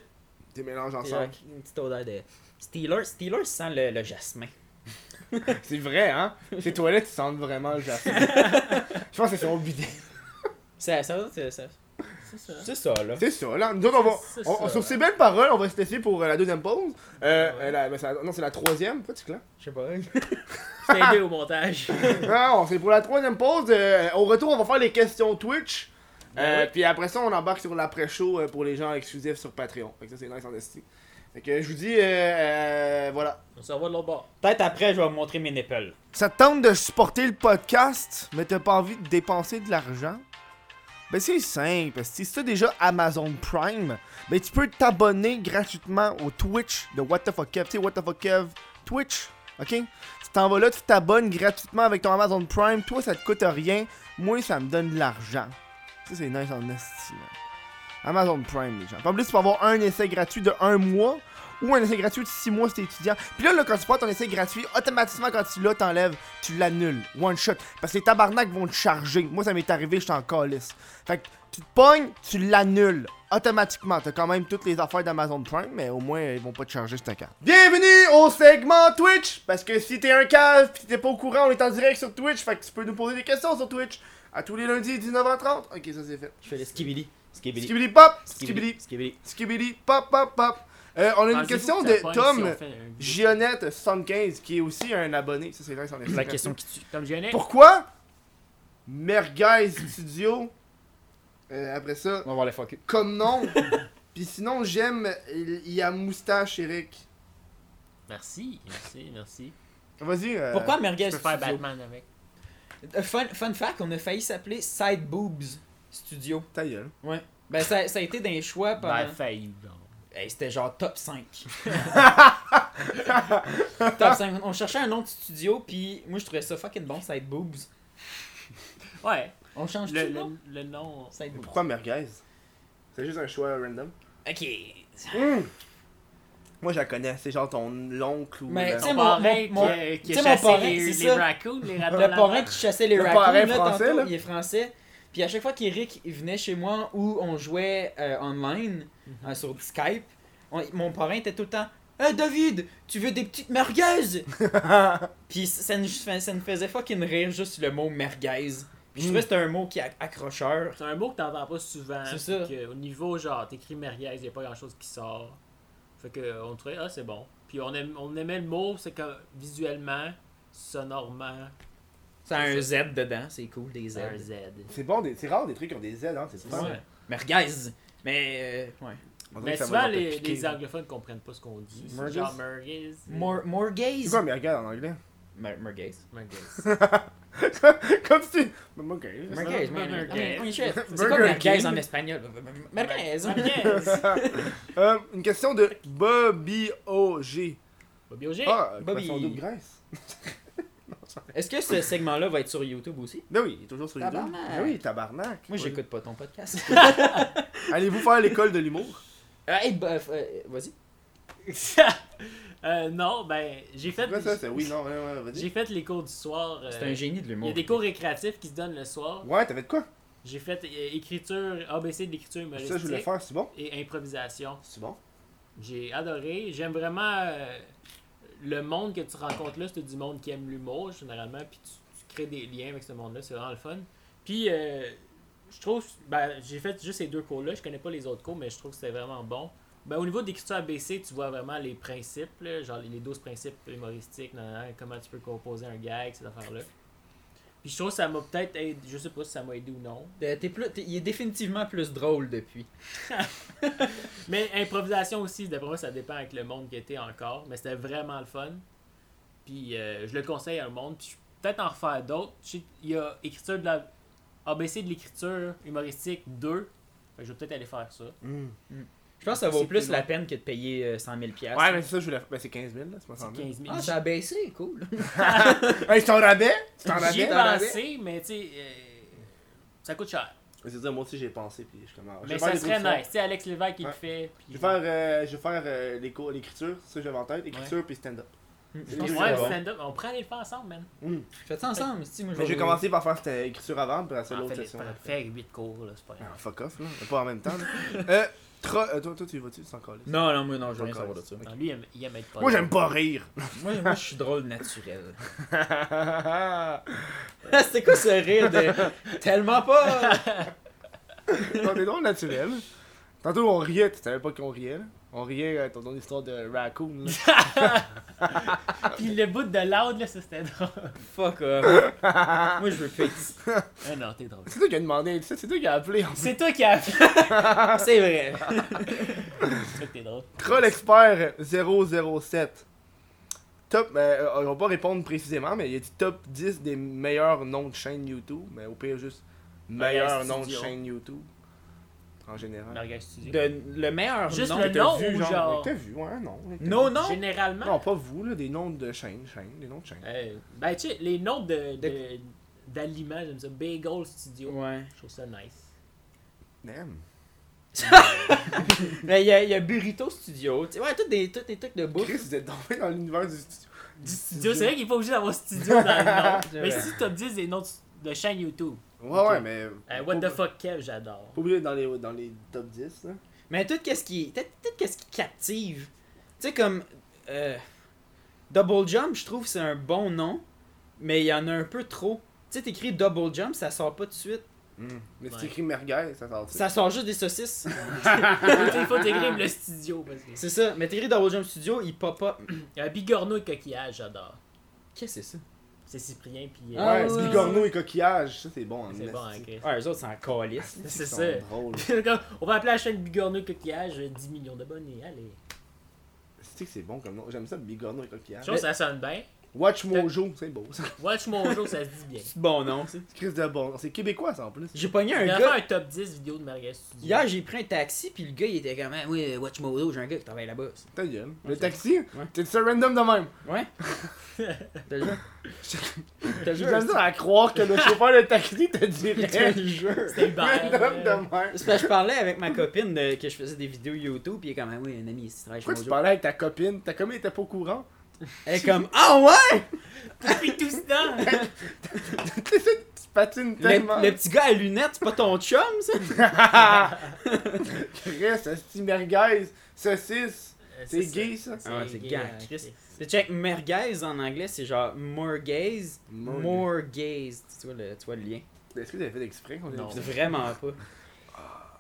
les mélanges C'est genre ensemble. une petite odeur de. Steelers, Steelers sent le, le jasmin. C'est vrai, hein? Ces toilettes, tu sentent vraiment le jasmin. Je pense que c'est son bidet. Ça, ça, ça, ça- C'est ça. C'est ça, là. C'est ça, là. Nous autres, on va. C'est on- ça, on- sur ouais. ces belles paroles, on va se laisser pour euh, la deuxième pause. Euh, Ouais. euh, la- ben, c'est la- non, c'est la troisième. Pourquoi tu claques? Je sais pas. Je t'ai aidé au montage. Non, c'est Ah, pour la troisième pause. euh, au retour, on va faire les questions Twitch. Euh, Puis après ça, on embarque sur l'après-show euh, pour les gens exclusifs sur Patreon. Fait que ça, c'est nice en esti. Fait que je vous dis, euh, euh, voilà. On se revoit de l'autre bord. Peut-être après, je vais vous montrer mes nipples. Ça te tente de supporter le podcast, mais t'as pas envie de dépenser de l'argent? Ben c'est simple, parce que si t'as déjà Amazon Prime, ben tu peux t'abonner gratuitement au Twitch de What the fuck Kev. Tu sais, What the fuck Kev, Twitch, ok? Tu t'en vas là, tu t'abonnes gratuitement avec ton Amazon Prime, toi ça te coûte rien, moi ça me donne de l'argent. Ça c'est nice en esti, man. Amazon Prime, les gens. Puis En plus, tu peux avoir un essai gratuit de un mois ou un essai gratuit de 6 mois si t'es étudiant. Puis là, là, quand tu prends ton essai gratuit, automatiquement, quand tu l'as, t'enlèves, tu l'annules. One shot. Parce que les tabarnaks vont te charger. Moi, ça m'est arrivé, je t'en calisse. Fait que tu te pognes, tu l'annules. Automatiquement. T'as quand même toutes les affaires d'Amazon Prime, mais au moins, ils vont pas te charger sur ta carte. Bienvenue au segment Twitch! Parce que si t'es un cave pis t'es pas au courant, on est en direct sur Twitch. Fait que tu peux nous poser des questions sur Twitch. À tous les lundis, 19h30. Ok, ça c'est fait. Je fais le skibidi. Skibidi. Skibidi pop! Skibidi. Skibidi. Skibidi. Skibidi, pop, pop, pop. Euh, on a Pensez-vous une question que ça de pogne si on Tom fait un- Gionette75, qui est aussi un abonné. Ça, c'est vrai, c'en est La vrai. question qui tue. Tom Gionnet, Pourquoi Merguez Studio, euh, après ça, On va voir les fuck comme nom Puis sinon, j'aime il y a moustache, Eric. Merci, merci, merci. Vas-y. euh, Pourquoi Je Merguez peux faire Studio? Batman avec. Euh, Fun, fun fact, on a failli s'appeler Side Boobs Studio. Ta gueule. Ben, ça, ça a été d'un choix Ben, pendant... failli, genre. Hey, c'était genre top 5. top 5. On cherchait un nom de studio, puis moi je trouvais ça fucking bon, Side Boobs. Ouais, On change le, tout, non? le, le nom. Side Boobs. Pourquoi Merguez C'est juste un choix random. Ok. Moi, je la connais. C'est genre ton oncle ou. Mais euh, tu sais, Ton mon- parrain mon- qui, qui tu sais, a mon chassé parrain, les, c'est les ça. raccoons, les ratons Le parrain qui chassait les Le raccoons, parrain là, français, tantôt, là. il est français. Puis à chaque fois qu'Eric il venait chez moi ou on jouait euh, online euh, sur Skype, on- mon parrain était tout le temps Hey David, tu veux des petites merguez Puis ça nous, fa- ça nous faisait fucking rire juste le mot merguez. Mm. Puis je trouvais que c'était un mot qui est accrocheur. C'est un mot que t'entends pas souvent. C'est puis ça. que au niveau, genre, t'écris merguez, y a pas grand chose qui sort. Fait que euh, on trouvait, ah, c'est bon. Puis on, aime- on aimait le mot, c'est que visuellement, sonorement, Ça a un Z dedans, c'est cool, des Z. c'est un Z. C'est bon, des- c'est rare des trucs qui ont des Z, hein. C'est Ouais. ça. Merguez Mais, euh, ouais. On dirait que Mais ça va souvent, leur les, piquer. les anglophones comprennent pas ce qu'on dit. C'est Merguez. genre merguez. Mor- Morgaze C'est quoi Merguez en anglais Mer- Merguez. Merguez. Comme si. Merguez. Merguez, man. Merguez. I mean, holy shit. C'est Burger quoi merguez King. en espagnol? Merguez. Merguez. Euh, une question de Bobby OG. Eh, Bobby Auger. Ah, Bobby. Bobby. son double graisse. Est-ce que ce segment-là va être sur YouTube aussi? Ben oui, il est toujours sur YouTube. Tabarnak. Ben oui, tabarnak. Moi, j'écoute pas ton podcast. Allez-vous faire l'école de l'humour Euh, hey, bah, euh, vas-y. Euh, non, ben, j'ai fait, Pourquoi ça, c'est oui, non, ouais, ouais, j'ai vas-y. fait les cours du soir. C'est euh, un génie Il de y l'humour. a des cours récréatifs qui se donnent le soir. Ouais, t'avais de quoi J'ai fait euh, écriture, ABC de l'écriture humoristique Ça, je voulais faire, c'est bon et improvisation. C'est bon. J'ai adoré. J'aime vraiment euh, le monde que tu rencontres là. C'est du monde qui aime l'humour, généralement. Puis tu, tu crées des liens avec ce monde-là. C'est vraiment le fun. Puis, euh, je trouve. Ben, j'ai fait juste ces deux cours-là. Je connais pas les autres cours, mais je trouve que c'était vraiment bon. Ben, au niveau d'écriture ABC, tu vois vraiment les principes, là, genre les 12 principes humoristiques, nan, nan, comment tu peux composer un gag, ces affaires-là. Puis je trouve que ça m'a peut-être aidé, je sais pas si ça m'a aidé ou non, Euh, t'es plus, t'es- il est définitivement plus drôle depuis. Mais improvisation aussi, d'après moi, ça dépend avec le monde qui était encore. Mais c'était vraiment le fun. Puis euh, je le conseille à le monde. Puis je vais peut-être en refaire d'autres. Je sais- Il y a écriture de la. ABC de l'écriture humoristique 2. Fait que je vais peut-être aller faire ça. Hmm. Je pense que ça vaut C'est plus plus la peine que de payer euh, 100 000 piastres. Ouais, mais c'est ça, je voulais faire. Ben, c'est 15 000, là, c'est pas 100 C'est 000. 15 000. Ah, ça a baissé, cool. Hey, c'est en rabais C'est en J'y ai rabais pensé, mais tu sais. euh, ça coûte cher. C'est-à-dire, moi aussi, Ah, j'ai pensé, puis je commence. Mais ça serait nice. Tu sais, Alex Lévesque, il le Ouais. fait. Puis... Je vais faire, euh, je vais faire euh, les cours, l'écriture, ça, j'avais en tête, écriture, puis stand-up. Hmm. Je C'est pense- juste ouais, avant. stand-up. On prend les faire ensemble, man. Mm. Faites ça ensemble, si moi Mais je vais commencer par faire cette écriture avant, puis après ça, On l'autre fait, session. Ah, on fait 8 cours, là, c'est pas grave. Ah, fuck off, là. Pas en même temps, là. euh, tra- euh, toi, toi, tu y vas-tu, sans coller Non, non, moi, non, je veux rien Encore. savoir de ça. Non, lui, il aime, il aime être pas. Moi, j'aime pas rire. moi, moi, je suis drôle naturel. T'en C'était quoi ce rire de. Tellement pas! es drôle naturel. Tantôt, on riait, tu savais pas qu'on riait, là. On riait euh, dans ton histoire de raccoon, là. Puis le bout de l'aude, là, ça, c'était drôle. Fuck off. Moi, je veux plus. être ici. Ah non, t'es drôle. C'est toi qui as demandé, c'est toi qui as appelé, en C'est toi qui as fait C'est vrai. ça que t'es drôle. Troll Expert 007. Top, euh, on va pas répondre précisément, mais il a dit top 10 des meilleurs noms de chaîne YouTube. Mais au pire, juste meilleurs Meilleur noms de studio. chaîne YouTube. En général. Merguez Studio. De- le meilleur Juste nom le que nom t'as vu, ou genre. genre- T'as vu, ouais, non. Non, non. Généralement. Non, pas vous, là, des noms de chaîne, chaîne, des noms de chaîne. Euh, ben, tu sais, les noms de, de, d'aliments, j'aime ça. Bagel Studio. Ouais. Je trouve ça nice. Damn. Mais il y, a- il y a Burrito Studio. tu sais, Ouais, tous des, tous des trucs de bouffe. Chris, vous êtes tombé dans l'univers du studio. Du studio, c'est vrai qu'il est pas obligé d'avoir studio dans le nom. C'est mais vrai. si top 10 des noms de, de chaîne YouTube. Ouais, Ok. ouais, mais. Euh, what faut- the fuck, Kev, j'adore. Faut oublier dans les, dans les top 10, là. Mais tout qu'est-ce qui, tout, tout qu'est-ce qui captive. Tu sais comme euh, Double Jump, je trouve que c'est un bon nom, mais il y en a un peu trop. Tu sais, t'écris Double Jump, ça sort pas tout de suite. Mais c'est Ouais. écrit merguez, ça sort Ça sort juste des saucisses. Il faut t'écrire le studio. Parce que... c'est ça. Mais t'écris dans Jump Studio, il pop up. Un bigorneau et coquillage, j'adore. Qu'est-ce que c'est ça? C'est Cyprien, puis. euh, Ah, Ouais, ouais, bigorneau et coquillage, ça c'est bon. C'est en bon, hein, esti. Chris. Ah, eux autres, c'est un calice. C'est Ils sont ça. drôles. Comme, On va appeler la chaîne Bigorneau et coquillage, 10 millions d'abonnés, allez. C'est que c'est bon comme nom. J'aime ça, bigorneau et coquillage. Je trouve que ça sonne bien. Watch Mojo, c'est beau. ça. Watch Mojo, ça se dit bien. C'est bon nom, ça. C'est Chris de bon. C'est québécois ça en plus. J'ai pogné On un va gars. faire un top 10 vidéo de Marguerite Studio. Hier, j'ai pris un taxi, puis le gars, il était comme, Ah, oui, Watch Modo, j'ai un gars qui travaille là-bas. Ta gueule. Le taxi, Ouais. t'es ça random de même. Ouais? T'as le jeu? T'as J'ai le jeu? de la misère à croire que le chauffeur de taxi te T'as dirait le jeu? C'était Hubert, random euh, de même. C'est parce que je parlais avec ma copine de- que je faisais des vidéos YouTube, puis il est comme, ah oui, un ami, il travaille chez Pourquoi tu Mojo. parlais avec ta copine Ta copine était pas au courant. Elle est comme, ah ouais! Depuis tout ce temps! Euh, Tu sais, tu patines tellement. Le, le petit gars à lunettes, c'est pas ton chum, ça? Chris, esti merguez, saucisse. C'est gay ça. Ah ouais, c'est gay, gay, hein, Chris. C'est check, merguez en anglais, c'est genre more gaze, More more gaze. Tu vois le, tu vois le lien? Est-ce que t'avais fait exprès qu'on Non. C'est Vraiment pas.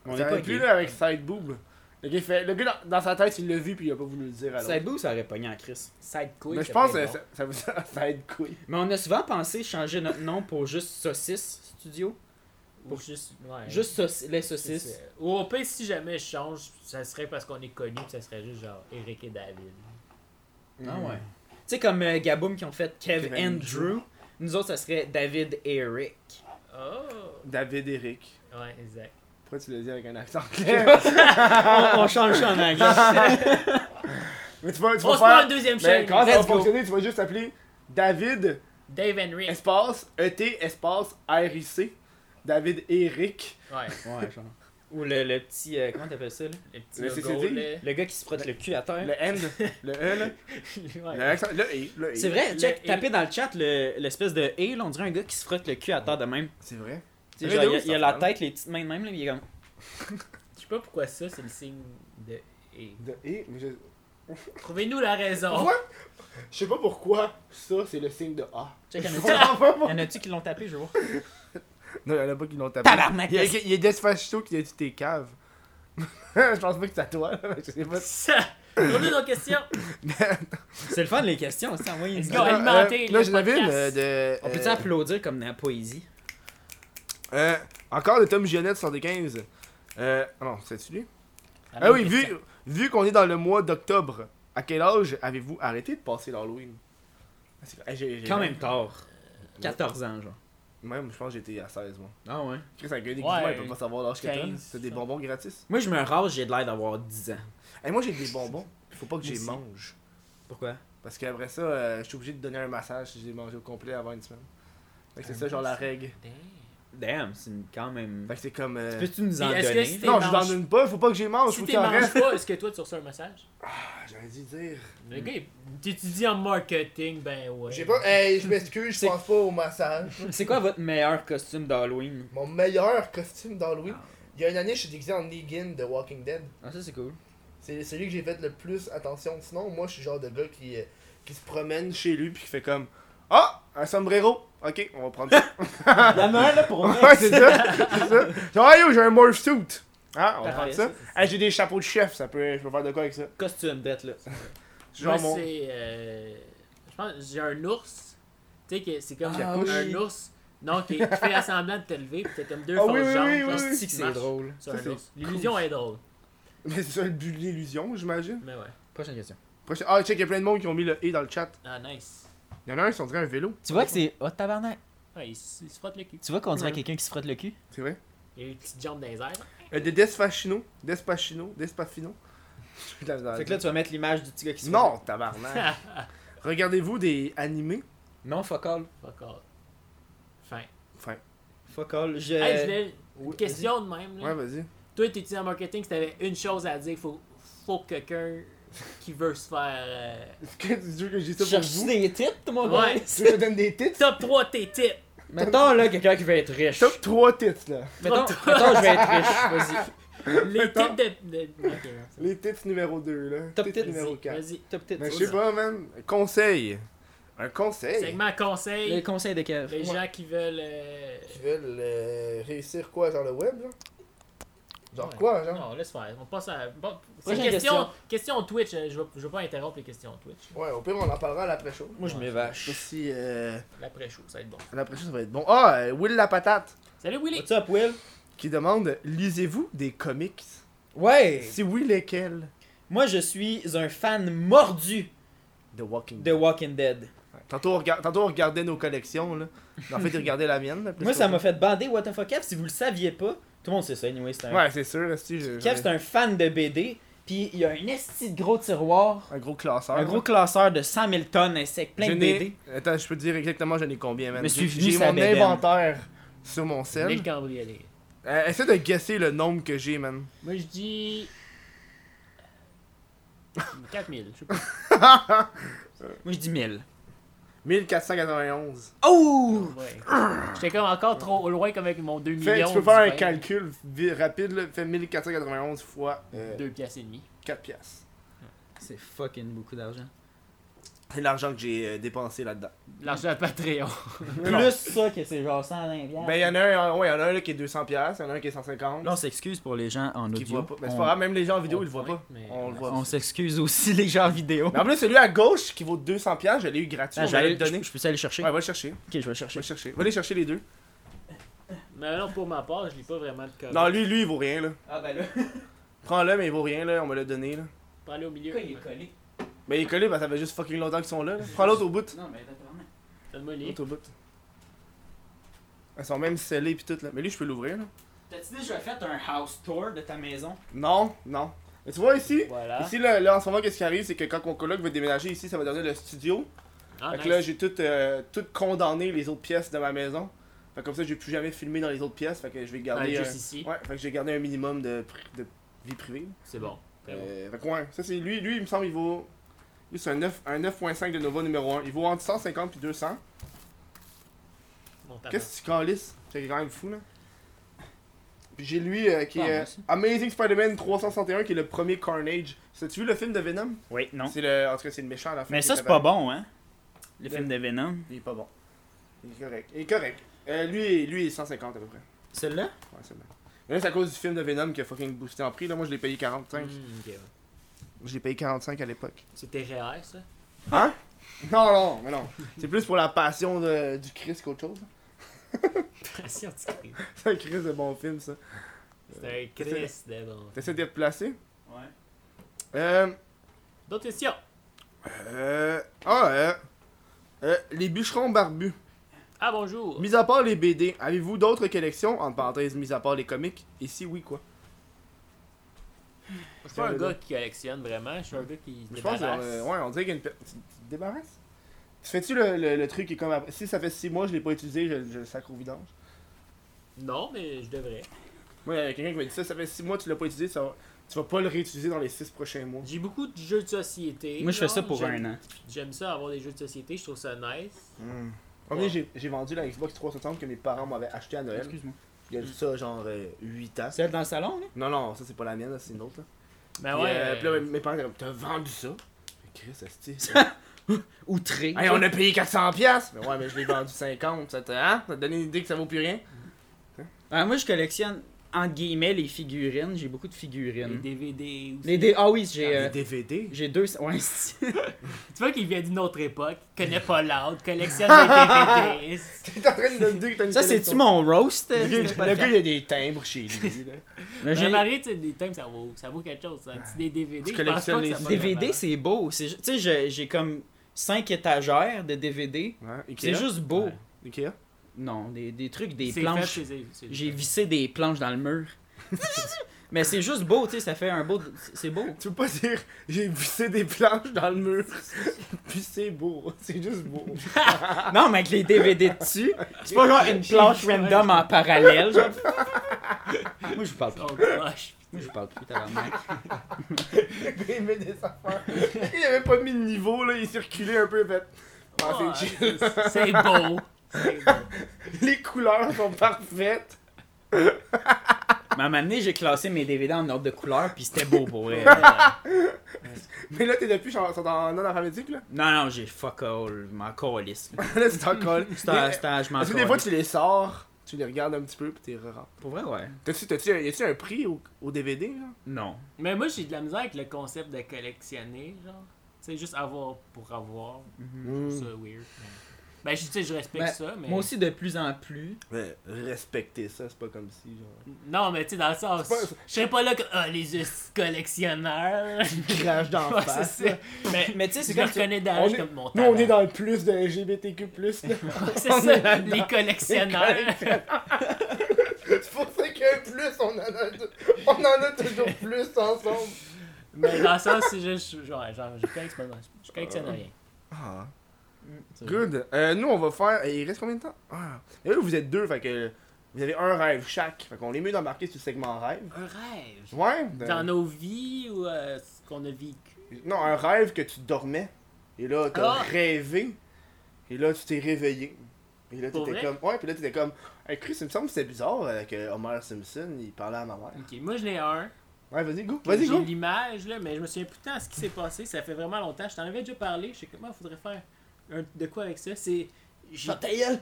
On Ah, est Ça pas aurait pu gay. là avec side boob. Le gars, il fait- le gars, dans, dans sa tête, il l'a vu puis il a pas voulu le dire à l'autre. Side boob, ça aurait pogné en Chris. Side couille. Mais je ça pense peut que être ça, ça vous ça, side couille. Mais on a souvent pensé changer notre nom pour juste Saucisse Studio. bon. Ou juste. Ouais. Juste sauc- les C'est saucisses. ça. Ou au pire, si jamais je change, ça serait parce qu'on est connu, puis ça serait juste genre Eric et David. Ah Mm. ouais. Tu sais, comme euh, Gaboum qui ont fait Kev Kev and and Drew, nous autres, ça serait David et Eric. Oh! David Eric. Ouais, exact. Pourquoi tu le dis avec un accent clair? Ah, on, on change ça en anglais. Mais tu vas, tu On vas se prend une faire. deuxième chaîne! Mais quand ça va Let's go. fonctionner, tu vas juste appeler David Dave Henry. espace ET espace RIC. David Eric. Ouais, ouais, genre. Ou le, le petit. euh, comment t'appelles ça, là le petit Le logo, CCD? là. Le gars qui se frotte le cul à Le terre. N, le E, là. Ouais. Le accent- le E, le E. C'est vrai, Le check, et- tapez dans le chat le- l'espèce de et, là, on dirait un gars qui se frotte le cul à terre de même. C'est vrai. Tu sais, Mais genre, de il, où a- il a ça la vient? tête, les petites mains de même, là, puis il est comme. Je sais pas pourquoi ça, c'est le signe de et. De E, mais je. Trouvez-nous la raison. Pourquoi? Je sais pas pourquoi ça, c'est le signe de A. Check, y'en Je a-tu- comprends pas pourquoi. y'en a-tu qui l'ont tapé, je vois. Non, y'en a pas qui l'ont tapé. Tabarnak! Il y a, il y a Despacito qui a dit tes caves. je pense pas que c'est à toi, là, mais je sais pas. Ça! Retournez nos questions! C'est le fun, les questions, c'est envoyé. Let's go. alimenter euh, là, le j'en avais une podcast. de. On peut-tu euh, applaudir comme dans la poésie euh, Encore de Tom Gionnet 75. Euh, ah non, c'est-tu lui? Ah oui, vu, vu qu'on est dans le mois d'octobre, à quel âge avez-vous arrêté de passer l'Halloween? Ah, c'est- ah, j'ai- j'ai- Quand même tard. 14 ans, genre. Même, je pense que j'étais à 16 mois. Euh, Ah ouais. Chris, avec un déguisement, Ouais, il peut pas savoir l'âge que t'as. 15, T'as des ça. bonbons gratis. Moi, je me rase, j'ai de l'air d'avoir 10 ans. Et moi, j'ai des bonbons. Faut pas que j'y Moi aussi. mange. Pourquoi Parce qu'après ça, euh, je suis obligé de donner un massage si j'ai mangé au complet avant une semaine. Fait que c'est Un ça, genre la massage. règle. Damn, c'est une- quand même. Fait que c'est comme. euh, Peux-tu nous en Puis est-ce que donner c'était- Non, je t'es n'en mange- donne pas, faut pas que j'y mange, Si faut t'es qu'il en manges reste. pas, est-ce que toi tu reçois un message? Ah, J'aurais dû dire. Le gars, il- t'étudies en marketing, ben ouais. J'ai pas. Hey, je m'excuse, je pense pas au massage. C'est quoi votre meilleur costume d'Halloween Mon meilleur costume d'Halloween. Il y a une année, je suis déguisé en Negan de Walking Dead. Ah, ça c'est cool. C'est celui que j'ai fait le plus attention. Sinon, moi, je suis le genre de gars qui, euh, qui se promène. Mène chez lui, puis il fait comme. Ah, un sombrero. Ok, on va prendre ça. La meilleure, là, pour ouais, c'est ça. C'est ça. Genre, hey, yo, j'ai un morph suit. Hein, on va prendre Parfait, ça. Hey, j'ai des chapeaux de chef, ça peut. Je peux faire de quoi avec ça? Costume, d'être là. Genre Moi, mon. c'est. euh, je pense, j'ai un ours. Tu sais, que c'est comme Qui un accouche. ours. Non, qui, qui fait semblant de te lever, pis t'as comme deux Ah oui, fausses oui, jambes. oui, genre, oui, tu oui. C'est que c'est marches drôle. sur Ça, un c'est ours. L'illusion est drôle. Mais c'est ça le but de l'illusion, j'imagine. Mais ouais. Prochaine question. Prochain- Ah, check, il y a plein de monde qui ont mis le E dans le chat. Ah, nice. Il y en a un qui sont dirait un vélo. Tu vois que c'est. Oh, tabarnak. Ouais, il, s- il se frotte le cul. Tu vois qu'on dirait quelqu'un qui se frotte le cul C'est vrai? Il a une petite jambe dans les airs. Euh, de Despacino. Despacino. Despacino. J'ai de la misère à Fait que dire. là, tu vas mettre l'image du petit gars qui se frotte. Non, tabarnak. Regardez-vous des animés? Non, fuck all. Fuck off. Fin. Enfin, Fuck all. Je. Hey, je voulais- Euh, oui, une question de même. Là. ouais, vas-y. Toi, t'es étudiant en marketing, si t'avais une chose à dire, faut, faut que quelqu'un qui veut se faire. euh, Est-ce que tu veux que j'ai Tu ça pour cherches vous? des titres, mon Ouais. gars? Tu veux que je te donne des titres? Top 3 tes tips! Mettons, là, quelqu'un qui veut être riche. Top 3 titres, là. Mettons, mettons, je vais être riche. Vas-y. Les Mettons. tips de. de- ok, non, c'est bon. Les titres numéro Ben, 2, là. Top Titre titres, numéro Vas-y, 4. Vas-y. Top titre. Mais je sais pas, man. Conseil. Un conseil. Segment conseil. Le conseil de Kev. Les Ouais. gens qui veulent. euh, Qui veulent euh, réussir quoi, genre le web, là? Genre Ouais. quoi, genre? Non, laisse faire. On passe à. Bon, c'est Prochaine une question, question. question Twitch. euh, Je ne veux, je veux pas interrompre les questions Twitch. Ouais, au pire, on en parlera à l'après-show. Moi, je m'évache. Aussi, euh, L'après-show, ça va être bon. l'après-show, ça va être bon. Ah, euh, Will la patate Salut Willy! What's up, Will? qui demande Lisez-vous des comics Ouais! Si oui, lesquels Moi, je suis un fan mordu The Walking de Walking Dead. Tantôt, on rega- tantôt, on regardait nos collections, là. Mais En fait, ils regardaient la mienne. là, plus Moi, ça que- m'a fait bander What the fuck Kev, si vous le saviez pas. Tout le monde sait ça, anyway. C'est un... Ouais, c'est sûr, esti, je- Kev, c'est un fan de BD, puis il y a un esti de gros tiroir, un gros classeur. un là. gros classeur de 100 000 tonnes, un sec, plein Je de n'ai- BD. Attends, je peux te dire exactement j'en ai combien, man. Me suis J'ai venu j'ai sa mon bédaine. inventaire sur mon Mille sel. cambriolés. Euh, essaie de guesser le nombre que j'ai, man. Moi je dis. 4000, je sais pas. Moi, je dis 1000. 1491. Oh! Ouais. J'étais comme encore trop loin comme avec mon 2 millions. Fais, tu peux faire un du calcul vi- rapide, là. Fais 1491 fois pain. 2. Deux piastres et demi. 4 piastres. C'est fucking beaucoup d'argent. C'est l'argent que j'ai euh, dépensé là-dedans. L'argent à Patreon. Plus ça que c'est genre 120 Ben, il y en a un, ouais, y en a un là, qui est 200 piastres, il y en a un qui est 150. Là, on s'excuse pour les gens en qui audio. voit pas. Mais c'est On- pas grave, même les gens en vidéo, ils le voient Ouais, pas. mais- On le voit. On s'excuse aussi les gens en vidéo. Mais en plus, celui à gauche qui vaut 200 piastres, je l'ai eu gratuit. Ah, on je, vais allait le aller, donner. je, je peux aller le chercher. Ouais, va le chercher. Ok, je vais le Va chercher. le chercher. Va les chercher les deux. Mais non, pour ma part, je lis pas vraiment de comics. Non, lui, lui, il vaut rien, là. Ah ben là, Prends-le, mais il vaut rien, là. On me l'a donné, là. Pour aller au milieu. collé? Mais il est collé, parce que ça fait juste fucking longtemps qu'ils sont là. là. Prends l'autre au bout. Non, mais attends. Donne-moi les. L'autre au bout. Elles sont même scellées pis tout, là. Mais lui, je peux l'ouvrir, là. T'as-tu déjà fait un house tour de ta maison? Non, non. Mais tu vois ici, Voilà. ici, là, là, en ce moment, qu'est-ce qui arrive, c'est que quand mon coloc veut déménager ici, ça va devenir le studio. Ah, fait que nice. là, j'ai tout, euh, tout condamné les autres pièces de ma maison. Fait que comme ça, j'ai plus jamais filmé dans les autres pièces. Fait que je vais Ah, garder. juste euh, ici. Ouais, fait que j'ai gardé un minimum de, pri- de vie privée. C'est bon. Très bon. Euh, fait que ouais, ça c'est lui, lui il me semble il vaut. Lui c'est un 9 un 9.5 de Nova numéro 1. Il vaut entre 150 puis 200. Ah Mon ben. tabac. Qu'est-ce que tu calisses C'est quand même fou là. Puis j'ai lui euh, qui Ah, est euh, merci. Amazing Spider-Man 361 qui est le premier Carnage. As-tu vu le film de Venom Oui, non. C'est le en tout cas c'est le méchant à la fin. Mais qui ça, est c'est pas capable. bon, hein? Le Le- film de Venom. Il est pas bon. Il est correct. Il est correct. Euh, lui lui il est 150 à peu près. Celui-là? Ouais, c'est bien. Mais là, c'est à cause du film de Venom qui a fucking boosté en prix. Là, moi, je l'ai payé 45. Mm. Hmm, ok, ouais. Je l'ai payé 45 à l'époque. C'était réel, ça. Hein? Non, non, mais non. C'est plus pour la passion de- du Christ qu'autre chose. Passion du Christ. C'est un Christ de bon film, ça. C'était un Chris d'avant. T'essaies de te replacer? Ouais. Euh. D'autres questions? Euh. Ah, euh. euh, les bûcherons barbus. Ah, bonjour. Mis à part les BD, avez-vous d'autres collections, en parenthèse, mis à part les comics Et si oui, quoi Je suis pas un gars qui collectionne vraiment. Je suis un gars qui. se Je pense, débarrasse. euh, ouais, on dirait qu'il y a une. per- Tu tu te débarrasses Tu fais-tu le, le- le truc qui est comme. après- Si ça fait 6 mois, je l'ai pas utilisé, je, je le sacre au vidange. Non, mais je devrais. Moi, il y a quelqu'un qui m'a dit ça, ça fait 6 mois, tu l'as pas utilisé, ça va- Tu vas pas le réutiliser dans les 6 prochains mois. J'ai beaucoup de jeux de société. Moi, je fais ça genre. pour J'aime- un an. J'aime ça, avoir des jeux de société. Je trouve ça nice. Combien j'ai- j'ai vendu la Xbox 360 que mes parents m'avaient acheté à Noël. Excuse-moi. Il y a ça genre euh, 8 ans. Celle dans le salon, là? Non, non, ça c'est pas la mienne, là, c'est une autre. Là. Mais Puis, ouais. euh, euh, puis là, mes- mes parents étaient comme, t'as vendu ça? Mais Chris, asti. Outré. hey, on a payé 400$! piastres! Mais ouais, mais je l'ai vendu 50, ça te, hein? ça te donne une idée que ça vaut plus rien? Ah, moi, je collectionne, entre guillemets, les figurines. J'ai beaucoup de les figurines. DVD aussi. Les dé- Ah oui, j'ai... Des euh, DVD? J'ai deux... Ouais, c'est- Tu vois qu'il vient d'une autre époque, connaît pas l'autre, collectionne les DVD. T'es en train de me dire que t'as une Ça, c'est-tu collection. mon roast? Le euh, gars, ce il- le podcast? gars, il a des timbres chez lui. là. Là, j'ai- J'ai marié, Ben, tu sais, des thèmes, ça vaut, ça vaut quelque chose. ça. Un petit des DVD. Tu je pense pas collectionnes que les ça vaut DVD, vraiment. c'est beau. C'est ju- Tu sais, j'ai- j'ai comme cinq étagères de DVD. Ouais, Ikea? C'est juste beau. Ouais. Ikea? Non, des, des trucs, des C'est planches. fait, c'est- c'est- J'ai vissé des planches dans le mur. Mais c'est juste beau, tu sais, ça fait un beau. C'est beau. Tu peux pas dire, j'ai vissé des planches dans le mur. Puis c'est beau, c'est juste beau. Non, mais avec les DVD dessus, c'est pas genre une planche random en parallèle. Genre. Moi, je vous parle plus. On cloche. Moi, je vous parle plus, tabarnak. il met des affaires. il avait pas mis de niveau, là, il circulait un peu, fait. Ah, Ah, c'est chill. c'est c'est beau. C'est beau. Les couleurs sont parfaites. Mais à un moment donné, j'ai classé mes DVD en ordre de couleur, puis c'était beau pour vrai. Mais là, t'es depuis, sont en non alphabétique, là. Non, non, j'ai fuck all, m'en calisse. là, c'est encore. euh, C'est un- c'est un- je m'en Parce que des fois, calisse. tu les sors, tu les regardes un petit peu, pis t'es rare. Pour vrai, ouais. T'as-tu, t'as-tu, un- y a-tu un prix au, au DVD, là Non. Mais moi, j'ai de la misère avec le concept de collectionner, genre. Tu sais, juste avoir pour avoir. Mm. Je trouve ça weird. mais- Ben, je- tu sais, je respecte Ben, ça, mais. Moi aussi, de plus en plus. Mais respecter ça, c'est pas comme si, genre. Non, mais tu sais, dans le sens. C'est pas- Je serais pas là que. Ah, les hosties de collectionneurs. Crash d'en Ouais, face. c'est ça. Mais, Mais tu sais, je c'est me comme tu- reconnais On d'âge est- comme mon Nous, on est talent. dans le plus de LGBTQ, là. on C'est est ça, là-dedans. les collectionneurs. C'est pour ça que plus on en a, on en a toujours plus ensemble. mais dans le sens, c'est juste. je- Ouais, genre, je collectionne, je collectionne rien. Ah, C'est vrai. good. Euh, nous, on va faire. euh, Il reste combien de temps Ah. Et là, vous êtes deux, fait que. Vous avez un rêve chaque. Fait qu'on est mieux d'embarquer sur le segment rêve. Un rêve. Ouais. de- Dans nos vies ou euh, ce qu'on a vécu. Non, un rêve que tu dormais. Et là, t'as Ah. rêvé. Et là, tu t'es réveillé. Et là, Pour t'étais vrai? comme. Ouais, puis là, t'étais comme. Hey, Chris, il me semble que c'est bizarre euh, que Homer Simpson, il parlait à ma mère. Ok, moi, je l'ai un. Ouais, vas-y, go. J'ai Vas-y, go. l'image, là, mais je me souviens plus tant de ce qui s'est passé. Ça fait vraiment longtemps. Je t'en avais déjà parlé. Je sais comment il faudrait faire un- de quoi avec ça. C'est. j'ai- Ta gueule!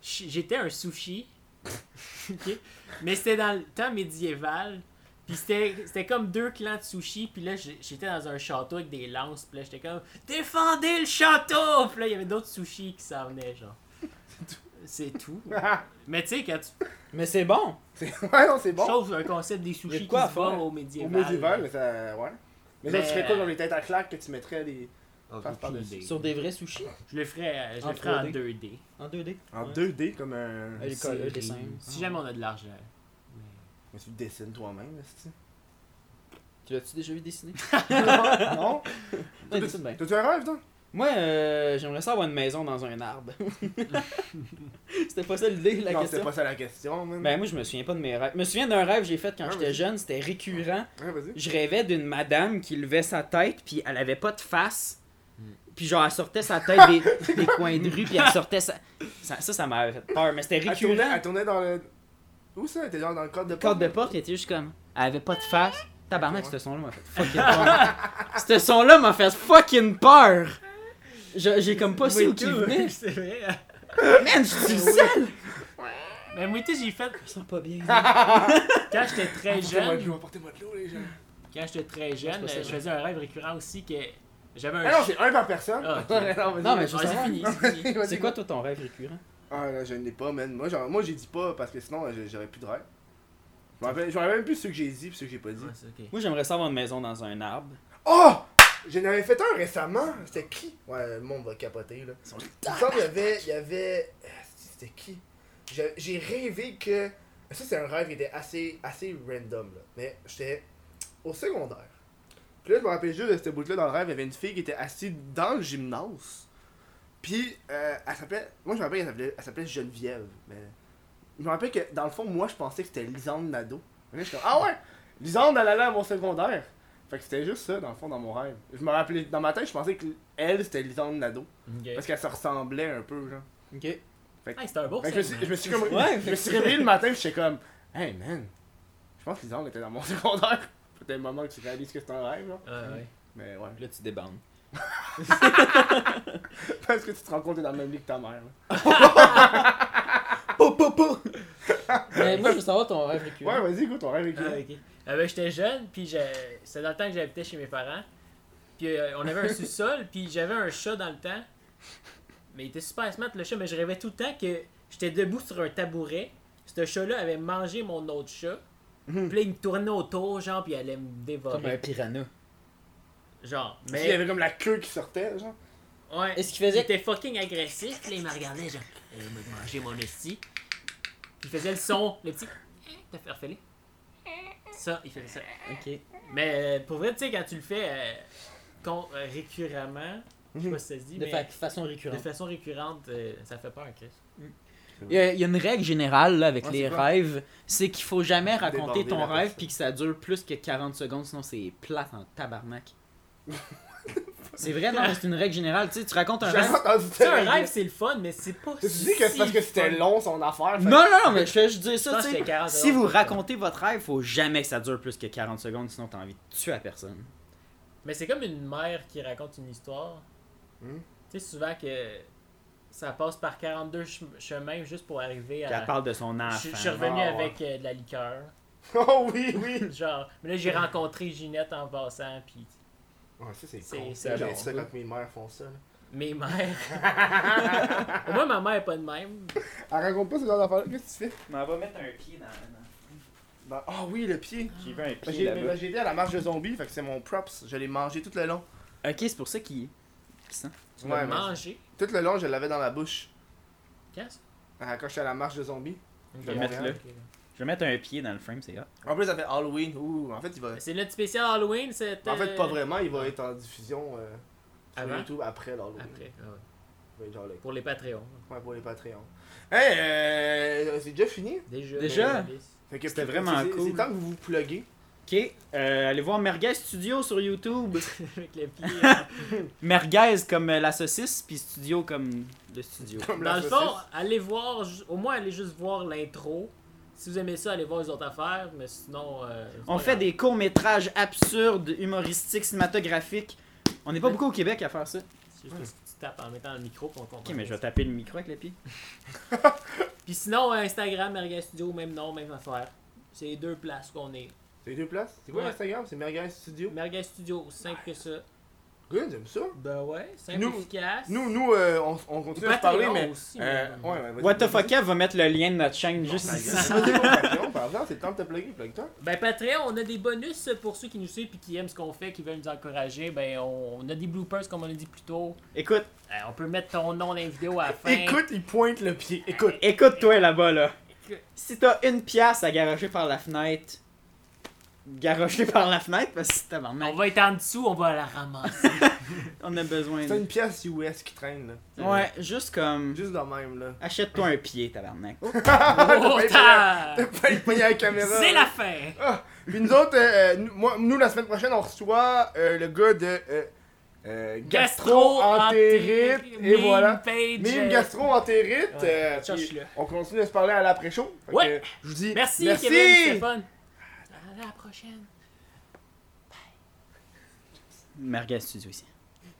J- J'étais un sushi. Ok. Mais c'était dans le temps médiéval. Puis c'était c'était comme deux clans de sushi. Puis là, j'- j'étais dans un château avec des lances. Puis là, j'étais comme Défendez le château! Puis là, il y avait d'autres sushis qui s'en venaient, genre. C'est tout. Mais tu sais, quand tu Mais c'est bon! ouais, non, c'est bon. sauf un concept des Il y a sushis de qui quoi à se bat faire. au Au médiéval. médiéval, mais ça. Ouais. Mais là, Mais- tu ferais quoi dans les têtes à claque que tu mettrais les. Ah, Passe par aucune dessus. idée. Sur des vrais sushis? Je le ferais, euh, je En le ferais en 3D. 2D. En 2D? En Ouais. 2D comme un. Le col- le dessin. Si jamais on a de l'argent. Mais tu le dessines toi-même, est Tu l'as-tu déjà vu dessiner? Non? Ouais, dessine bien. T'as-tu un rêve, toi? Moi, euh, j'aimerais ça avoir une maison dans un arbre. C'était pas ça l'idée, la non, question? c'était pas ça la question, man. Ben moi je me souviens pas de mes rêves. Je me souviens d'un rêve que j'ai fait quand Ah, j'étais vas-y. jeune, c'était récurrent. Ouais, vas-y. Je rêvais d'une madame qui levait sa tête puis elle avait pas de face. Hmm. Puis genre elle sortait sa tête des, des coins de rue puis elle sortait sa ça ça, ça m'avait fait peur mais c'était Elle tournait, récurrent. elle tournait dans le. Où ça? Elle était genre dans le cadre de Le cadre de porte il était juste comme elle avait pas de face. Tabarnak Ok, ce son là m'a fait fucking peur. ce son là m'a fait fucking peur. Je- J'ai comme pas su où qu'il venait. C'est vrai. Man, je suis le seul. Mais moi, tu sais, j'ai fait. Je me sens pas bien. Quand j'étais très Apportez-moi jeune, de l'eau, apportez-moi de l'eau, les gens. Quand j'étais très jeune, Non, c'est pas ça, euh, je faisais un rêve récurrent aussi que j'avais un Ah non, chien. c'est un par personne. Ah, ok. non, Non, mais Ah, je veux c'est savoir. fini, c'est fini. C'est quoi toi ton rêve récurrent Ah là, je n'ai pas, man. Moi, genre, moi, j'ai dit pas parce que sinon, euh, j'aurais plus de rêve. Je me rappelle, je me rappelle même plus ceux que j'ai dit et ceux que j'ai pas dit. Ah, c'est ok. Moi j'aimerais ça avoir une maison dans un arbre. Oh! J'en avais fait un récemment. C'était qui? Ouais, le monde va capoter, là. Il me semble qu'il y avait. Il y avait... euh, C'était qui? J'ai j'ai rêvé que. Ça, c'est un rêve qui était assez, assez random, là. Mais j'étais au secondaire. Puis là, je me rappelle juste de cette bout-là dans le rêve. Il y avait une fille qui était assise dans le gymnase. Puis, euh, elle s'appelait. Moi, je me rappelle qu'elle s'appelait- elle s'appelait Geneviève. Mais. Je me rappelle que, dans le fond, moi, je pensais que c'était Lisande Nadeau. Mais là, j'étais comme, Ah ouais! Lisande, elle allait à mon secondaire. Fait que c'était juste ça, dans le fond, dans mon rêve. Je me rappelais. Dans ma tête, je pensais que elle, c'était Lisande Nadeau. Parce qu'elle se ressemblait un peu, genre. Ok. Hey, c'était un beau Fait que je, me suis- je me suis comme. Ouais, je me suis réveillé le matin, j'étais comme. Hey man, je pense que Lisande était dans mon secondaire. Peut-être le moment que tu réalises que c'est un rêve, là. ouais. Mais ouais. Là, tu débandes. Parce que tu te rends compte que t'es dans le même lit que ta mère, là. Pou, pou, pou. Mais moi, je veux savoir ton rêve récurrent. Ouais, vas-y, go, ton rêve avec Ah, ok. Euh, ben, j'étais jeune, puis je... c'est dans le temps que j'habitais chez mes parents. Puis euh, on avait un sous-sol, puis j'avais un chat dans le temps. Mais il était super smart le chat, mais je rêvais tout le temps que j'étais debout sur un tabouret. Ce chat-là avait mangé mon autre chat. Mhm. Puis là, il me tournait autour, genre, puis il allait me Comme un dévorer. piranha. Genre, Mais il y mais. avait comme la queue qui sortait, genre. Ouais. Est-ce qu'il faisait- Il était fucking agressif, puis là, il me regardait, genre, euh, il m'a mangé mon esti. Il faisait le son, le petit. Eh, T'as fait refaire Ça, il faisait ça. Ok. Mais euh, pour vrai, tu sais, quand tu le fais euh, con- euh, récurremment, je Mhm. sais pas si ça se dit, De mais fa- façon de récurrente. façon récurrente, euh, ça fait peur, Chris. Il y, a, il y a une règle générale là, avec Ouais, les c'est quoi? rêves c'est qu'il faut jamais Déborder raconter la ton rêve personne. puis que ça dure plus que 40 secondes, sinon c'est plate en tabarnak. C'est vrai, non, mais c'est une règle générale. Tu sais, tu racontes un J'ai rêve. entendu Tu sais, tellement. un rêve, c'est le fun, mais c'est pas. Tu dis que c'est parce que c'était long son affaire. fait Non, non, non, mais je fais juste dire Je ça. pense tu que sais. c'est 40 si vous secondes. racontez votre rêve, faut jamais que ça dure plus que 40 secondes, sinon t'as envie de tuer la personne. Mais c'est comme une mère qui raconte une histoire. Hmm. Tu sais, souvent que ça passe par 42 chem- chemins juste pour arriver Puis elle à. parle de son Je enfant. je suis revenu Ah, ouais. avec euh, de la liqueur. que- Oh oui, oui. Genre, mais là j'ai rencontré Ginette en passant, puis Ouais, ça c'est C'est- con. c'est C'est genre- ça quand mes mères font ça. là. mes mères. Moi, ma mère est pas de même. Elle raconte pas ce genre d'affaire là. Qu'est-ce que tu fais On va mettre un pied dans. Bah, ah oui, le pied. J'ai vu un Bah, j'ai mais bah, j'ai été à la marche de zombies, fait que c'est mon props. Je l'ai mangé tout le long. Ok, c'est pour ça qu'il. qu'il sent. Tu vas Ouais, mais- manger. Tout le long, je l'avais dans la bouche. Quand ça? Ah, Quand j'étais à la marche de zombies. Ok. Je vais mettre là. Ok. Je vais mettre un pied dans le frame, c'est grave. En plus, ça fait Halloween. Ouh, en fait, il va. Ben, C'est notre spécial Halloween, euh, c'était. En fait, pas vraiment, il va être en diffusion euh, sur Avant? YouTube après l'Halloween. Après, ah ouais. Il va être genre le pour les Patreons. coin pour les Patreons. Hey, euh, c'est déjà fini. Déjà. Déjà? ben, Fait que C'était c'est- vraiment c'est- cool. C'est temps que vous vous pluguez. Ok, euh, allez voir Merguez Studio sur YouTube. Avec les pieds. hein. Merguez comme euh, la saucisse, puis Studio comme le studio. Comme Dans la le saucisse. fond, allez voir, ju- au moins allez juste voir l'intro. Si vous aimez ça, allez voir les autres affaires, mais sinon. euh, c'est On pas fait grave. des courts-métrages absurdes, humoristiques, cinématographiques. On n'est pas beaucoup au Québec à faire ça. C'est juste parce que tu tapes en mettant le micro qu'on comprend. Ok, mais je vais taper le micro avec les pieds. Puis sinon, Instagram, Merga Studio, même nom, même affaire. C'est les deux places qu'on est. C'est deux places. C'est quoi Ouais. Instagram C'est Merguez Studio. Merga Studio, simple que ça. Good, j'aime ça. Ben ouais, simple Nous- efficace. Nous, nous, euh, on, on continue à se parler, Patreon mais. aussi. Euh, mais- ouais, ouais, vas-y. What the fuck Kev va mettre le lien de notre chaîne juste Vas-y, ici. vas-y, vas-y, Patreon, par exemple, c'est le temps de te plugger, plug-toi. Ben Patreon, on a des bonus pour ceux qui nous suivent et qui aiment ce qu'on fait, qui veulent nous encourager. Ben on, on a des bloopers comme on a dit plus tôt. Écoute, Euh, on peut mettre ton nom dans les vidéos à la fin. Écoute, il pointe le pied. Écoute. écoute-toi là-bas là. Écoute. Si t'as une pièce à garocher par la fenêtre, garocher par la fenêtre parce que c'est tabarnak. On va être en dessous, on va la ramasser. On a besoin. C'est De... une pièce US qui traîne, là. Ouais, juste comme. Juste de même, là. Achète-toi un pied, tabarnak. Oh, pas été- t'as- T'as pas pogné à la caméra. C'est là. la fin! Puis nous autres, euh, euh, nous, moi- nous, la semaine prochaine, on reçoit euh, le gars de euh, euh, gastro-entérite. Et voilà. Mime gastro-entérite. Ouais, euh, puis cherche-le. on continue de se parler à l'après-show. Fait que, Ouais. Je vous dis Merci, merci. Kevin, c'était fun. À la prochaine. Merguez Studio ici.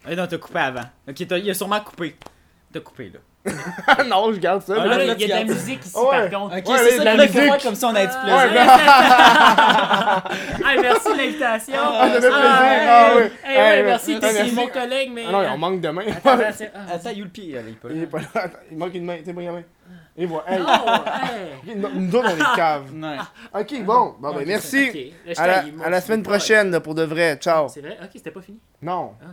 Ah non, t'as coupé avant. Ok, t'as- il a sûrement coupé. T'as coupé là. non, je garde ça. Ah, mais là, là, il y a là, tu de la gardes ça. musique ici, Ah ouais. par contre. Ok, Ouais, c'est les- ça la qu'il faut musique. faire comme si on a du plaisir. Ouais, Ah, merci de l'invitation. Ah, ça fait plaisir. Ah, Ah, ouais. ouais. Eh, Ah, ouais, ouais. merci, Ah, t'es c'est merci. mon collègue, mais. euh, Ah non, il en manque demain. Attends, attends, attends. Attends, you le pied, allez, pas. Il est pas là. Attends, Il manque une main. Tiens, bring la main. Et voilà. Hey. Oh, hey. Ok, Nous nous autres, on est caves. Ouais. Ok, bon. Bon, ben, merci. Ok, là, je À la, taille, moi, à la je semaine suis pas- prochaine, là, pour de vrai. Ciao. C'est vrai? Ok, c'était pas fini. Non. Ah.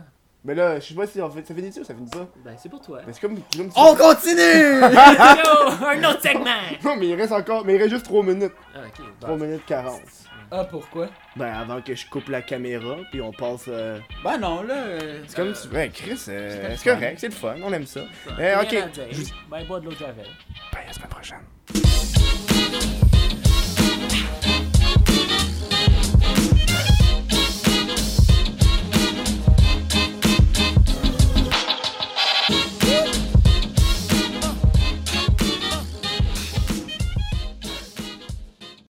Mais là, je sais pas si on fait, ça finit-tu ou ça finit pas. Ben, c'est pour toi. Mais c'est comme. c'est comme si- On continue! Yo, un autre segment. Non, mais il reste encore. Mais il reste juste 3 minutes. Ah, ok, 3 bon. minutes 40. ah, pourquoi? Ben, avant que je coupe la caméra, puis on passe. euh, Ben non, là. euh, C'est comme. tu- Ouais, Chris, euh, c'est fun. correct, c'est le fun, on aime ça. Bon, Eh, rien à ok. dire. Juste- Ben, bois de l'eau de Javel. Ben, à la semaine prochaine.